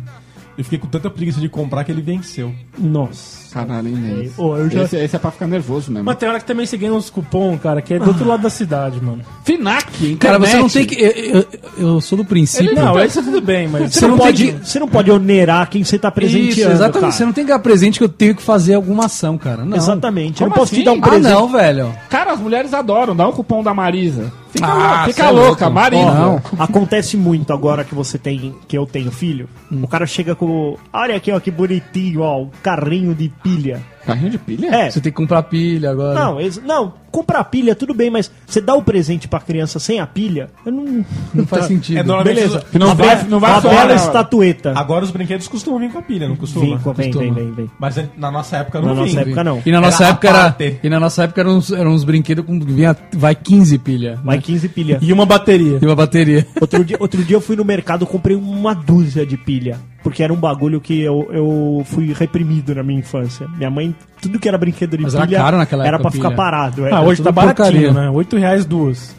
[SPEAKER 6] Eu fiquei com tanta preguiça de comprar que ele venceu.
[SPEAKER 5] Nossa.
[SPEAKER 2] Caralho, hein, Denis.
[SPEAKER 5] Ô, eu já-
[SPEAKER 2] esse, esse é pra ficar nervoso mesmo.
[SPEAKER 3] Mas tem hora que também você ganha uns cupom, cara, que é do outro lado da cidade, mano.
[SPEAKER 2] Finac, internet.
[SPEAKER 4] Cara, você não tem que. Eu, eu- eu sou do princípio.
[SPEAKER 3] Não, é isso tudo bem, mas...
[SPEAKER 5] Você não,
[SPEAKER 4] não tem
[SPEAKER 5] pode, você não pode onerar quem você tá presenteando.
[SPEAKER 4] Isso, exatamente.
[SPEAKER 5] cara.
[SPEAKER 4] Você não tem que dar presente que eu tenho que fazer alguma ação, cara. Não.
[SPEAKER 5] Exatamente. Eu não
[SPEAKER 2] Como
[SPEAKER 5] posso
[SPEAKER 2] assim?
[SPEAKER 5] te dar um
[SPEAKER 4] Ah,
[SPEAKER 5] presente.
[SPEAKER 4] não, velho.
[SPEAKER 2] Cara, as mulheres adoram, dá um cupom da Marisa. Fica,
[SPEAKER 4] Ah,
[SPEAKER 2] louca,
[SPEAKER 4] cê
[SPEAKER 2] fica
[SPEAKER 4] é
[SPEAKER 2] louca,
[SPEAKER 4] louco.
[SPEAKER 2] Marisa.
[SPEAKER 5] Ó,
[SPEAKER 4] Não.
[SPEAKER 5] acontece muito agora que você tem, que eu tenho filho. O cara chega com, olha aqui, ó, que bonitinho, ó, um carrinho de pilha.
[SPEAKER 2] Carrinho de pilha?
[SPEAKER 5] É.
[SPEAKER 4] Você tá tem que comprar pilha agora.
[SPEAKER 5] Não, eles- não, comprar pilha tudo bem, mas você dá o presente pra criança sem a pilha, eu não
[SPEAKER 4] Não faz
[SPEAKER 5] então,
[SPEAKER 4] sentido.
[SPEAKER 6] É normalmente
[SPEAKER 5] Beleza.
[SPEAKER 6] os-
[SPEAKER 2] Não
[SPEAKER 5] Uma
[SPEAKER 2] vai-
[SPEAKER 5] be-
[SPEAKER 2] não Ah, vai
[SPEAKER 5] uma
[SPEAKER 2] sobrar na
[SPEAKER 5] bela
[SPEAKER 2] hora.
[SPEAKER 5] estatueta.
[SPEAKER 6] Agora os brinquedos costumam vir com a pilha, não
[SPEAKER 5] Vem,
[SPEAKER 6] costuma?
[SPEAKER 5] vem, vem,
[SPEAKER 4] costuma.
[SPEAKER 5] vem, vem.
[SPEAKER 6] Mas é, na nossa época não
[SPEAKER 5] Na
[SPEAKER 6] vinha.
[SPEAKER 5] nossa é época não.
[SPEAKER 4] E na nossa
[SPEAKER 6] Era
[SPEAKER 4] época era.
[SPEAKER 6] aparte.
[SPEAKER 4] E na nossa época eram uns, eram uns brinquedos com vinha, vai 15 pilha.
[SPEAKER 5] Vai 15 pilha.
[SPEAKER 3] E uma bateria.
[SPEAKER 4] E uma bateria.
[SPEAKER 5] Outro dia, outro dia eu fui no mercado comprei uma dúzia de pilha. Porque era um bagulho que eu, eu fui reprimido na minha infância. Minha mãe, tudo que era brinquedo de
[SPEAKER 4] Mas era
[SPEAKER 5] pilha
[SPEAKER 4] caro naquela
[SPEAKER 5] era
[SPEAKER 4] época,
[SPEAKER 5] pra ficar
[SPEAKER 4] pilha.
[SPEAKER 2] é
[SPEAKER 4] tá
[SPEAKER 5] parado. é.
[SPEAKER 3] Ah,
[SPEAKER 5] era
[SPEAKER 3] hoje
[SPEAKER 5] tudo
[SPEAKER 3] tá baratinho,
[SPEAKER 4] porcaria.
[SPEAKER 3] né? 8 reais duas.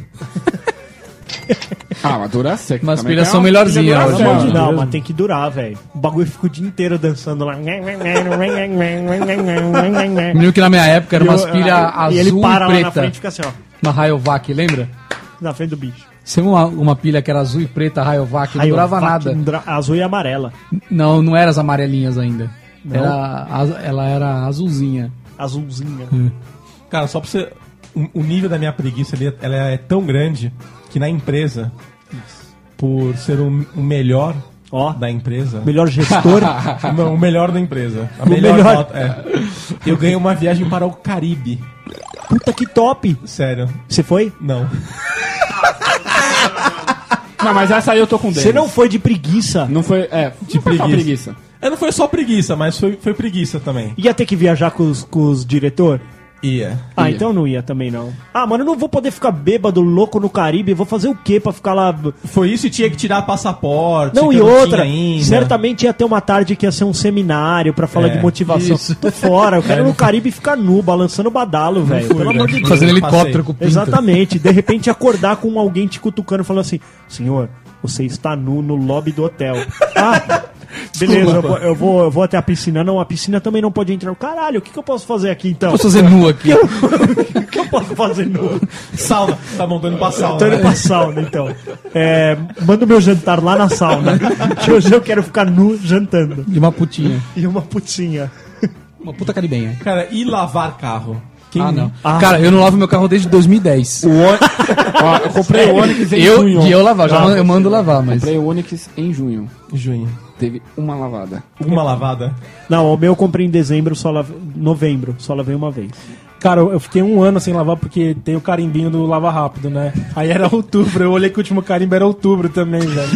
[SPEAKER 2] Ah, uma Duracex.
[SPEAKER 4] Uma
[SPEAKER 2] também
[SPEAKER 4] aspiração
[SPEAKER 2] tem uma-
[SPEAKER 4] melhorzinha,
[SPEAKER 2] tem uma
[SPEAKER 4] hoje, é
[SPEAKER 2] Duracex.
[SPEAKER 4] mano.
[SPEAKER 5] Não, mas tem que durar, velho. O bagulho fica o dia inteiro dançando lá.
[SPEAKER 4] Eu lembro que na minha época era umas
[SPEAKER 5] E eu- é,
[SPEAKER 4] pilhas
[SPEAKER 5] E
[SPEAKER 4] azul
[SPEAKER 5] ele para
[SPEAKER 4] e
[SPEAKER 5] lá na
[SPEAKER 4] preta.
[SPEAKER 5] frente e fica assim, ó.
[SPEAKER 4] Uma Rayovac, lembra?
[SPEAKER 5] Na frente do bicho.
[SPEAKER 4] Você viu uma, uma pilha que era azul e preta, Rayovac, não durava
[SPEAKER 5] Rayovac,
[SPEAKER 4] nada.
[SPEAKER 5] não dura- um Azul e amarela.
[SPEAKER 4] Não, não era as amarelinhas ainda. Era, az- ela era azulzinha.
[SPEAKER 5] Azulzinha.
[SPEAKER 6] Cara, só pra você. O, o nível da minha preguiça ali, ela é tão grande que na empresa, por ser o, o melhor
[SPEAKER 5] Ó,
[SPEAKER 6] da empresa.
[SPEAKER 5] melhor gestor.
[SPEAKER 6] Não, o melhor da empresa. A
[SPEAKER 5] O
[SPEAKER 6] melhor,
[SPEAKER 5] melhor.
[SPEAKER 6] nota, é. Eu ganhei uma viagem para o Caribe.
[SPEAKER 5] Puta que top.
[SPEAKER 6] Sério.
[SPEAKER 5] Você foi?
[SPEAKER 6] Não.
[SPEAKER 2] Não, mas essa aí eu tô com Denis.
[SPEAKER 5] Você não foi de preguiça.
[SPEAKER 2] Não foi. É, de não foi só preguiça.
[SPEAKER 6] É, não foi só preguiça, mas foi, foi preguiça também.
[SPEAKER 5] Ia ter que viajar com os, com os diretor?
[SPEAKER 6] Ia.
[SPEAKER 5] Ah,
[SPEAKER 2] Ia.
[SPEAKER 5] então não ia também não. Ah, mano, eu não vou poder ficar bêbado, louco no Caribe. Vou fazer o quê pra ficar lá.
[SPEAKER 6] Foi isso e tinha que tirar passaporte.
[SPEAKER 5] Não,
[SPEAKER 6] que
[SPEAKER 5] e
[SPEAKER 6] tinha
[SPEAKER 5] outra. tá-
[SPEAKER 6] ainda.
[SPEAKER 5] Certamente ia ter uma tarde que ia ser um seminário pra falar
[SPEAKER 6] É,
[SPEAKER 5] de motivação. Tô fora. O cara no Caribe fica nu, balançando badalo, velho.
[SPEAKER 6] fui, né?
[SPEAKER 5] Pelo amor de
[SPEAKER 6] velho.
[SPEAKER 5] Deus.
[SPEAKER 4] Fazendo
[SPEAKER 6] Passei.
[SPEAKER 4] helicóptero com o pinto.
[SPEAKER 5] Exatamente. De repente acordar com alguém te cutucando e falando assim: Senhor, você está nu no lobby do hotel. Ah, beleza, eu vou, eu, vou, eu vou até a piscina. Não, a piscina também não pode entrar. Caralho, o que, que eu posso fazer aqui então?
[SPEAKER 4] Posso fazer nu aqui?
[SPEAKER 5] O que eu posso fazer nu?
[SPEAKER 6] Sauna. Tá mandando pra sauna.
[SPEAKER 5] Tô indo pra sauna então. É, manda o meu jantar lá na sauna. Que hoje eu quero ficar nu jantando.
[SPEAKER 4] E uma putinha.
[SPEAKER 5] E uma putinha.
[SPEAKER 4] Uma puta caribenha.
[SPEAKER 6] Cara, e lavar carro? Quem
[SPEAKER 4] Ah, não.
[SPEAKER 5] Ah.
[SPEAKER 4] Cara, eu não lavo meu carro desde 2010.
[SPEAKER 2] Ó, eu comprei o Onix em
[SPEAKER 4] Eu,
[SPEAKER 2] junho.
[SPEAKER 4] e eu lavar, já mando- eu mando lavar, mas.
[SPEAKER 2] Comprei o Onix em junho.
[SPEAKER 6] Junho.
[SPEAKER 2] Teve uma lavada.
[SPEAKER 6] Uma lavada?
[SPEAKER 5] Não, o meu eu comprei em dezembro, só lave... novembro, só lavei uma vez.
[SPEAKER 3] Cara, eu eu fiquei um ano sem lavar porque tem o carimbinho do Lava Rápido, né? Aí era outubro, eu olhei que o último carimbo era outubro também, velho.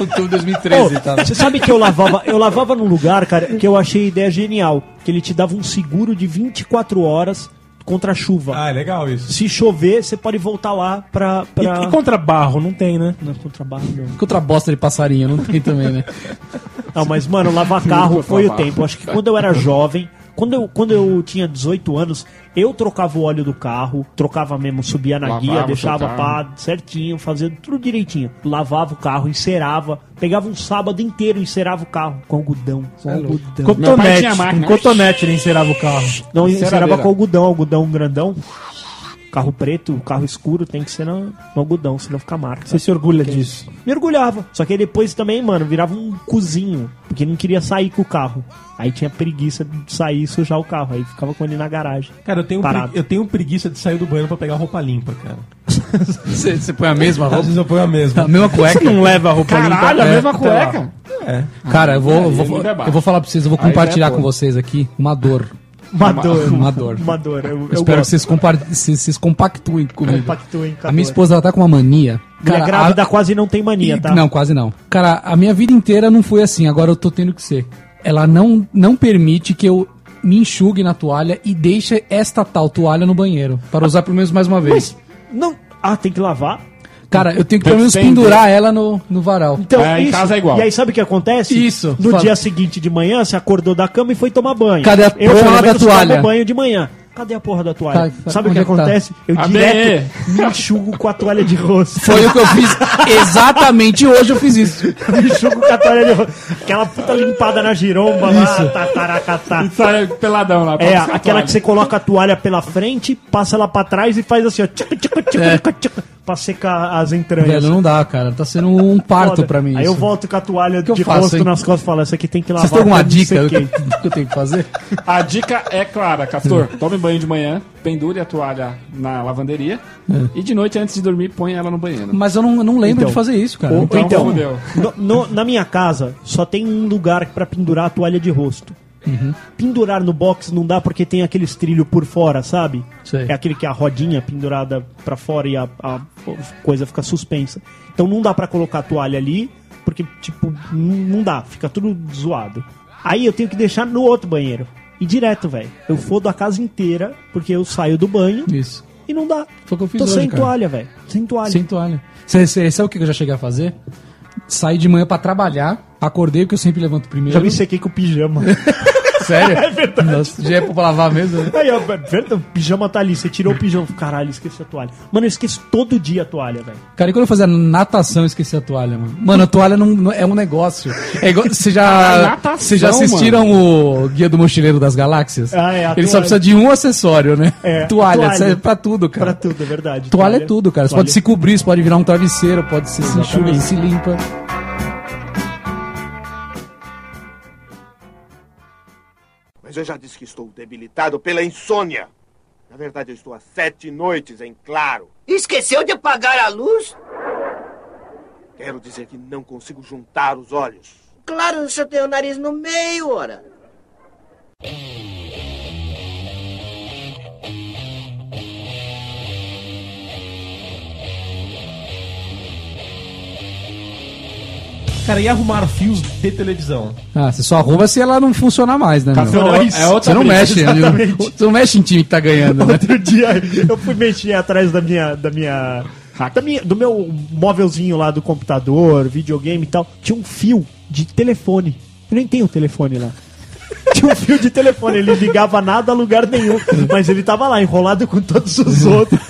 [SPEAKER 4] Outubro de 2013, tá?
[SPEAKER 5] Você sabe que eu lavava, eu lavava num lugar, cara, que eu achei a ideia genial, que ele te dava um seguro de 24 horas contra a chuva.
[SPEAKER 6] Ah, é legal isso.
[SPEAKER 5] Se chover, você pode voltar lá pra.
[SPEAKER 3] E,
[SPEAKER 5] pra...
[SPEAKER 3] e contra barro? Não tem, né?
[SPEAKER 5] Não, contra barro, não.
[SPEAKER 4] Que outra bosta de passarinho, não tem também, né?
[SPEAKER 5] Não, mas, mano, lavar carro foi o
[SPEAKER 2] Lavar.
[SPEAKER 5] tempo. Acho que quando eu era jovem, quando eu, quando eu tinha 18 anos, eu trocava o óleo do carro, trocava mesmo, subia na
[SPEAKER 2] Lavava
[SPEAKER 5] guia,
[SPEAKER 2] o
[SPEAKER 5] deixava
[SPEAKER 2] seu
[SPEAKER 5] pá,
[SPEAKER 2] carro.
[SPEAKER 5] certinho, fazia tudo direitinho. Lavava o carro, encerava, pegava um sábado inteiro, encerava o carro com algodão. Com algodão.
[SPEAKER 3] Então,
[SPEAKER 2] Meu pai
[SPEAKER 3] Cotonete.
[SPEAKER 2] tinha máquina.
[SPEAKER 3] Com cotonete ele encerava o carro.
[SPEAKER 5] Não, encerava
[SPEAKER 2] Enceradeira.
[SPEAKER 5] com algodão, algodão grandão. Carro preto, carro escuro, tem que ser na- no algodão, senão fica marca.
[SPEAKER 3] Você se orgulha disso.
[SPEAKER 5] Mergulhava. Só que aí depois também, mano, virava um cozinho. Porque não queria sair com o carro. Aí tinha preguiça de sair e sujar o carro. Aí ficava com ele na garagem.
[SPEAKER 6] Cara, eu tenho, pre-
[SPEAKER 5] Parado.
[SPEAKER 6] eu tenho preguiça de sair do banheiro pra pegar roupa limpa, cara.
[SPEAKER 4] Você você põe a mesma
[SPEAKER 5] Tá.
[SPEAKER 6] Às
[SPEAKER 4] roupa?
[SPEAKER 6] vezes eu ponho a mesma.
[SPEAKER 4] A mesma cueca?
[SPEAKER 3] Não leva a roupa
[SPEAKER 2] Caralho,
[SPEAKER 3] limpa.
[SPEAKER 2] a
[SPEAKER 3] É,
[SPEAKER 2] mesma
[SPEAKER 3] até lá.
[SPEAKER 2] cueca.
[SPEAKER 4] Cara, eu vou, eu vou,
[SPEAKER 2] Aí não é baixo.
[SPEAKER 4] eu vou falar pra vocês, eu vou
[SPEAKER 2] Aí
[SPEAKER 4] compartilhar
[SPEAKER 2] já é
[SPEAKER 4] com
[SPEAKER 2] boa.
[SPEAKER 4] vocês aqui uma dor.
[SPEAKER 5] Uma dor.
[SPEAKER 4] uma dor.
[SPEAKER 5] Uma dor. Eu, eu
[SPEAKER 4] Eu espero que
[SPEAKER 5] gosto.
[SPEAKER 4] vocês, compar- vocês- vocês compactuem comigo.
[SPEAKER 5] Compactuem com a
[SPEAKER 4] A minha
[SPEAKER 5] dor.
[SPEAKER 4] esposa ela tá com uma mania.
[SPEAKER 5] Mulher
[SPEAKER 4] Cara,
[SPEAKER 5] grávida
[SPEAKER 4] a-
[SPEAKER 5] quase não tem mania, tá?
[SPEAKER 4] Não, quase não. Cara, a minha vida inteira não foi assim, agora eu tô tendo que ser. Ela não, não permite que eu me enxugue na toalha e deixe esta tal toalha no banheiro. Para usar pelo menos mais uma vez.
[SPEAKER 5] Mas, não. Ah, tem que lavar?
[SPEAKER 4] Cara, eu tenho que pelo menos
[SPEAKER 2] Depende.
[SPEAKER 4] pendurar ela no, no varal.
[SPEAKER 5] Então,
[SPEAKER 2] É, em casa é igual.
[SPEAKER 5] E aí sabe o que acontece?
[SPEAKER 4] Isso.
[SPEAKER 5] No
[SPEAKER 4] Fala.
[SPEAKER 5] dia seguinte de manhã, você acordou da cama e foi tomar banho.
[SPEAKER 4] Cadê a
[SPEAKER 5] eu,
[SPEAKER 4] porra
[SPEAKER 5] pelo
[SPEAKER 4] da
[SPEAKER 5] menos,
[SPEAKER 4] toalha?
[SPEAKER 5] tomo banho de manhã. Cadê a porra da toalha?
[SPEAKER 4] Tá, tá,
[SPEAKER 5] sabe o que
[SPEAKER 4] onde é que tá?
[SPEAKER 5] acontece? Eu
[SPEAKER 2] A
[SPEAKER 5] direto me enxugo com a toalha de rosto.
[SPEAKER 4] Foi o que eu fiz. Exatamente hoje eu fiz isso.
[SPEAKER 5] me enxugo com a toalha de rosto. Aquela puta limpada na giromba lá, tataracatá.
[SPEAKER 2] E sai peladão lá. pra
[SPEAKER 5] É,
[SPEAKER 2] buscar a
[SPEAKER 5] aquela
[SPEAKER 2] toalha.
[SPEAKER 5] que você coloca a toalha pela frente, passa ela pra trás e faz assim, ó. Tchic, tchic, tchic, tchic, tchic, pra secar as entranhas.
[SPEAKER 4] É. Velho, não dá, cara. Tá sendo um parto
[SPEAKER 5] Foda.
[SPEAKER 4] pra mim.
[SPEAKER 5] Aí eu
[SPEAKER 4] isso.
[SPEAKER 5] volto com a toalha
[SPEAKER 4] que eu
[SPEAKER 5] de
[SPEAKER 4] faço,
[SPEAKER 5] rosto
[SPEAKER 4] hein?
[SPEAKER 5] nas costas e falo, essa aqui tem que lavar.
[SPEAKER 4] Vocês têm alguma
[SPEAKER 5] porque não
[SPEAKER 4] dica
[SPEAKER 5] sei
[SPEAKER 4] do que,
[SPEAKER 5] quem.
[SPEAKER 4] do que eu tenho que fazer?
[SPEAKER 2] A dica é clara, Castor. Tome banho de manhã, pendure a toalha na lavanderia e de noite, antes de dormir, põe ela no banheiro.
[SPEAKER 4] Mas eu não, eu não lembro
[SPEAKER 5] Então,
[SPEAKER 4] de fazer isso, cara.
[SPEAKER 5] Ou-
[SPEAKER 2] Então,
[SPEAKER 5] Então,
[SPEAKER 2] fudeu.
[SPEAKER 5] no- no- na minha casa só tem um lugar pra pendurar a toalha de rosto.
[SPEAKER 4] Uhum.
[SPEAKER 5] Pendurar no box não dá porque tem aqueles trilhos por fora, sabe?
[SPEAKER 4] Sei.
[SPEAKER 5] É aquele que é a rodinha pendurada pra fora e a, a coisa fica suspensa. Então não dá pra colocar a toalha ali porque, tipo, n- não dá, fica tudo zoado. Aí eu tenho que deixar no outro banheiro. E direto, velho. Eu fodo a casa inteira porque eu saio do banho
[SPEAKER 4] Isso.
[SPEAKER 5] e não dá.
[SPEAKER 4] Foi o que eu fiz
[SPEAKER 5] Tô
[SPEAKER 4] hoje,
[SPEAKER 5] sem
[SPEAKER 4] cara.
[SPEAKER 5] toalha, velho. Sem toalha.
[SPEAKER 4] Sem toalha. Você, você, sabe o que eu já cheguei a fazer? Saí de manhã pra trabalhar, acordei, porque eu sempre levanto primeiro.
[SPEAKER 5] Já me sequei com o pijama.
[SPEAKER 4] Sério? É verdade. Nossa, já é pra lavar mesmo? né?
[SPEAKER 5] Aí, ó, é verdade, o pijama tá ali. Você tirou o pijama. Caralho, esqueci a toalha. Mano, eu esqueço todo dia a toalha, velho.
[SPEAKER 4] Cara, e quando eu fazia natação, eu esqueci a toalha, mano. Mano, a toalha não, não- é um negócio. É igual, você
[SPEAKER 5] Ah,
[SPEAKER 2] Caralho,
[SPEAKER 4] já,
[SPEAKER 2] natação,
[SPEAKER 4] vocês já assistiram o Guia do Mochileiro das Galáxias?
[SPEAKER 5] Ah, é, a
[SPEAKER 4] Ele só
[SPEAKER 5] toalha.
[SPEAKER 4] precisa de um acessório, né?
[SPEAKER 5] É,
[SPEAKER 4] toalha,
[SPEAKER 5] toalha.
[SPEAKER 4] serve pra tudo, cara.
[SPEAKER 5] Pra tudo, é verdade.
[SPEAKER 4] Toalha é tudo, cara. Você
[SPEAKER 5] toalha.
[SPEAKER 4] pode se cobrir, você pode virar um travesseiro, pode se se enxuga, se limpa.
[SPEAKER 8] Mas eu já disse que estou debilitado pela insônia. Na verdade, eu estou há sete noites em claro.
[SPEAKER 10] Esqueceu de apagar a luz?
[SPEAKER 8] Quero dizer que não consigo juntar os olhos.
[SPEAKER 10] Claro, se eu tenho o nariz no meio, ora.
[SPEAKER 6] Cara, e arrumar fios de televisão?
[SPEAKER 4] Ah, você só arruma se ela não funcionar mais, né? meu?
[SPEAKER 6] é outra
[SPEAKER 4] Você não
[SPEAKER 6] briga.
[SPEAKER 4] mexe, né? Você não mexe em time que tá ganhando, né?
[SPEAKER 5] Outro dia eu fui mexer atrás da minha. Da minha, da minha- do meu móvelzinho lá do computador, videogame e tal. Tinha um fio de telefone. Eu nem tenho telefone lá. Tinha um fio de telefone, ele ligava nada a lugar nenhum. Mas ele tava lá, enrolado com todos os outros.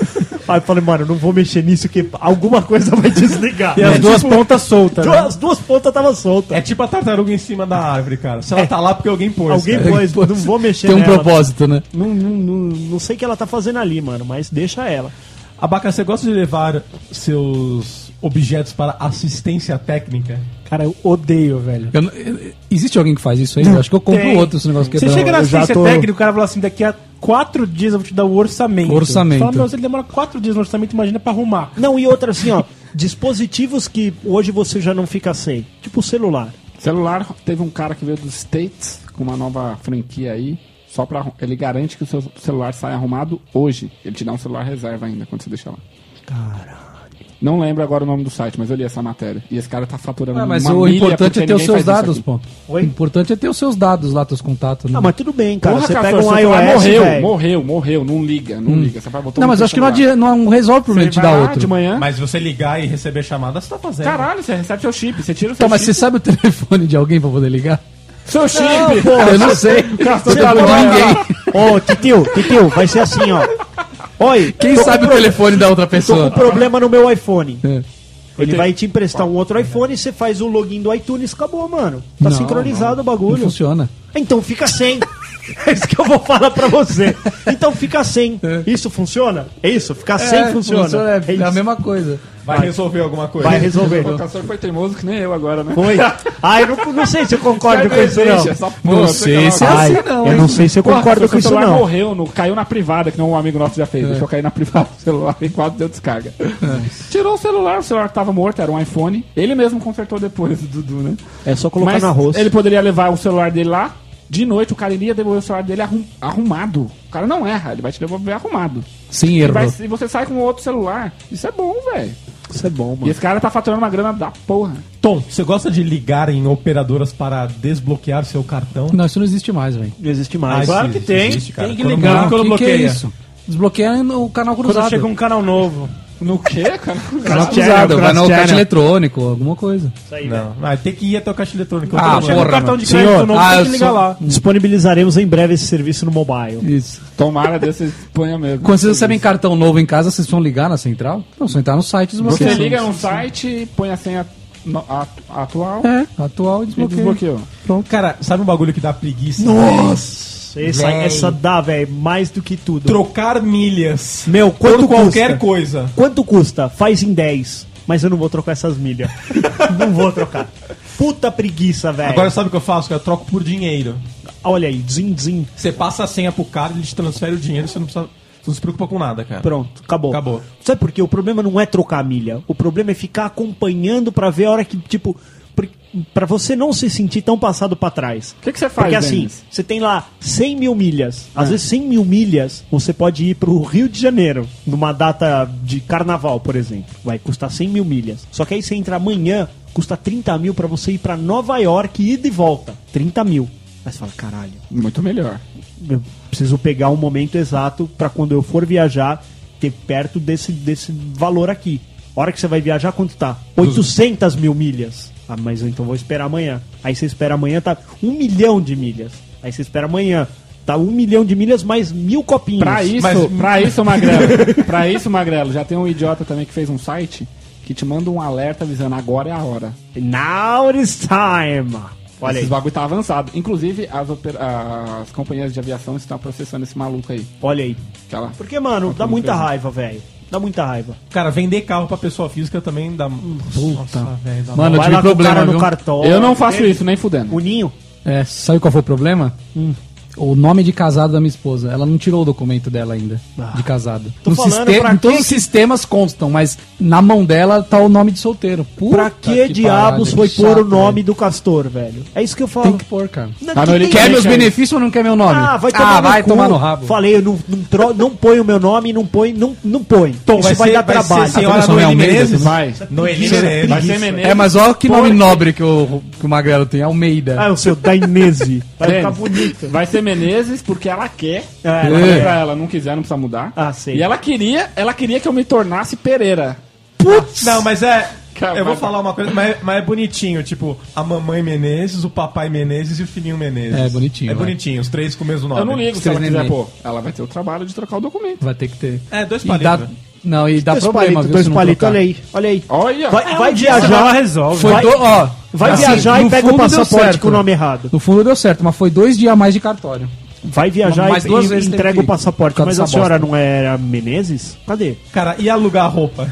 [SPEAKER 5] Aí eu falei, mano, não vou mexer nisso que alguma coisa vai desligar.
[SPEAKER 3] E as duas pontas soltas. né?
[SPEAKER 5] As duas pontas estavam soltas.
[SPEAKER 6] É tipo a tartaruga em cima da árvore, cara. Se ela tá lá porque alguém pôs.
[SPEAKER 5] É. Alguém
[SPEAKER 6] cara.
[SPEAKER 5] pôs, não vou mexer
[SPEAKER 4] Tem um
[SPEAKER 5] nela.
[SPEAKER 4] propósito, né?
[SPEAKER 5] Não, não, não, não sei o que ela tá fazendo ali, mano, mas deixa ela.
[SPEAKER 6] Abaca, você gosta de levar seus objetos para assistência técnica?
[SPEAKER 3] Cara, eu odeio, velho.
[SPEAKER 4] Eu não- eu- existe alguém que faz isso aí? Eu acho que é eu compro
[SPEAKER 3] Tem.
[SPEAKER 4] outro esse negócio
[SPEAKER 3] Você
[SPEAKER 4] quebrado.
[SPEAKER 3] chega na
[SPEAKER 5] eu já
[SPEAKER 3] assistência
[SPEAKER 5] tô-
[SPEAKER 3] técnica, o cara fala assim, daqui a quatro dias eu vou te dar o orçamento.
[SPEAKER 4] Orçamento.
[SPEAKER 3] Você fala, meu, você demora quatro dias no orçamento, imagina pra arrumar.
[SPEAKER 5] Não, e outra assim, ó. dispositivos que hoje você já não fica sem. Tipo o celular.
[SPEAKER 2] Celular, teve um cara que veio dos States com uma nova franquia aí. Só pra, arru- ele garante que o seu celular sai arrumado hoje. Ele te dá um celular reserva ainda quando você deixa lá. Caralho. Não lembro agora o nome do site, mas eu li essa matéria. E esse cara tá faturando
[SPEAKER 4] Ah, mas
[SPEAKER 2] uma
[SPEAKER 4] o
[SPEAKER 2] milha
[SPEAKER 4] importante é
[SPEAKER 2] porque
[SPEAKER 4] ter os
[SPEAKER 2] ninguém
[SPEAKER 4] seus
[SPEAKER 2] faz isso
[SPEAKER 4] dados,
[SPEAKER 2] aqui.
[SPEAKER 4] pô. O
[SPEAKER 5] Oi?
[SPEAKER 4] importante é ter os seus dados lá, teus contatos. Né?
[SPEAKER 5] Ah, mas tudo bem, cara.
[SPEAKER 2] Porra,
[SPEAKER 5] você
[SPEAKER 2] cara,
[SPEAKER 5] pega
[SPEAKER 2] seu
[SPEAKER 5] um
[SPEAKER 2] celular
[SPEAKER 5] iOS,
[SPEAKER 2] morreu,
[SPEAKER 5] velho.
[SPEAKER 2] morreu, morreu, não liga, não liga. Você vai botar um
[SPEAKER 4] Hum. não, mas eu acho que não, adianta, não um resolve o problema de dar outro. é
[SPEAKER 2] de manhã.
[SPEAKER 6] Mas você ligar e receber chamada, você tá fazendo.
[SPEAKER 2] Caralho, você recebe seu chip, você tira o seu
[SPEAKER 4] Então, mas
[SPEAKER 2] chip.
[SPEAKER 4] você sabe o telefone de alguém pra poder ligar?
[SPEAKER 2] Seu chip!
[SPEAKER 4] eu não sei.
[SPEAKER 2] Cartão
[SPEAKER 4] Eu falo de ninguém.
[SPEAKER 5] Ô, Titio, Titio, vai ser assim, ó. Oi,
[SPEAKER 4] Quem
[SPEAKER 5] tô
[SPEAKER 4] sabe
[SPEAKER 5] com
[SPEAKER 4] o
[SPEAKER 5] pro-
[SPEAKER 4] telefone da outra
[SPEAKER 5] Tô com
[SPEAKER 4] pessoa?
[SPEAKER 5] problema no meu iPhone.
[SPEAKER 4] É.
[SPEAKER 5] Ele vai te emprestar um outro iPhone, você faz o login do iTunes, acabou, mano. Tá
[SPEAKER 4] Não,
[SPEAKER 5] sincronizado o
[SPEAKER 4] Não
[SPEAKER 5] bagulho.
[SPEAKER 4] funciona.
[SPEAKER 5] Então fica sem. É isso que eu vou falar pra você. Então fica sem. Isso funciona? É isso? Ficar sem funciona.
[SPEAKER 4] é,
[SPEAKER 5] É
[SPEAKER 4] é a
[SPEAKER 5] isso.
[SPEAKER 4] mesma coisa.
[SPEAKER 6] Vai resolver alguma coisa.
[SPEAKER 5] Vai resolver.
[SPEAKER 2] O Castor foi teimoso que nem eu agora, né?
[SPEAKER 5] Foi. Ah, eu não, não sei se eu concordo com isso, não.
[SPEAKER 4] Não
[SPEAKER 2] tá
[SPEAKER 4] sei se é assim, não.
[SPEAKER 5] eu
[SPEAKER 4] hein?
[SPEAKER 5] não sei se eu concordo com
[SPEAKER 2] O
[SPEAKER 5] isso,
[SPEAKER 2] celular
[SPEAKER 5] não. É.
[SPEAKER 2] morreu, no, caiu na privada, que não um amigo nosso já fez. Deixou cair na privada o celular e quase deu descarga. Tirou o celular, o celular tava morto, era um iPhone. Ele mesmo consertou depois, o Dudu, né?
[SPEAKER 5] É só colocar
[SPEAKER 2] Mas
[SPEAKER 5] no arroz.
[SPEAKER 2] ele poderia levar o celular dele lá. De noite, o cara iria devolver o celular dele arrum- arrumado. O cara não erra, ele vai te devolver arrumado.
[SPEAKER 4] Sem
[SPEAKER 2] E,
[SPEAKER 4] erro.
[SPEAKER 2] vai- e você sai com outro celular. Isso é bom, velho.
[SPEAKER 5] Isso é bom,
[SPEAKER 2] E esse cara tá faturando uma grana da porra.
[SPEAKER 6] Tom, você gosta de ligar em operadoras para desbloquear seu cartão?
[SPEAKER 4] Não, isso não existe mais, velho.
[SPEAKER 5] Não existe mais.
[SPEAKER 6] Ah,
[SPEAKER 11] Claro
[SPEAKER 6] existe,
[SPEAKER 11] que tem.
[SPEAKER 6] existe, cara.
[SPEAKER 11] tem que
[SPEAKER 6] Quando
[SPEAKER 11] ligar
[SPEAKER 6] não-
[SPEAKER 11] quando
[SPEAKER 4] que, que é
[SPEAKER 11] bloqueia.
[SPEAKER 4] isso? Desbloqueia no canal
[SPEAKER 11] Quando
[SPEAKER 4] cruzado.
[SPEAKER 11] chega um canal novo.
[SPEAKER 2] No quê, cara?
[SPEAKER 4] Canal
[SPEAKER 5] Cross-channel,
[SPEAKER 4] cruzado, vai no
[SPEAKER 5] cross-channel.
[SPEAKER 4] caixa eletrônico, alguma coisa.
[SPEAKER 5] Isso aí, velho.
[SPEAKER 6] Não, mas Ah, tem que ir até o caixa eletrônico.
[SPEAKER 4] Ah,
[SPEAKER 6] Todo mundo.
[SPEAKER 11] Chega um
[SPEAKER 4] Porra,
[SPEAKER 11] cartão
[SPEAKER 4] mano.
[SPEAKER 11] de crédito
[SPEAKER 4] Senhor,
[SPEAKER 11] novo,
[SPEAKER 4] ah,
[SPEAKER 11] tem
[SPEAKER 4] eu
[SPEAKER 11] que ligar
[SPEAKER 4] sou-
[SPEAKER 11] lá.
[SPEAKER 5] Disponibilizaremos em breve esse serviço no mobile.
[SPEAKER 4] Isso.
[SPEAKER 2] Tomara desse espanha mesmo.
[SPEAKER 4] Quando vocês recebem cartão novo em casa, vocês vão ligar na central? Não, só entrar no site de
[SPEAKER 2] Você
[SPEAKER 4] vocês.
[SPEAKER 2] liga num site, põe a senha no- a- atual
[SPEAKER 4] É, atual e
[SPEAKER 2] e
[SPEAKER 4] desbloqueia.
[SPEAKER 2] desbloqueou.
[SPEAKER 6] Cara, sabe um bagulho que dá preguiça?
[SPEAKER 5] Nossa! Essa,
[SPEAKER 6] Véi.
[SPEAKER 5] essa dá, velho, mais do que tudo.
[SPEAKER 6] Trocar milhas.
[SPEAKER 5] Meu, quanto
[SPEAKER 6] Por
[SPEAKER 5] custa?
[SPEAKER 6] qualquer coisa.
[SPEAKER 5] Quanto custa? Faz em 10. Mas eu não vou trocar essas milhas. não vou trocar. Puta preguiça, velho.
[SPEAKER 6] Agora sabe o que eu faço? cara? Eu troco por dinheiro.
[SPEAKER 5] Olha aí, zin, zin.
[SPEAKER 6] Você passa a senha pro cara, ele te transfere o dinheiro, você não precisa. Você não se preocupa com nada, cara.
[SPEAKER 5] Pronto, acabou.
[SPEAKER 6] Acabou.
[SPEAKER 5] Sabe por quê? O problema não é trocar a milha. O problema é ficar acompanhando pra ver a hora que, tipo, pr- pra você não se sentir tão passado pra trás.
[SPEAKER 2] O que, que você faz,
[SPEAKER 5] Porque assim,
[SPEAKER 2] Denis? Ah.
[SPEAKER 5] você tem lá 100 mil milhas. Às vezes 100 mil milhas, você pode ir pro Rio de Janeiro, numa data de carnaval, por exemplo. Vai custar 100 mil milhas. Só que aí você entra amanhã, custa 30 mil pra você ir pra Nova York e ir de volta. 30 mil. Aí você fala, caralho,
[SPEAKER 2] Muito melhor.
[SPEAKER 5] eu preciso pegar um momento exato pra quando eu for viajar, ter perto desse, desse valor aqui. A hora que você vai viajar, quanto tá? 800 mil milhas. Ah, mas eu então vou esperar amanhã. Aí você espera amanhã, tá um milhão de milhas. Aí você espera amanhã. Tá um milhão de milhas mais mil copinhos. um
[SPEAKER 2] Pra isso,
[SPEAKER 6] Mas-
[SPEAKER 2] pra isso, Magrelo. pra isso, Magrelo, já tem um idiota também que fez um site que te manda um alerta avisando agora é a hora.
[SPEAKER 5] Now it's time. Olha aí.
[SPEAKER 2] Esses bagulho tá avançado. Inclusive, as, oper- as companhias de aviação estão processando esse maluco aí. Tá
[SPEAKER 5] Olha aí.
[SPEAKER 2] Aquela...
[SPEAKER 5] Porque, mano,
[SPEAKER 4] Tá
[SPEAKER 5] dá muita raiva, velho. Dá muita raiva.
[SPEAKER 6] Cara, vender carro pra pessoa física também dá. Puta, velho. dá-
[SPEAKER 4] Mano, eu
[SPEAKER 5] Vai lá
[SPEAKER 4] Ah, tive
[SPEAKER 5] com o
[SPEAKER 4] problema,
[SPEAKER 5] cara no
[SPEAKER 4] viu?
[SPEAKER 5] cartório.
[SPEAKER 2] Eu não faço isso, nem fudendo.
[SPEAKER 5] O Ninho.
[SPEAKER 4] É, sabe qual foi o problema? O nome de casado da minha esposa. Ela não tirou o documento dela ainda, de casado.
[SPEAKER 5] Tô falando pra
[SPEAKER 4] em todos
[SPEAKER 5] que
[SPEAKER 4] os sistemas constam, mas na mão dela tá o nome de solteiro. Puta
[SPEAKER 5] Pra que, diabos
[SPEAKER 4] parada,
[SPEAKER 5] foi
[SPEAKER 4] que
[SPEAKER 5] pôr o
[SPEAKER 4] chato,
[SPEAKER 5] nome do Castor, velho? É isso que eu
[SPEAKER 4] velho.
[SPEAKER 5] falo.
[SPEAKER 4] Tem que pôr, cara.
[SPEAKER 5] Não,
[SPEAKER 2] Ah, não, ele
[SPEAKER 5] tem-
[SPEAKER 4] Quer
[SPEAKER 2] Deixa
[SPEAKER 4] meus
[SPEAKER 2] aí.
[SPEAKER 4] benefícios ou não quer meu nome?
[SPEAKER 5] Ah, vai tomar,
[SPEAKER 4] Ah, vai
[SPEAKER 5] cu.
[SPEAKER 4] tomar no rabo.
[SPEAKER 5] Falei, eu não, não, tro- não põe o meu nome, não põe, não, não põe. Isso vai, dar trabalho.
[SPEAKER 6] Ser senhora
[SPEAKER 4] Tá vendo,
[SPEAKER 6] Noeli
[SPEAKER 4] Samuel Menezes?
[SPEAKER 6] Menezes?
[SPEAKER 2] Vai.
[SPEAKER 6] Noeli
[SPEAKER 2] Vai
[SPEAKER 6] Menezes.
[SPEAKER 2] ser Menezes.
[SPEAKER 4] É, mas olha que nome nobre que o, que o Magrelo tem, Almeida.
[SPEAKER 5] Ah, o seu Dainese.
[SPEAKER 4] Tá
[SPEAKER 5] Vai
[SPEAKER 2] Menezes.
[SPEAKER 5] ficar bonito.
[SPEAKER 2] Vai ser Menezes porque ela quer.
[SPEAKER 5] É,
[SPEAKER 2] Eu falei pra ela, não quiser, não precisa mudar.
[SPEAKER 5] Ah, sei.
[SPEAKER 2] E ela queria, ela queria que eu me tornasse Pereira.
[SPEAKER 6] Não, mas é.
[SPEAKER 2] Cara,
[SPEAKER 6] eu vou
[SPEAKER 2] vai-
[SPEAKER 6] falar uma coisa, mas, mas é bonitinho. Tipo, a mamãe Menezes, o papai Menezes e o filhinho Menezes.
[SPEAKER 4] É, bonitinho,
[SPEAKER 6] É
[SPEAKER 4] vai.
[SPEAKER 6] bonitinho, os três com o mesmo nome.
[SPEAKER 2] Eu não ligo se
[SPEAKER 4] Três
[SPEAKER 2] ela quiser,
[SPEAKER 4] neném.
[SPEAKER 2] pô. Ela vai ter o trabalho de trocar o documento.
[SPEAKER 4] Vai ter que ter.
[SPEAKER 6] É, dois
[SPEAKER 4] E
[SPEAKER 6] palitos.
[SPEAKER 4] dá,
[SPEAKER 6] né?
[SPEAKER 4] não, e dá
[SPEAKER 5] dois
[SPEAKER 4] problema,
[SPEAKER 5] palitos,
[SPEAKER 4] viu,
[SPEAKER 5] dois
[SPEAKER 4] se não
[SPEAKER 5] palitos.
[SPEAKER 4] trocar.
[SPEAKER 5] Olha aí, olha aí.
[SPEAKER 2] Olha,
[SPEAKER 4] é,
[SPEAKER 5] Vai,
[SPEAKER 4] um
[SPEAKER 5] vai
[SPEAKER 3] Ela
[SPEAKER 5] viajar,
[SPEAKER 3] resolve.
[SPEAKER 4] Foi
[SPEAKER 5] Vai-
[SPEAKER 4] do, ó,
[SPEAKER 5] vai
[SPEAKER 4] assim,
[SPEAKER 5] viajar e
[SPEAKER 4] no
[SPEAKER 5] pega o
[SPEAKER 4] fundo deu
[SPEAKER 5] passaporte
[SPEAKER 4] certo.
[SPEAKER 5] com o nome errado.
[SPEAKER 4] No fundo deu certo, mas foi dois dias a mais de cartório.
[SPEAKER 5] Vai viajar
[SPEAKER 4] Mais
[SPEAKER 5] e,
[SPEAKER 4] duas
[SPEAKER 5] e
[SPEAKER 4] vezes tem
[SPEAKER 5] entrega
[SPEAKER 4] que-
[SPEAKER 5] o passaporte.
[SPEAKER 4] por causa
[SPEAKER 5] Mas a
[SPEAKER 4] dessa
[SPEAKER 5] senhora
[SPEAKER 4] bosta.
[SPEAKER 5] não era Menezes? Cadê?
[SPEAKER 6] Cara, e alugar a roupa?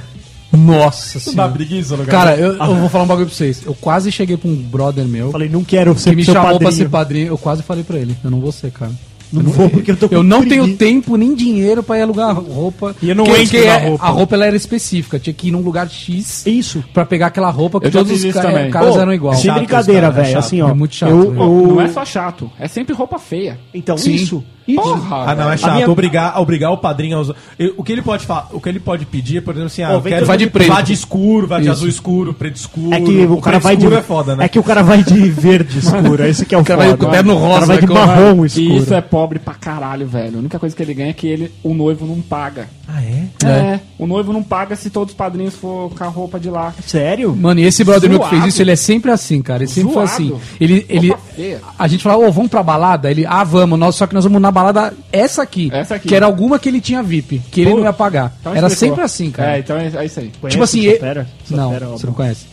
[SPEAKER 4] Nossa
[SPEAKER 6] Não dá
[SPEAKER 4] senhora.
[SPEAKER 6] preguiça alugar a
[SPEAKER 4] Cara,
[SPEAKER 6] roupa?
[SPEAKER 4] eu, eu vou falar um bagulho pra vocês. Eu quase cheguei pra um brother meu
[SPEAKER 5] Falei, não quero ser
[SPEAKER 4] que me
[SPEAKER 5] seu
[SPEAKER 4] chamou pra
[SPEAKER 5] padrinho.
[SPEAKER 4] ser padrinho. Eu quase falei pra ele: Eu não vou ser, cara.
[SPEAKER 5] Não vou, porque eu tô com
[SPEAKER 4] Eu não tenho
[SPEAKER 5] preguiça.
[SPEAKER 4] tempo nem dinheiro pra ir alugar roupa.
[SPEAKER 3] E eu não
[SPEAKER 4] Porque
[SPEAKER 3] entro
[SPEAKER 4] é-
[SPEAKER 3] na roupa.
[SPEAKER 4] A roupa ela era específica. Tinha que ir num lugar X
[SPEAKER 5] Isso.
[SPEAKER 4] pra pegar aquela roupa que
[SPEAKER 2] Eu já
[SPEAKER 4] todos
[SPEAKER 2] fiz
[SPEAKER 4] os
[SPEAKER 2] isso
[SPEAKER 4] ca-
[SPEAKER 2] também.
[SPEAKER 4] caras
[SPEAKER 5] Ô,
[SPEAKER 4] eram igual.
[SPEAKER 5] Sem
[SPEAKER 6] Chato
[SPEAKER 5] brincadeira,
[SPEAKER 6] isso, cara, é
[SPEAKER 5] velho.
[SPEAKER 6] chato.
[SPEAKER 5] assim, ó.
[SPEAKER 4] É muito chato,
[SPEAKER 5] eu-
[SPEAKER 4] velho.
[SPEAKER 5] eu-
[SPEAKER 2] Não é só chato, é sempre roupa feia.
[SPEAKER 5] Então,
[SPEAKER 4] Sim.
[SPEAKER 5] isso. isso.
[SPEAKER 2] Porra!
[SPEAKER 6] Ah, não, é
[SPEAKER 2] velho.
[SPEAKER 6] chato.
[SPEAKER 5] minha-
[SPEAKER 6] Obrigar, obrigar o padrinho a usar. eu- O que ele pode falar? O que ele pode pedir, é, por exemplo, assim, ah,
[SPEAKER 5] Pô,
[SPEAKER 6] eu
[SPEAKER 5] vem
[SPEAKER 6] quero
[SPEAKER 5] todo Vai
[SPEAKER 4] de preto.
[SPEAKER 6] Vá de escuro, vá de
[SPEAKER 4] Isso.
[SPEAKER 6] azul escuro, preto escuro.
[SPEAKER 5] É que o, cara
[SPEAKER 6] preto
[SPEAKER 5] vai de.
[SPEAKER 6] escuro é foda, né?
[SPEAKER 5] É que o cara vai de verde escuro. É esse que é o
[SPEAKER 4] cara vai
[SPEAKER 5] foda.
[SPEAKER 4] com o terno
[SPEAKER 5] O cara
[SPEAKER 4] rosa,
[SPEAKER 5] vai de
[SPEAKER 4] né, com-
[SPEAKER 5] marrom
[SPEAKER 2] E isso
[SPEAKER 5] escuro.
[SPEAKER 2] é pobre pra caralho, velho. A única coisa que ele ganha é que ele, o noivo não paga.
[SPEAKER 6] Ah, é?
[SPEAKER 2] É. O noivo não paga se todos os padrinhos for com a roupa de lá.
[SPEAKER 5] Sério?
[SPEAKER 4] Mano, e esse brother meu que fez
[SPEAKER 2] Zoado.
[SPEAKER 4] isso, ele é sempre assim, cara. Ele sempre foi
[SPEAKER 2] Zoado.
[SPEAKER 4] assim. Ele, ele,
[SPEAKER 2] feia.
[SPEAKER 4] a gente falava, ô, vamos pra balada? Ele, ah, vamos, nós, só que nós vamos na balada essa aqui.
[SPEAKER 2] Essa aqui.
[SPEAKER 4] Que era alguma que ele tinha VIP, que ele
[SPEAKER 2] Pô,
[SPEAKER 4] não ia pagar.
[SPEAKER 2] Então
[SPEAKER 4] era
[SPEAKER 2] explicou.
[SPEAKER 4] sempre assim, cara.
[SPEAKER 2] É, então é, é isso aí.
[SPEAKER 4] tipo assim,
[SPEAKER 5] essa
[SPEAKER 4] e-
[SPEAKER 5] fera? Essa
[SPEAKER 4] não,
[SPEAKER 5] fera, ó,
[SPEAKER 4] você não conhece.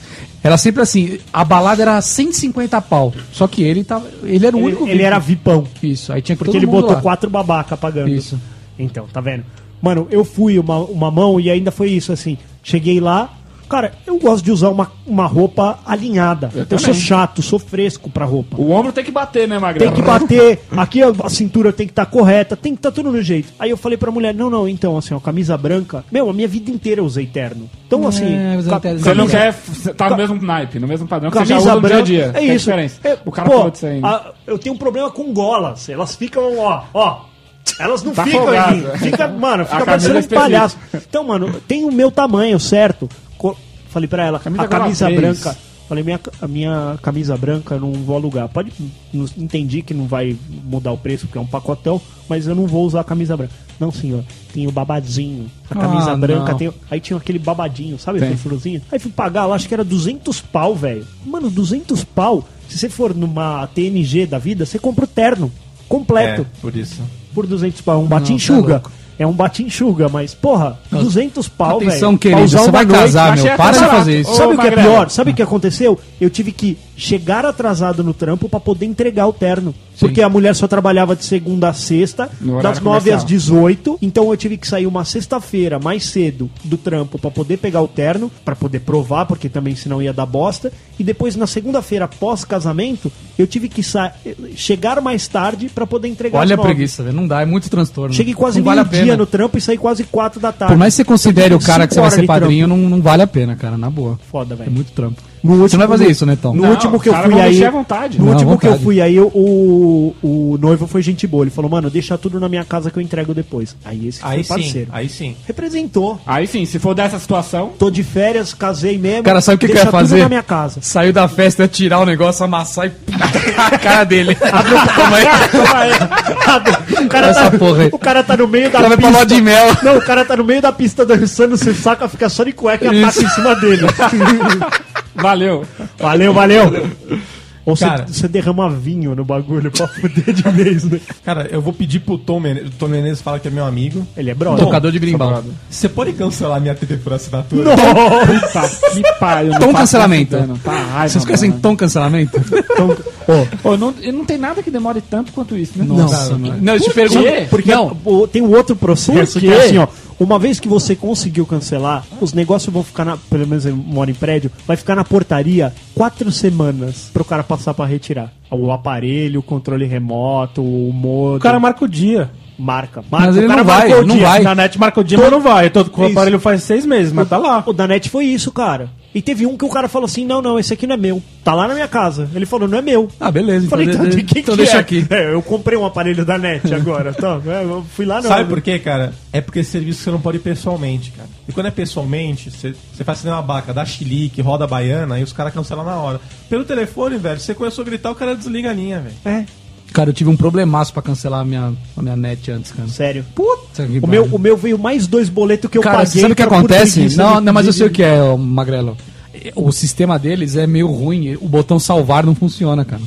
[SPEAKER 4] Era sempre assim, a balada era 150 pau. Só que ele tava, ele era o único
[SPEAKER 5] Ele, ele era vipão.
[SPEAKER 4] Isso, aí tinha
[SPEAKER 5] Porque
[SPEAKER 4] todo
[SPEAKER 5] ele
[SPEAKER 4] mundo
[SPEAKER 5] botou
[SPEAKER 4] lá.
[SPEAKER 5] quatro babaca pagando.
[SPEAKER 4] Isso.
[SPEAKER 5] Então, tá vendo? Mano, eu fui uma, uma mão e ainda foi isso, assim. Cheguei lá, cara, eu gosto de usar uma, uma roupa alinhada. Eu, sou chato, sou fresco pra roupa.
[SPEAKER 2] O ombro tem que bater, né, Magrão?
[SPEAKER 5] Tem que bater, aqui a, a cintura tem que estar correta, tem que estar tudo no jeito. Aí eu falei pra mulher, não, não, então, assim, ó, camisa branca. Meu, a minha vida inteira eu usei terno.
[SPEAKER 4] É,
[SPEAKER 5] Então, assim,
[SPEAKER 4] mas eu
[SPEAKER 5] ca-
[SPEAKER 4] entendo.
[SPEAKER 2] Você não
[SPEAKER 4] Camisa.
[SPEAKER 2] quer f- tá no mesmo naipe, no mesmo padrão que você já
[SPEAKER 5] camisa
[SPEAKER 2] usa no dia a
[SPEAKER 5] branca.
[SPEAKER 2] dia.
[SPEAKER 5] É
[SPEAKER 2] Tem
[SPEAKER 5] isso.
[SPEAKER 2] diferença.
[SPEAKER 5] É,
[SPEAKER 2] o cara
[SPEAKER 5] pô,
[SPEAKER 2] falou disso aí.
[SPEAKER 5] a- eu tenho um problema com golas. Elas ficam, ó, ó. Elas não
[SPEAKER 2] Tá
[SPEAKER 5] ficam
[SPEAKER 2] folgado.
[SPEAKER 5] em mim. Fica, mano,
[SPEAKER 2] A camisa
[SPEAKER 5] fica parecendo um
[SPEAKER 2] específica.
[SPEAKER 5] palhaço. Então, mano, tem o meu tamanho, certo? Co- Falei pra ela,
[SPEAKER 2] Camisa
[SPEAKER 5] a camisa
[SPEAKER 2] gola três.
[SPEAKER 5] branca. Falei, minha, a minha camisa branca eu não vou alugar. Pode. não- Entendi que não vai mudar o preço, porque é um pacotão, mas eu não vou usar a camisa branca. Não, senhor, tem o babadinho. A camisa
[SPEAKER 4] Ah,
[SPEAKER 5] branca
[SPEAKER 4] não.
[SPEAKER 5] tem. Aí tinha aquele babadinho, sabe?
[SPEAKER 2] Tem.
[SPEAKER 5] Aquele furozinho. Aí fui pagar lá, acho que era 200 pau, velho. Mano, 200 pau. Se você for numa TNG da vida, você compra o terno completo
[SPEAKER 6] É, por isso.
[SPEAKER 5] por 200 pau. Um
[SPEAKER 4] tá
[SPEAKER 5] bate-enxuga.
[SPEAKER 4] louco.
[SPEAKER 5] é um bate-enxuga, mas, porra, 200 pau, velho.
[SPEAKER 4] Atenção,
[SPEAKER 5] pra
[SPEAKER 4] querido,
[SPEAKER 5] usar
[SPEAKER 4] você
[SPEAKER 5] uma
[SPEAKER 4] vai
[SPEAKER 5] noite.
[SPEAKER 4] casar,
[SPEAKER 2] achei
[SPEAKER 4] meu.
[SPEAKER 2] até
[SPEAKER 4] Para de
[SPEAKER 2] barato.
[SPEAKER 4] fazer isso.
[SPEAKER 2] Ô,
[SPEAKER 5] Sabe o que é
[SPEAKER 2] Magrelo.
[SPEAKER 5] pior? Sabe o que aconteceu? Eu tive que chegar atrasado no trampo pra poder entregar o terno. Porque a mulher só trabalhava de segunda a sexta,
[SPEAKER 2] No horário
[SPEAKER 5] das 9 às
[SPEAKER 2] comercial.
[SPEAKER 5] 18. Então eu tive que sair uma sexta-feira mais cedo do trampo pra poder pegar o terno, pra poder provar, porque também senão ia dar bosta. E depois na segunda-feira pós casamento, eu tive que sa- chegar mais tarde pra poder entregar
[SPEAKER 4] Olha a
[SPEAKER 5] às nove.
[SPEAKER 4] preguiça, velho. Não dá, é muito transtorno.
[SPEAKER 5] Cheguei quase
[SPEAKER 4] não vale a
[SPEAKER 5] meio-dia
[SPEAKER 4] pena.
[SPEAKER 5] no trampo e saí quase quatro da tarde.
[SPEAKER 4] Por mais que você considere o cara que você
[SPEAKER 5] Cinco
[SPEAKER 4] vai
[SPEAKER 5] horas
[SPEAKER 4] ser
[SPEAKER 5] de
[SPEAKER 4] padrinho, não, não vale a pena, cara, na boa.
[SPEAKER 5] Foda,
[SPEAKER 4] É
[SPEAKER 5] velho.
[SPEAKER 4] muito trampo.
[SPEAKER 5] No
[SPEAKER 4] você
[SPEAKER 5] último-
[SPEAKER 4] não vai fazer isso, né, Tom?
[SPEAKER 5] No
[SPEAKER 2] Não,
[SPEAKER 5] último que eu
[SPEAKER 2] os caras
[SPEAKER 5] fui
[SPEAKER 2] vão
[SPEAKER 5] aí.
[SPEAKER 2] mexer à vontade.
[SPEAKER 5] No
[SPEAKER 4] Não, à
[SPEAKER 5] último que eu
[SPEAKER 4] vontade.
[SPEAKER 5] fui aí, eu- o, o noivo foi gente boa. Ele falou, mano, deixa tudo na minha casa que eu entrego depois. Aí esse foi
[SPEAKER 6] Aí sim,
[SPEAKER 5] parceiro.
[SPEAKER 6] aí sim.
[SPEAKER 5] Representou.
[SPEAKER 2] Aí sim, se for dessa situação,
[SPEAKER 5] Tô de férias, casei mesmo.
[SPEAKER 4] Cara, sabe o que que eu
[SPEAKER 5] deixa
[SPEAKER 4] ia fazer?
[SPEAKER 5] tudo na minha casa.
[SPEAKER 4] Saiu da festa, ia tirar o negócio, amassar e a cara dele. Toma aí.
[SPEAKER 5] o, cara
[SPEAKER 4] Essa
[SPEAKER 5] tá,
[SPEAKER 4] porra aí.
[SPEAKER 5] o cara tá no meio da
[SPEAKER 4] Ela vai pra lua de mel.
[SPEAKER 5] Não, o cara tá no meio da pista dançando, você saca, fica só de cueca e ataca
[SPEAKER 4] Isso.
[SPEAKER 5] em cima dele.
[SPEAKER 2] valeu.
[SPEAKER 5] valeu, valeu. Ou você-
[SPEAKER 6] Cara.
[SPEAKER 5] você derrama vinho no bagulho pra fuder de vez, né?
[SPEAKER 6] Cara, eu vou pedir pro Tom Menezes. O Tom Menezes fala que é meu amigo.
[SPEAKER 5] Ele é brother.
[SPEAKER 4] Tocador de brimbal.
[SPEAKER 6] Você pode cancelar minha TV por assinatura?
[SPEAKER 2] Puta que pariu. não
[SPEAKER 4] Tom
[SPEAKER 2] faço
[SPEAKER 4] cancelamento.
[SPEAKER 2] ideia, não. Tá raiva,
[SPEAKER 4] Vocês assim, conhecem
[SPEAKER 2] mano.
[SPEAKER 4] tom cancelamento?
[SPEAKER 2] Ô, não, e não tem nada que demore tanto quanto isso, né?
[SPEAKER 4] mano. Não, eu te pergunto.
[SPEAKER 5] Porque
[SPEAKER 4] não,
[SPEAKER 5] o- tem um outro processo
[SPEAKER 3] Por
[SPEAKER 5] que
[SPEAKER 3] quê?
[SPEAKER 5] é assim, ó. Uma vez que você conseguiu cancelar, os negócios vão ficar na. Pelo menos eu moro em prédio, vai ficar na portaria quatro semanas pro cara passar pra retirar. O aparelho, o controle remoto, o modo.
[SPEAKER 3] O cara marca o dia.
[SPEAKER 2] É
[SPEAKER 5] marca. marca.
[SPEAKER 4] mas
[SPEAKER 5] o
[SPEAKER 4] ele
[SPEAKER 5] cara
[SPEAKER 4] não vai,
[SPEAKER 5] marcou o
[SPEAKER 4] não
[SPEAKER 5] dia.
[SPEAKER 4] vai.
[SPEAKER 3] Na net marca o dia, mas não vai. Eu tô com o
[SPEAKER 5] é Isso.
[SPEAKER 3] aparelho faz seis meses, mas tá lá.
[SPEAKER 5] O da net foi isso, cara. E teve um que o cara falou assim: não, não, esse aqui não é meu. Tá lá na minha casa. Ele falou, não é meu.
[SPEAKER 4] Ah, beleza.
[SPEAKER 5] Eu falei,
[SPEAKER 4] então
[SPEAKER 5] então, de
[SPEAKER 4] de-
[SPEAKER 5] quem
[SPEAKER 4] então
[SPEAKER 5] que
[SPEAKER 4] deixa
[SPEAKER 5] é?
[SPEAKER 4] aqui.
[SPEAKER 5] É, eu comprei um aparelho da net agora, tá? É, Eu fui lá, não.
[SPEAKER 6] Sabe por quê, cara? É porque esse serviço você não pode ir pessoalmente, cara. E quando é pessoalmente, você, você faz cinema baca, dá chilique, roda baiana, e os caras cancelam na hora. Pelo telefone, velho, você começou a gritar, o cara desliga a linha, velho.
[SPEAKER 4] Cara, eu tive um problemaço pra cancelar a minha, a minha net antes, cara.
[SPEAKER 5] Sério.
[SPEAKER 4] Puta que
[SPEAKER 5] O
[SPEAKER 4] pariu.
[SPEAKER 5] meu, o meu veio mais dois boletos que eu
[SPEAKER 4] Cara,
[SPEAKER 5] paguei.
[SPEAKER 4] você sabe o que
[SPEAKER 5] pra- por
[SPEAKER 4] acontece?
[SPEAKER 5] preguiça
[SPEAKER 4] Não,
[SPEAKER 5] de-
[SPEAKER 4] não, mas eu
[SPEAKER 5] de-
[SPEAKER 4] sei o que é, ô, Magrelo. O sistema deles é meio ruim. O botão salvar não funciona, cara.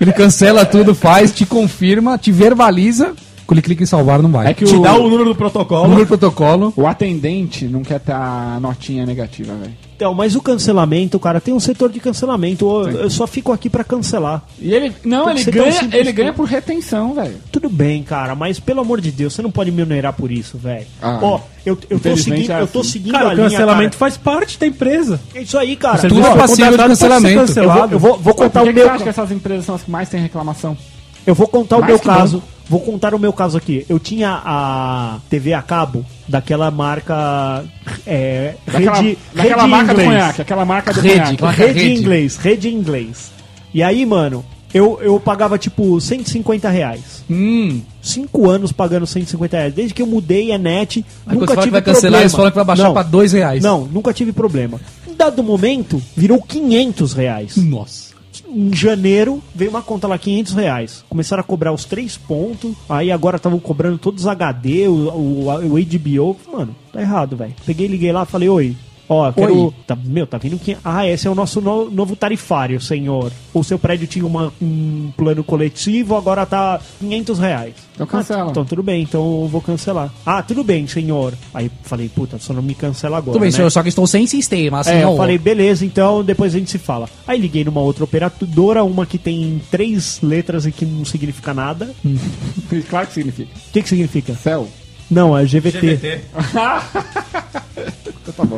[SPEAKER 4] Ele cancela tudo, faz, te confirma, te verbaliza. Quando ele clica em salvar, não vai.
[SPEAKER 2] É que
[SPEAKER 6] Te
[SPEAKER 2] o,
[SPEAKER 6] dá o número do protocolo.
[SPEAKER 4] Número protocolo.
[SPEAKER 2] o atendente não quer ter a notinha negativa, velho.
[SPEAKER 5] Então, mas o cancelamento, cara, tem um setor de cancelamento. Eu, eu só fico aqui pra cancelar.
[SPEAKER 2] E ele. Não,
[SPEAKER 5] Tem que
[SPEAKER 2] ele
[SPEAKER 5] ser tão
[SPEAKER 2] ganha,
[SPEAKER 5] simples
[SPEAKER 2] ele
[SPEAKER 5] que-
[SPEAKER 2] ganha por retenção, velho.
[SPEAKER 5] Tudo bem, cara, mas pelo amor de Deus, você não pode me onerar por isso, velho.
[SPEAKER 2] Ah.
[SPEAKER 5] Ó, eu, eu tô
[SPEAKER 2] Infelizmente
[SPEAKER 5] seguindo,
[SPEAKER 2] é
[SPEAKER 5] eu tô
[SPEAKER 2] assim.
[SPEAKER 5] seguindo
[SPEAKER 3] Cara,
[SPEAKER 5] a
[SPEAKER 3] o
[SPEAKER 5] linha,
[SPEAKER 3] cancelamento
[SPEAKER 5] cara.
[SPEAKER 3] faz parte da empresa.
[SPEAKER 5] É isso aí, cara.
[SPEAKER 4] Tudo é passível de
[SPEAKER 3] contratado pode ser
[SPEAKER 4] cancelamento.
[SPEAKER 5] Eu vou,
[SPEAKER 3] cancelado.
[SPEAKER 5] eu vou- vou
[SPEAKER 2] Por que,
[SPEAKER 5] contar o
[SPEAKER 2] que
[SPEAKER 5] meu
[SPEAKER 2] você acha que essas empresas são as que mais têm reclamação?
[SPEAKER 5] Eu vou contar o
[SPEAKER 2] Mais
[SPEAKER 5] meu
[SPEAKER 2] que bom.
[SPEAKER 5] caso. Vou contar o meu caso aqui. Eu tinha a TV a cabo daquela marca. É,
[SPEAKER 2] Daquela,
[SPEAKER 5] rede,
[SPEAKER 2] daquela
[SPEAKER 5] rede
[SPEAKER 2] marca do
[SPEAKER 5] inglês.
[SPEAKER 2] conhaque, aquela marca do
[SPEAKER 4] Rede,
[SPEAKER 2] conhaque.
[SPEAKER 4] claro.
[SPEAKER 5] Rede,
[SPEAKER 4] Rede.
[SPEAKER 5] em inglês, rede em inglês. E aí, mano, eu, eu pagava tipo 150 reais.
[SPEAKER 4] Hum.
[SPEAKER 5] Cinco anos pagando 150 reais. Desde que eu mudei a net,
[SPEAKER 4] Aí quando
[SPEAKER 5] nunca
[SPEAKER 4] você
[SPEAKER 5] tive
[SPEAKER 4] fala que vai cancelar,
[SPEAKER 5] problema.
[SPEAKER 4] eles falam que vai baixar
[SPEAKER 5] Não.
[SPEAKER 4] pra dois reais.
[SPEAKER 5] Não, nunca tive problema. Em dado momento, virou 500 reais
[SPEAKER 4] Hum. Nossa.
[SPEAKER 5] em janeiro veio uma conta lá, 500 reais. Começaram a cobrar os três pontos, aí agora estavam cobrando todos os HD, o, o, o HBO. Mano, tá errado, velho. Peguei, liguei lá, falei, oi. Ó, quero. Tá, meu, tá vindo que. Ah, esse é o nosso no- novo tarifário, senhor. O seu prédio tinha uma- um plano coletivo, agora tá 500 reais.
[SPEAKER 2] Então cancela.
[SPEAKER 5] Ah, então tudo bem, então eu vou cancelar. Ah, tudo bem, senhor. Aí falei, puta, só não me cancela agora.
[SPEAKER 4] Tudo bem,
[SPEAKER 5] né?
[SPEAKER 4] senhor, só que estou sem sistema. Assim,
[SPEAKER 5] É, eu
[SPEAKER 4] ó.
[SPEAKER 5] falei, beleza, então depois a gente se fala. Aí liguei numa outra operadora, uma que tem três letras e que não significa nada. O
[SPEAKER 2] claro que significa.
[SPEAKER 5] que, que significa?
[SPEAKER 2] Céu.
[SPEAKER 5] Não, é GVT.
[SPEAKER 6] GVT.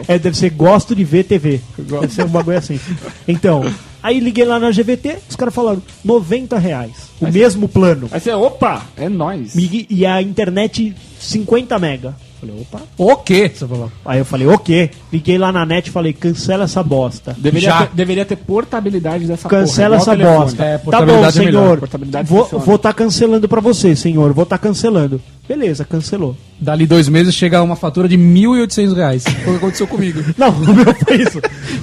[SPEAKER 5] É, deve ser gosto de ver TV. Deve ser um bagulho assim. Então, aí liguei lá na GVT, os caras falaram 90 reais. O mesmo plano.
[SPEAKER 2] Aí você, opa, é nóis.
[SPEAKER 5] E, e a internet 50 mega. Falei, opa.
[SPEAKER 4] O quê? Você falou.
[SPEAKER 5] Aí eu falei, o quê? Liguei lá na net e falei, cancela essa bosta.
[SPEAKER 2] Deveria
[SPEAKER 4] Já.
[SPEAKER 2] ter, deveria ter portabilidade dessa
[SPEAKER 5] Cancela
[SPEAKER 2] Tá, porra,
[SPEAKER 5] essa
[SPEAKER 2] igual telefone.
[SPEAKER 5] bosta.
[SPEAKER 4] É,
[SPEAKER 5] tá
[SPEAKER 4] portabilidade
[SPEAKER 5] bom,
[SPEAKER 4] é melhor,
[SPEAKER 5] senhor.
[SPEAKER 2] portabilidade
[SPEAKER 5] Vou
[SPEAKER 2] funciona.
[SPEAKER 5] vou tá cancelando pra você, senhor. Vou tá cancelando. Beleza, cancelou.
[SPEAKER 4] Dali dois meses chega uma fatura de R$ 1.800. reais. Foi o que aconteceu comigo.
[SPEAKER 5] Não, o meu foi isso.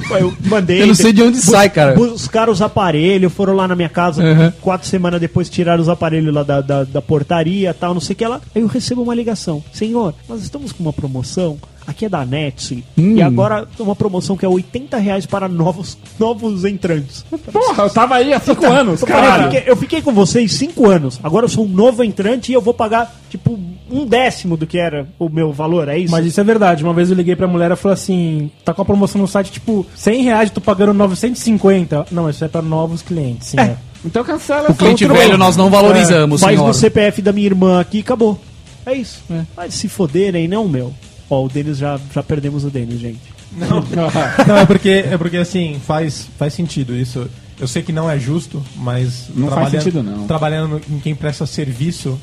[SPEAKER 5] Foi, Eu mandei.
[SPEAKER 4] Eu não sei de onde sai, cara.
[SPEAKER 5] Buscaram os aparelhos, foram lá na minha casa.
[SPEAKER 4] Uhum.
[SPEAKER 5] Quatro semanas depois tiraram os aparelhos lá da, da, da portaria tal, não sei o que lá. Aí eu recebo uma ligação: Senhor, nós estamos com uma promoção. Aqui é da Net.
[SPEAKER 4] Hum.
[SPEAKER 5] E agora tem uma promoção que é R$ 80 reais para novos, novos entrantes.
[SPEAKER 2] É. Porra, eu tava aí há cinco anos,
[SPEAKER 5] Eu falei, Eu
[SPEAKER 2] caralho.
[SPEAKER 5] fiquei, eu fiquei com vocês cinco anos. Agora eu sou um novo entrante e eu vou pagar, tipo, um décimo do que era o meu valor, é isso?
[SPEAKER 3] Mas isso é verdade. Uma vez eu liguei pra mulher e falei assim: tá com a promoção no site, tipo, 100 reais, tô pagando 950. Não, isso é pra novos clientes, sim. é.
[SPEAKER 2] Então cancela
[SPEAKER 4] O cliente velho nós não valorizamos,
[SPEAKER 5] Faz
[SPEAKER 4] senhor.
[SPEAKER 5] no CPF da minha irmã aqui e acabou. É isso. Mas se foderem, não o meu. Ó, o Denis já, já perdemos o Denis, gente.
[SPEAKER 6] Não, é porque, é porque assim, faz, faz sentido isso. Eu sei que não é justo, mas.
[SPEAKER 2] Não faz
[SPEAKER 6] trabalhando-
[SPEAKER 2] sentido, não.
[SPEAKER 6] Trabalhando em quem presta serviço,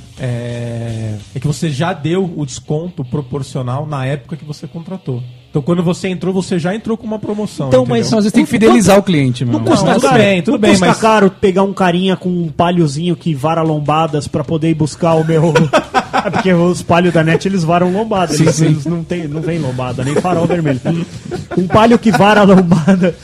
[SPEAKER 6] é, é que você já deu o desconto proporcional na época que você contratou. Então, quando você entrou, você já entrou com uma promoção.
[SPEAKER 5] Então,
[SPEAKER 6] entendeu?
[SPEAKER 5] mas-
[SPEAKER 4] Não, às vezes tem que fidelizar o cliente, mano.
[SPEAKER 6] custa- Não, tudo bem, tudo
[SPEAKER 5] não
[SPEAKER 6] bem,
[SPEAKER 5] custa
[SPEAKER 6] mas-
[SPEAKER 5] caro pegar um carinha com um palhozinho que vara lombadas pra poder ir buscar o meu. é porque os palhos da net eles varam lombada, eles, eles não tem, não vem lombada, nem farol vermelho. Um palho que vara a lombada,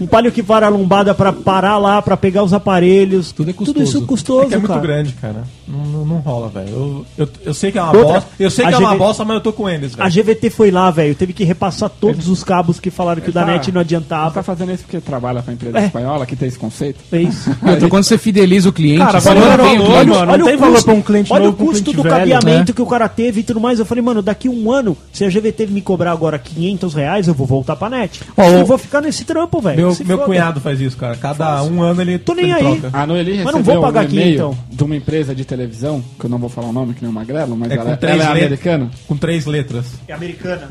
[SPEAKER 5] um palio que vara lombada pra parar lá, pra pegar os aparelhos. Tudo
[SPEAKER 4] é
[SPEAKER 5] Tudo isso
[SPEAKER 4] custoso.
[SPEAKER 5] custoso,
[SPEAKER 6] É que é muito
[SPEAKER 5] cara.
[SPEAKER 6] grande, cara. Não, não, não rola, velho. Eu, eu, eu sei que é uma
[SPEAKER 5] Outra-
[SPEAKER 6] bosta. Eu sei
[SPEAKER 5] a
[SPEAKER 6] que é uma
[SPEAKER 5] GV
[SPEAKER 6] bosta, mas eu tô com eles,
[SPEAKER 5] A
[SPEAKER 6] velho.
[SPEAKER 5] GVT foi lá, velho. Teve que repassar
[SPEAKER 6] É.
[SPEAKER 5] todos os cabos que falaram que o da
[SPEAKER 2] tá-
[SPEAKER 5] NET não
[SPEAKER 2] Ela tá
[SPEAKER 5] adiantava.
[SPEAKER 2] fazendo isso porque trabalha pra empresa
[SPEAKER 5] É.
[SPEAKER 2] espanhola que tem esse conceito.
[SPEAKER 5] É isso.
[SPEAKER 4] Então, quando você fideliza o cliente,
[SPEAKER 3] Cara,
[SPEAKER 4] você
[SPEAKER 3] valor
[SPEAKER 4] não
[SPEAKER 3] é
[SPEAKER 4] tem o
[SPEAKER 3] valor,
[SPEAKER 4] cliente.
[SPEAKER 3] mano. Não
[SPEAKER 5] o
[SPEAKER 3] tem valor pra um cliente
[SPEAKER 5] olha
[SPEAKER 3] novo,
[SPEAKER 5] o
[SPEAKER 3] pra um
[SPEAKER 5] custo
[SPEAKER 3] cliente
[SPEAKER 5] do
[SPEAKER 3] velho,
[SPEAKER 5] cabeamento que o cara teve e tudo mais. Eu falei, mano, daqui um ano, se a GVT me cobrar agora 500 reais, eu vou voltar pra net.
[SPEAKER 4] Ó,
[SPEAKER 5] eu
[SPEAKER 4] o-
[SPEAKER 5] vou ficar nesse trampo, velho.
[SPEAKER 6] Meu,
[SPEAKER 5] Se
[SPEAKER 6] meu
[SPEAKER 5] foda.
[SPEAKER 6] cunhado faz isso, cara. Cada um ano ele,
[SPEAKER 5] Tô nem
[SPEAKER 6] ele
[SPEAKER 5] aí.
[SPEAKER 6] troca.
[SPEAKER 2] A Noeli recebeu
[SPEAKER 5] Mas não vou pagar
[SPEAKER 2] um
[SPEAKER 5] aqui,
[SPEAKER 2] e-mail
[SPEAKER 5] então.
[SPEAKER 2] de uma empresa de televisão, que eu não vou falar o nome, que nem o Magrelo, mas
[SPEAKER 6] É
[SPEAKER 2] ela,
[SPEAKER 6] com três
[SPEAKER 2] ela é
[SPEAKER 6] letras.
[SPEAKER 2] americana.
[SPEAKER 6] Com três letras.
[SPEAKER 5] É americana.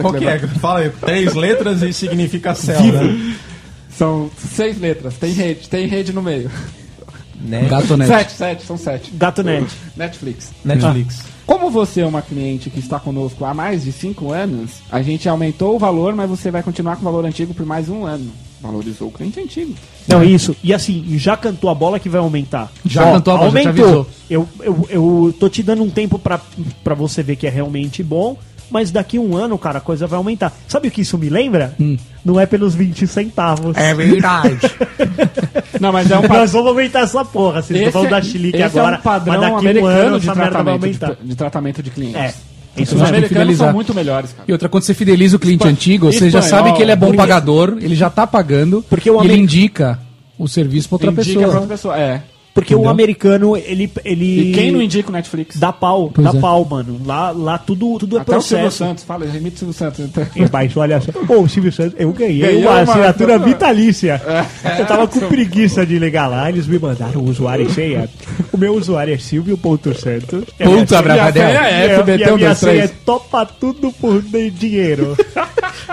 [SPEAKER 6] Qual que é? Fala aí. Três letras e significa céu, né?
[SPEAKER 2] São seis letras, tem rede, tem rede no meio.
[SPEAKER 6] Né?
[SPEAKER 4] Gato net.
[SPEAKER 2] Sete, sete, são sete.
[SPEAKER 5] Gato Net.
[SPEAKER 2] Netflix.
[SPEAKER 6] Netflix.
[SPEAKER 2] Como você é uma cliente que está conosco há mais de cinco anos, a gente aumentou o valor, mas você vai continuar com o valor antigo por mais um ano. Valorizou o cliente antigo.
[SPEAKER 5] Não, isso. E assim, já cantou a bola que vai aumentar.
[SPEAKER 4] Já cantou a bola, já te
[SPEAKER 5] aumentou.
[SPEAKER 4] avisou.
[SPEAKER 5] Eu, eu, eu tô te dando um tempo pra, pra você ver que é realmente bom, mas daqui um ano, cara, a coisa vai aumentar. Sabe o que isso me lembra? Não é pelos 20 centavos.
[SPEAKER 4] É verdade.
[SPEAKER 2] Não, mas é um padrão.
[SPEAKER 5] Nós vamos aumentar essa porra. Vocês estão falando da Chilique
[SPEAKER 2] esse
[SPEAKER 5] agora,
[SPEAKER 2] é um padrão
[SPEAKER 5] mas daqui um
[SPEAKER 2] americano
[SPEAKER 5] ano
[SPEAKER 2] de,
[SPEAKER 5] essa
[SPEAKER 2] tratamento,
[SPEAKER 5] merda vai
[SPEAKER 2] tipo, de,
[SPEAKER 5] aumentar.
[SPEAKER 2] tra- de tratamento de clientes.
[SPEAKER 5] É. Isso
[SPEAKER 2] Os
[SPEAKER 4] Tem que
[SPEAKER 5] mesmo.
[SPEAKER 2] americanos são
[SPEAKER 4] fidelizar.
[SPEAKER 2] muito melhores, cara.
[SPEAKER 4] E outra, quando você fideliza o cliente
[SPEAKER 2] Espan-
[SPEAKER 4] antigo, você já
[SPEAKER 2] espanhol,
[SPEAKER 4] sabe que ele é bom
[SPEAKER 2] inglês.
[SPEAKER 4] pagador, ele já tá pagando,
[SPEAKER 5] Porque
[SPEAKER 4] e
[SPEAKER 5] o
[SPEAKER 4] ele
[SPEAKER 5] amer-
[SPEAKER 4] indica o serviço pra outra
[SPEAKER 2] Indica pra
[SPEAKER 4] pessoa.
[SPEAKER 2] outra pessoa. É.
[SPEAKER 5] Porque o americano, ele. ele
[SPEAKER 2] E quem não indica o Netflix?
[SPEAKER 5] Dá pau,
[SPEAKER 4] Pois
[SPEAKER 5] dá
[SPEAKER 4] é.
[SPEAKER 5] pau, mano. Lá, lá tudo, tudo é
[SPEAKER 2] Até o Silvio
[SPEAKER 5] processo.
[SPEAKER 2] Santos. Fala, remite o Silvio Santos. Então.
[SPEAKER 5] E baixou, olha só. Pô, o Silvio Santos, eu ganhei
[SPEAKER 2] Ganhou
[SPEAKER 5] uma
[SPEAKER 2] uma-
[SPEAKER 5] assinatura vitalícia.
[SPEAKER 2] É.
[SPEAKER 5] Eu tava com preguiça de ligar lá, eles me mandaram o usuário e senha. O meu usuário é Silvio.Santos. É minha
[SPEAKER 4] Puta,
[SPEAKER 5] senha-
[SPEAKER 4] Brabadel.
[SPEAKER 5] minha-
[SPEAKER 4] É,
[SPEAKER 5] E a
[SPEAKER 2] um
[SPEAKER 4] FBT
[SPEAKER 5] minha senha é
[SPEAKER 4] 123.
[SPEAKER 5] topa tudo por de- dinheiro.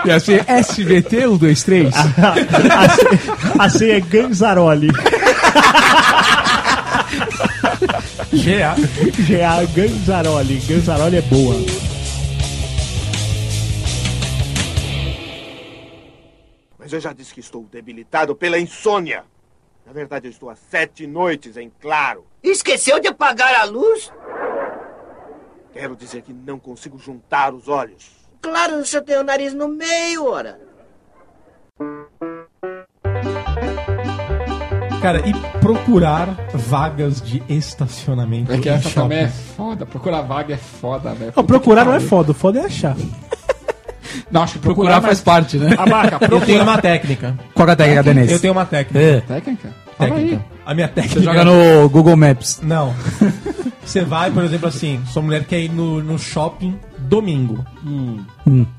[SPEAKER 4] E assim, SBT 123.
[SPEAKER 5] A senha- A senha é Ganzaroli.
[SPEAKER 6] GA.
[SPEAKER 5] GA Ganzaroli. Ganzaroli é boa.
[SPEAKER 8] Mas eu já disse que estou debilitado pela insônia. Na verdade, eu estou há sete noites em claro.
[SPEAKER 10] Esqueceu de apagar a luz?
[SPEAKER 8] Quero dizer que não consigo juntar os olhos.
[SPEAKER 10] Claro, se eu tenho o nariz no meio, ora.
[SPEAKER 6] Cara, e procurar vagas de estacionamento.
[SPEAKER 2] É que
[SPEAKER 6] em
[SPEAKER 2] essa
[SPEAKER 6] shopping.
[SPEAKER 2] também é foda. Procurar vaga é foda, velho.
[SPEAKER 3] Não, procurar não é foda, o foda é achar.
[SPEAKER 2] Não, acho que
[SPEAKER 4] Procurar faz parte, né?
[SPEAKER 2] A marca,
[SPEAKER 6] Eu
[SPEAKER 2] procura.
[SPEAKER 6] tenho uma técnica.
[SPEAKER 4] Qual é a técnica, Denise?
[SPEAKER 6] Eu tenho uma técnica.
[SPEAKER 4] É.
[SPEAKER 2] Técnica? Fala
[SPEAKER 6] técnica.
[SPEAKER 2] aí.
[SPEAKER 6] A minha técnica.
[SPEAKER 4] Você joga no Google Maps.
[SPEAKER 6] Não. Você vai, por exemplo, assim, sua mulher quer ir no, no shopping domingo.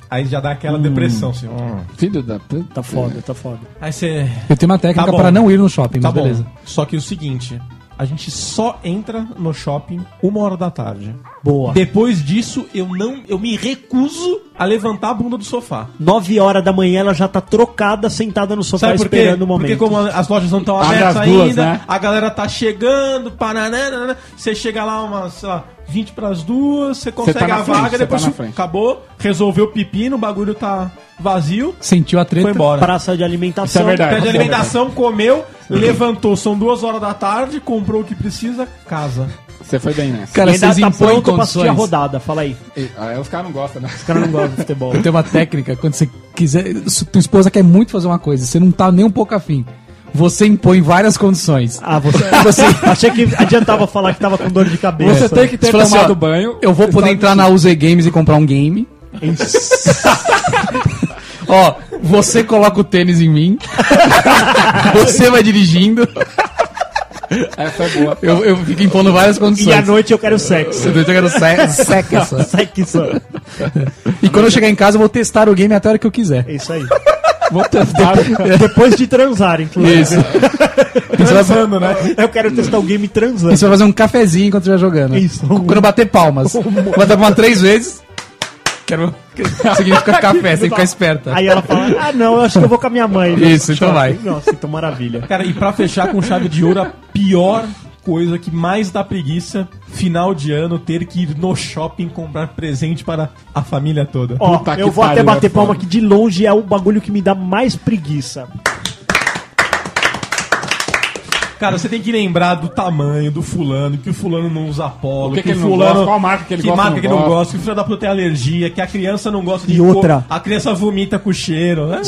[SPEAKER 6] Aí já dá aquela depressão, assim. hum.
[SPEAKER 2] Filho da puta.
[SPEAKER 5] Tá foda, tá foda.
[SPEAKER 6] Aí você.
[SPEAKER 4] Eu tenho uma técnica
[SPEAKER 6] Tá bom.
[SPEAKER 4] pra não ir no shopping,
[SPEAKER 6] Tá
[SPEAKER 4] mas
[SPEAKER 6] bom.
[SPEAKER 4] beleza.
[SPEAKER 6] Só que o seguinte, a gente só entra no shopping uma hora da tarde.
[SPEAKER 5] Boa.
[SPEAKER 6] Depois disso, eu não. Eu me recuso a levantar a bunda do sofá.
[SPEAKER 5] 9 horas da manhã ela já tá trocada, sentada no sofá
[SPEAKER 6] Sabe por quê?
[SPEAKER 5] Tá esperando o
[SPEAKER 6] Porque
[SPEAKER 5] momento.
[SPEAKER 6] como a- as lojas não estão
[SPEAKER 2] Abre
[SPEAKER 6] abertas
[SPEAKER 2] as duas,
[SPEAKER 6] ainda,
[SPEAKER 2] né?
[SPEAKER 6] a galera tá chegando, paranana, né. você chega lá umas, sei lá, 20 pras duas, você consegue
[SPEAKER 2] tá na
[SPEAKER 6] a
[SPEAKER 2] frente,
[SPEAKER 6] vaga,
[SPEAKER 2] você
[SPEAKER 6] depois
[SPEAKER 2] tá na
[SPEAKER 6] você-
[SPEAKER 2] frente.
[SPEAKER 6] acabou, resolveu o pepino, o bagulho tá vazio,
[SPEAKER 4] Sentiu a treta.
[SPEAKER 6] foi embora.
[SPEAKER 5] Praça de alimentação.
[SPEAKER 2] Isso é verdade.
[SPEAKER 6] Pede alimentação, comeu, levantou, são duas horas da tarde, comprou o que precisa, casa.
[SPEAKER 2] Você foi bem nessa.
[SPEAKER 4] Cara,
[SPEAKER 5] e ainda
[SPEAKER 4] vocês
[SPEAKER 5] tá
[SPEAKER 4] impõem
[SPEAKER 5] pronto pra assistir a
[SPEAKER 4] condições.
[SPEAKER 5] rodada, fala aí.
[SPEAKER 2] E- Aí os caras não gostam, né?
[SPEAKER 5] Os caras não gostam de futebol.
[SPEAKER 4] Eu tenho uma técnica, quando você quiser. se Tua esposa quer muito fazer uma coisa, você não tá nem um pouco afim. Você impõe várias condições.
[SPEAKER 5] Ah, você.
[SPEAKER 4] Você,
[SPEAKER 5] Achei que adiantava falar que tava com dor de cabeça.
[SPEAKER 2] Você tem que ter
[SPEAKER 4] Você fala assim,
[SPEAKER 2] tomado
[SPEAKER 4] ó,
[SPEAKER 2] banho.
[SPEAKER 4] eu vou poder entrar na UZ Games e comprar um game. Ó, você coloca o tênis em mim. você vai dirigindo.
[SPEAKER 2] Essa é boa.
[SPEAKER 4] Eu, eu fico impondo várias
[SPEAKER 5] E à
[SPEAKER 4] condições.
[SPEAKER 5] noite eu quero sexo.
[SPEAKER 4] Eu tô jogando se- seca só.
[SPEAKER 5] Sai que isso.
[SPEAKER 4] E quando eu chegar em casa, eu vou testar o game até a hora que eu quiser.
[SPEAKER 5] É isso aí.
[SPEAKER 2] Vou testar.
[SPEAKER 5] Depois de transar, inclusive.
[SPEAKER 4] Isso. E você, vai,
[SPEAKER 6] Mano, né?
[SPEAKER 5] Eu quero testar o game
[SPEAKER 4] e
[SPEAKER 5] transando.
[SPEAKER 4] você vai fazer um cafezinho enquanto você vai jogando.
[SPEAKER 5] Isso. Um
[SPEAKER 4] Quando eu bater palmas. Bater palmas três vezes. Quero. Significa café, você fica esperta.
[SPEAKER 5] Aí ela fala: Ah, não, eu acho que eu vou com a minha mãe.
[SPEAKER 4] Isso, então vai.
[SPEAKER 5] Nossa, então maravilha.
[SPEAKER 6] Cara, e pra fechar com chave de ouro, a pior coisa que mais dá preguiça, final de ano, ter que ir no shopping comprar presente para a família toda.
[SPEAKER 5] Ó,
[SPEAKER 2] Puta que
[SPEAKER 5] eu vou até
[SPEAKER 2] pariu,
[SPEAKER 5] bater
[SPEAKER 2] é
[SPEAKER 5] palma
[SPEAKER 2] foda.
[SPEAKER 5] que de longe é o bagulho que me dá mais preguiça.
[SPEAKER 6] Cara, você tem que lembrar do tamanho do fulano, que o fulano não usa
[SPEAKER 2] O
[SPEAKER 6] polo,
[SPEAKER 2] que que ele não
[SPEAKER 6] fulano.
[SPEAKER 2] gosta, qual marca que ele gosta,
[SPEAKER 6] marca
[SPEAKER 2] não
[SPEAKER 6] que ele não
[SPEAKER 2] gosta.
[SPEAKER 6] gosta, que o filho da puta tem alergia, que a criança não gosta de
[SPEAKER 5] E
[SPEAKER 6] cor,
[SPEAKER 5] outra.
[SPEAKER 6] a criança vomita com cheiro, né?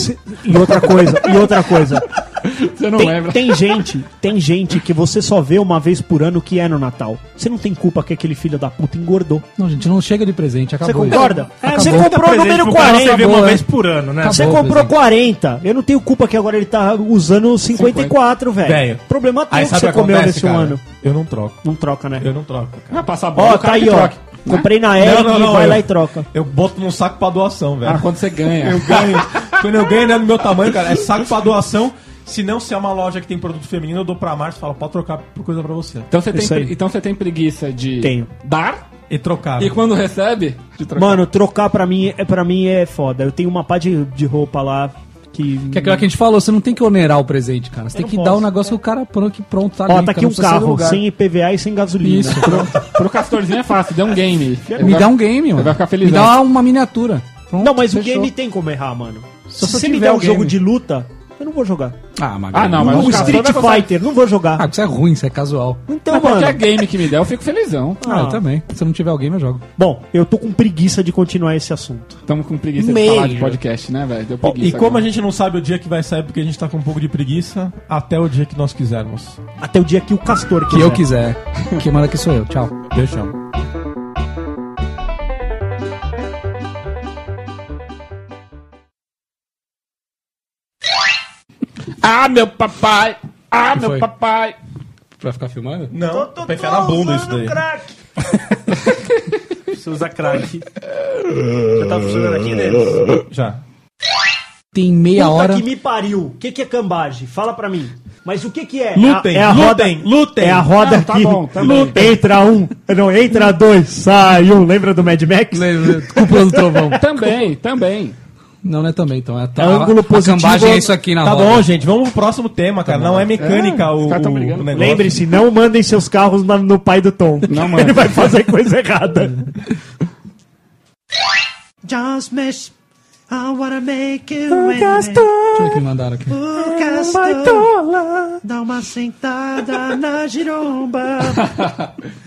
[SPEAKER 5] E outra coisa, e outra coisa.
[SPEAKER 2] Você não
[SPEAKER 5] Tem,
[SPEAKER 2] lembra.
[SPEAKER 5] tem gente, tem gente que você só vê uma vez por ano que é no Natal. Você não tem culpa que aquele filho da puta engordou.
[SPEAKER 4] Não, gente, não chega de presente,
[SPEAKER 5] Você
[SPEAKER 4] acabou. isso.
[SPEAKER 5] concorda? É,
[SPEAKER 4] Acabou.
[SPEAKER 5] Você
[SPEAKER 4] Acabou
[SPEAKER 5] comprou o número
[SPEAKER 11] pro cara, Você vê
[SPEAKER 5] 40.
[SPEAKER 11] uma
[SPEAKER 4] acabou,
[SPEAKER 11] vez
[SPEAKER 4] é.
[SPEAKER 11] por ano, né?
[SPEAKER 5] Você
[SPEAKER 4] Acabou o
[SPEAKER 5] comprou
[SPEAKER 4] presente.
[SPEAKER 5] 40. Eu não tenho culpa que agora ele tá usando 54,
[SPEAKER 6] Velho.
[SPEAKER 5] velho. Problema teu
[SPEAKER 6] Aí
[SPEAKER 5] que
[SPEAKER 6] sabe o
[SPEAKER 5] você
[SPEAKER 6] que
[SPEAKER 5] comeu
[SPEAKER 6] acontece,
[SPEAKER 5] nesse
[SPEAKER 6] cara?
[SPEAKER 5] ano.
[SPEAKER 6] Eu não troco.
[SPEAKER 5] Não troca, né?
[SPEAKER 6] Eu não troco, cara.
[SPEAKER 2] Vai ah, passar bola,
[SPEAKER 5] Ó,
[SPEAKER 2] o cara
[SPEAKER 5] tá aí,
[SPEAKER 2] que
[SPEAKER 5] ó.
[SPEAKER 2] troca.
[SPEAKER 5] Comprei na Eric, vai lá e troca.
[SPEAKER 6] Eu boto num saco pra doação, velho.
[SPEAKER 2] Ah, quando você ganha.
[SPEAKER 6] Eu ganho. Quando eu ganho, não é do meu tamanho, cara. É saco pra doação. Se não, se é uma loja que tem produto feminino, eu dou pra Márcia e falo, pode trocar por coisa pra você.
[SPEAKER 2] Então você, tem,
[SPEAKER 5] Isso aí.
[SPEAKER 2] pre- então você tem preguiça de
[SPEAKER 5] Tenho.
[SPEAKER 2] dar
[SPEAKER 6] E trocar.
[SPEAKER 2] e quando recebe, de trocar.
[SPEAKER 5] Mano, trocar pra mim é, pra mim é foda. Eu tenho uma pá de, de roupa lá que.
[SPEAKER 4] Que é aquilo que a gente falou, você não tem que onerar o presente, cara. Você
[SPEAKER 5] Eu
[SPEAKER 4] tem
[SPEAKER 5] não
[SPEAKER 4] que
[SPEAKER 5] posso.
[SPEAKER 4] dar um negócio que o cara pronto, que pronto, tá
[SPEAKER 5] Ó, tá
[SPEAKER 4] ali, cara,
[SPEAKER 5] aqui um
[SPEAKER 4] não precisa sair do
[SPEAKER 5] carro,
[SPEAKER 4] lugar.
[SPEAKER 5] sem IPVA e sem gasolina.
[SPEAKER 4] Isso,
[SPEAKER 2] Pro Castorzinho é fácil, dê um game. Ele
[SPEAKER 4] Me
[SPEAKER 2] vai-
[SPEAKER 4] dá um game,
[SPEAKER 2] Ele
[SPEAKER 4] mano.
[SPEAKER 2] vai ficar feliz.
[SPEAKER 4] Me dá uma miniatura. Pronto,
[SPEAKER 5] Não, mas o
[SPEAKER 4] fechou.
[SPEAKER 5] game tem como errar, mano. Se,
[SPEAKER 4] Se só
[SPEAKER 5] você me
[SPEAKER 4] tiver
[SPEAKER 5] der
[SPEAKER 4] o
[SPEAKER 5] um jogo
[SPEAKER 4] game.
[SPEAKER 5] de luta, eu não vou jogar.
[SPEAKER 4] Ah, mas...
[SPEAKER 2] Ah, não, mas
[SPEAKER 5] o
[SPEAKER 2] o Castor
[SPEAKER 5] um Street
[SPEAKER 2] vai gostar.
[SPEAKER 5] Fighter, não vou jogar.
[SPEAKER 4] Ah, isso é ruim, isso é casual.
[SPEAKER 5] então,
[SPEAKER 2] Mas qualquer
[SPEAKER 5] mano.
[SPEAKER 2] game que me der, eu fico felizão.
[SPEAKER 4] Ah, eu também. Se não tiver o game, eu jogo.
[SPEAKER 5] Bom, eu tô com preguiça de continuar esse assunto.
[SPEAKER 2] Estamos com preguiça de
[SPEAKER 5] Meio.
[SPEAKER 2] falar de podcast, né, velho? Deu preguiça.
[SPEAKER 6] E como
[SPEAKER 2] agora.
[SPEAKER 6] a gente não sabe o dia que vai sair, porque a gente tá com um pouco de preguiça, até o dia que nós quisermos.
[SPEAKER 5] Até o dia que o Castor
[SPEAKER 4] Que eu quiser. Quem manda aqui sou eu. Tchau.
[SPEAKER 6] Beijão.
[SPEAKER 2] Ah, meu papai! Ah, meu
[SPEAKER 4] foi?
[SPEAKER 2] papai!
[SPEAKER 4] Vai ficar filmando?
[SPEAKER 6] Não, tô, pra enfiar na
[SPEAKER 2] um
[SPEAKER 6] bunda isso daí.
[SPEAKER 11] Você usa crack. Já tá funcionando aqui
[SPEAKER 2] né?
[SPEAKER 11] neles.
[SPEAKER 6] Já.
[SPEAKER 4] Tem meia
[SPEAKER 5] Puta
[SPEAKER 4] hora.
[SPEAKER 5] que me pariu. O que, que é cambagem? Fala pra mim. Mas o que, que é?
[SPEAKER 6] Lutem,
[SPEAKER 5] é a, é a roda,
[SPEAKER 6] lutem, lutem.
[SPEAKER 5] É a roda
[SPEAKER 2] Não, tá
[SPEAKER 5] que
[SPEAKER 2] bom, tá
[SPEAKER 5] luta. entra um, não, entra dois, sai um. Lembra do Mad Max?
[SPEAKER 4] Cúpula do trovão.
[SPEAKER 2] Também, também.
[SPEAKER 4] Não, não é também, então. É,
[SPEAKER 5] É ângulo positivo.
[SPEAKER 4] A cambagem é isso aqui na
[SPEAKER 6] Tá
[SPEAKER 4] roda.
[SPEAKER 6] bom, gente, vamos pro próximo tema, cara. não é mecânica
[SPEAKER 2] os
[SPEAKER 6] o,
[SPEAKER 2] caras tão
[SPEAKER 6] o
[SPEAKER 2] brigando.
[SPEAKER 6] negócio.
[SPEAKER 5] Lembre-se, não mandem seus carros na- no pai do Tom.
[SPEAKER 2] Não
[SPEAKER 5] Ele
[SPEAKER 2] manda.
[SPEAKER 5] vai fazer coisa errada. Just mesh. I wanna make you Oh,
[SPEAKER 4] Deixa eu ver o que me mandaram aqui.
[SPEAKER 5] Dá uma sentada na giromba.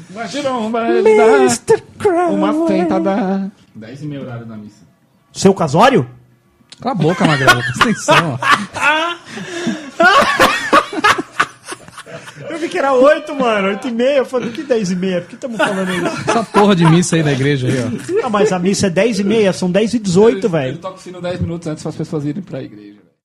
[SPEAKER 2] Uma sentada. 10 e meia horário da missa.
[SPEAKER 5] Seu casório?
[SPEAKER 4] Cala a boca, Magrela. Presta atenção, ó.
[SPEAKER 5] Eu vi que era 8, mano. 8 e meia. Eu falei, que 10 e meia? Por que estamos falando isso?
[SPEAKER 4] Essa porra de missa aí da igreja aí, ó.
[SPEAKER 5] Ah, mas a missa é 10 e meia. São 10 e 18,
[SPEAKER 2] Ele
[SPEAKER 5] velho.
[SPEAKER 2] toca o sino 10 minutos antes para as pessoas irem pra igreja.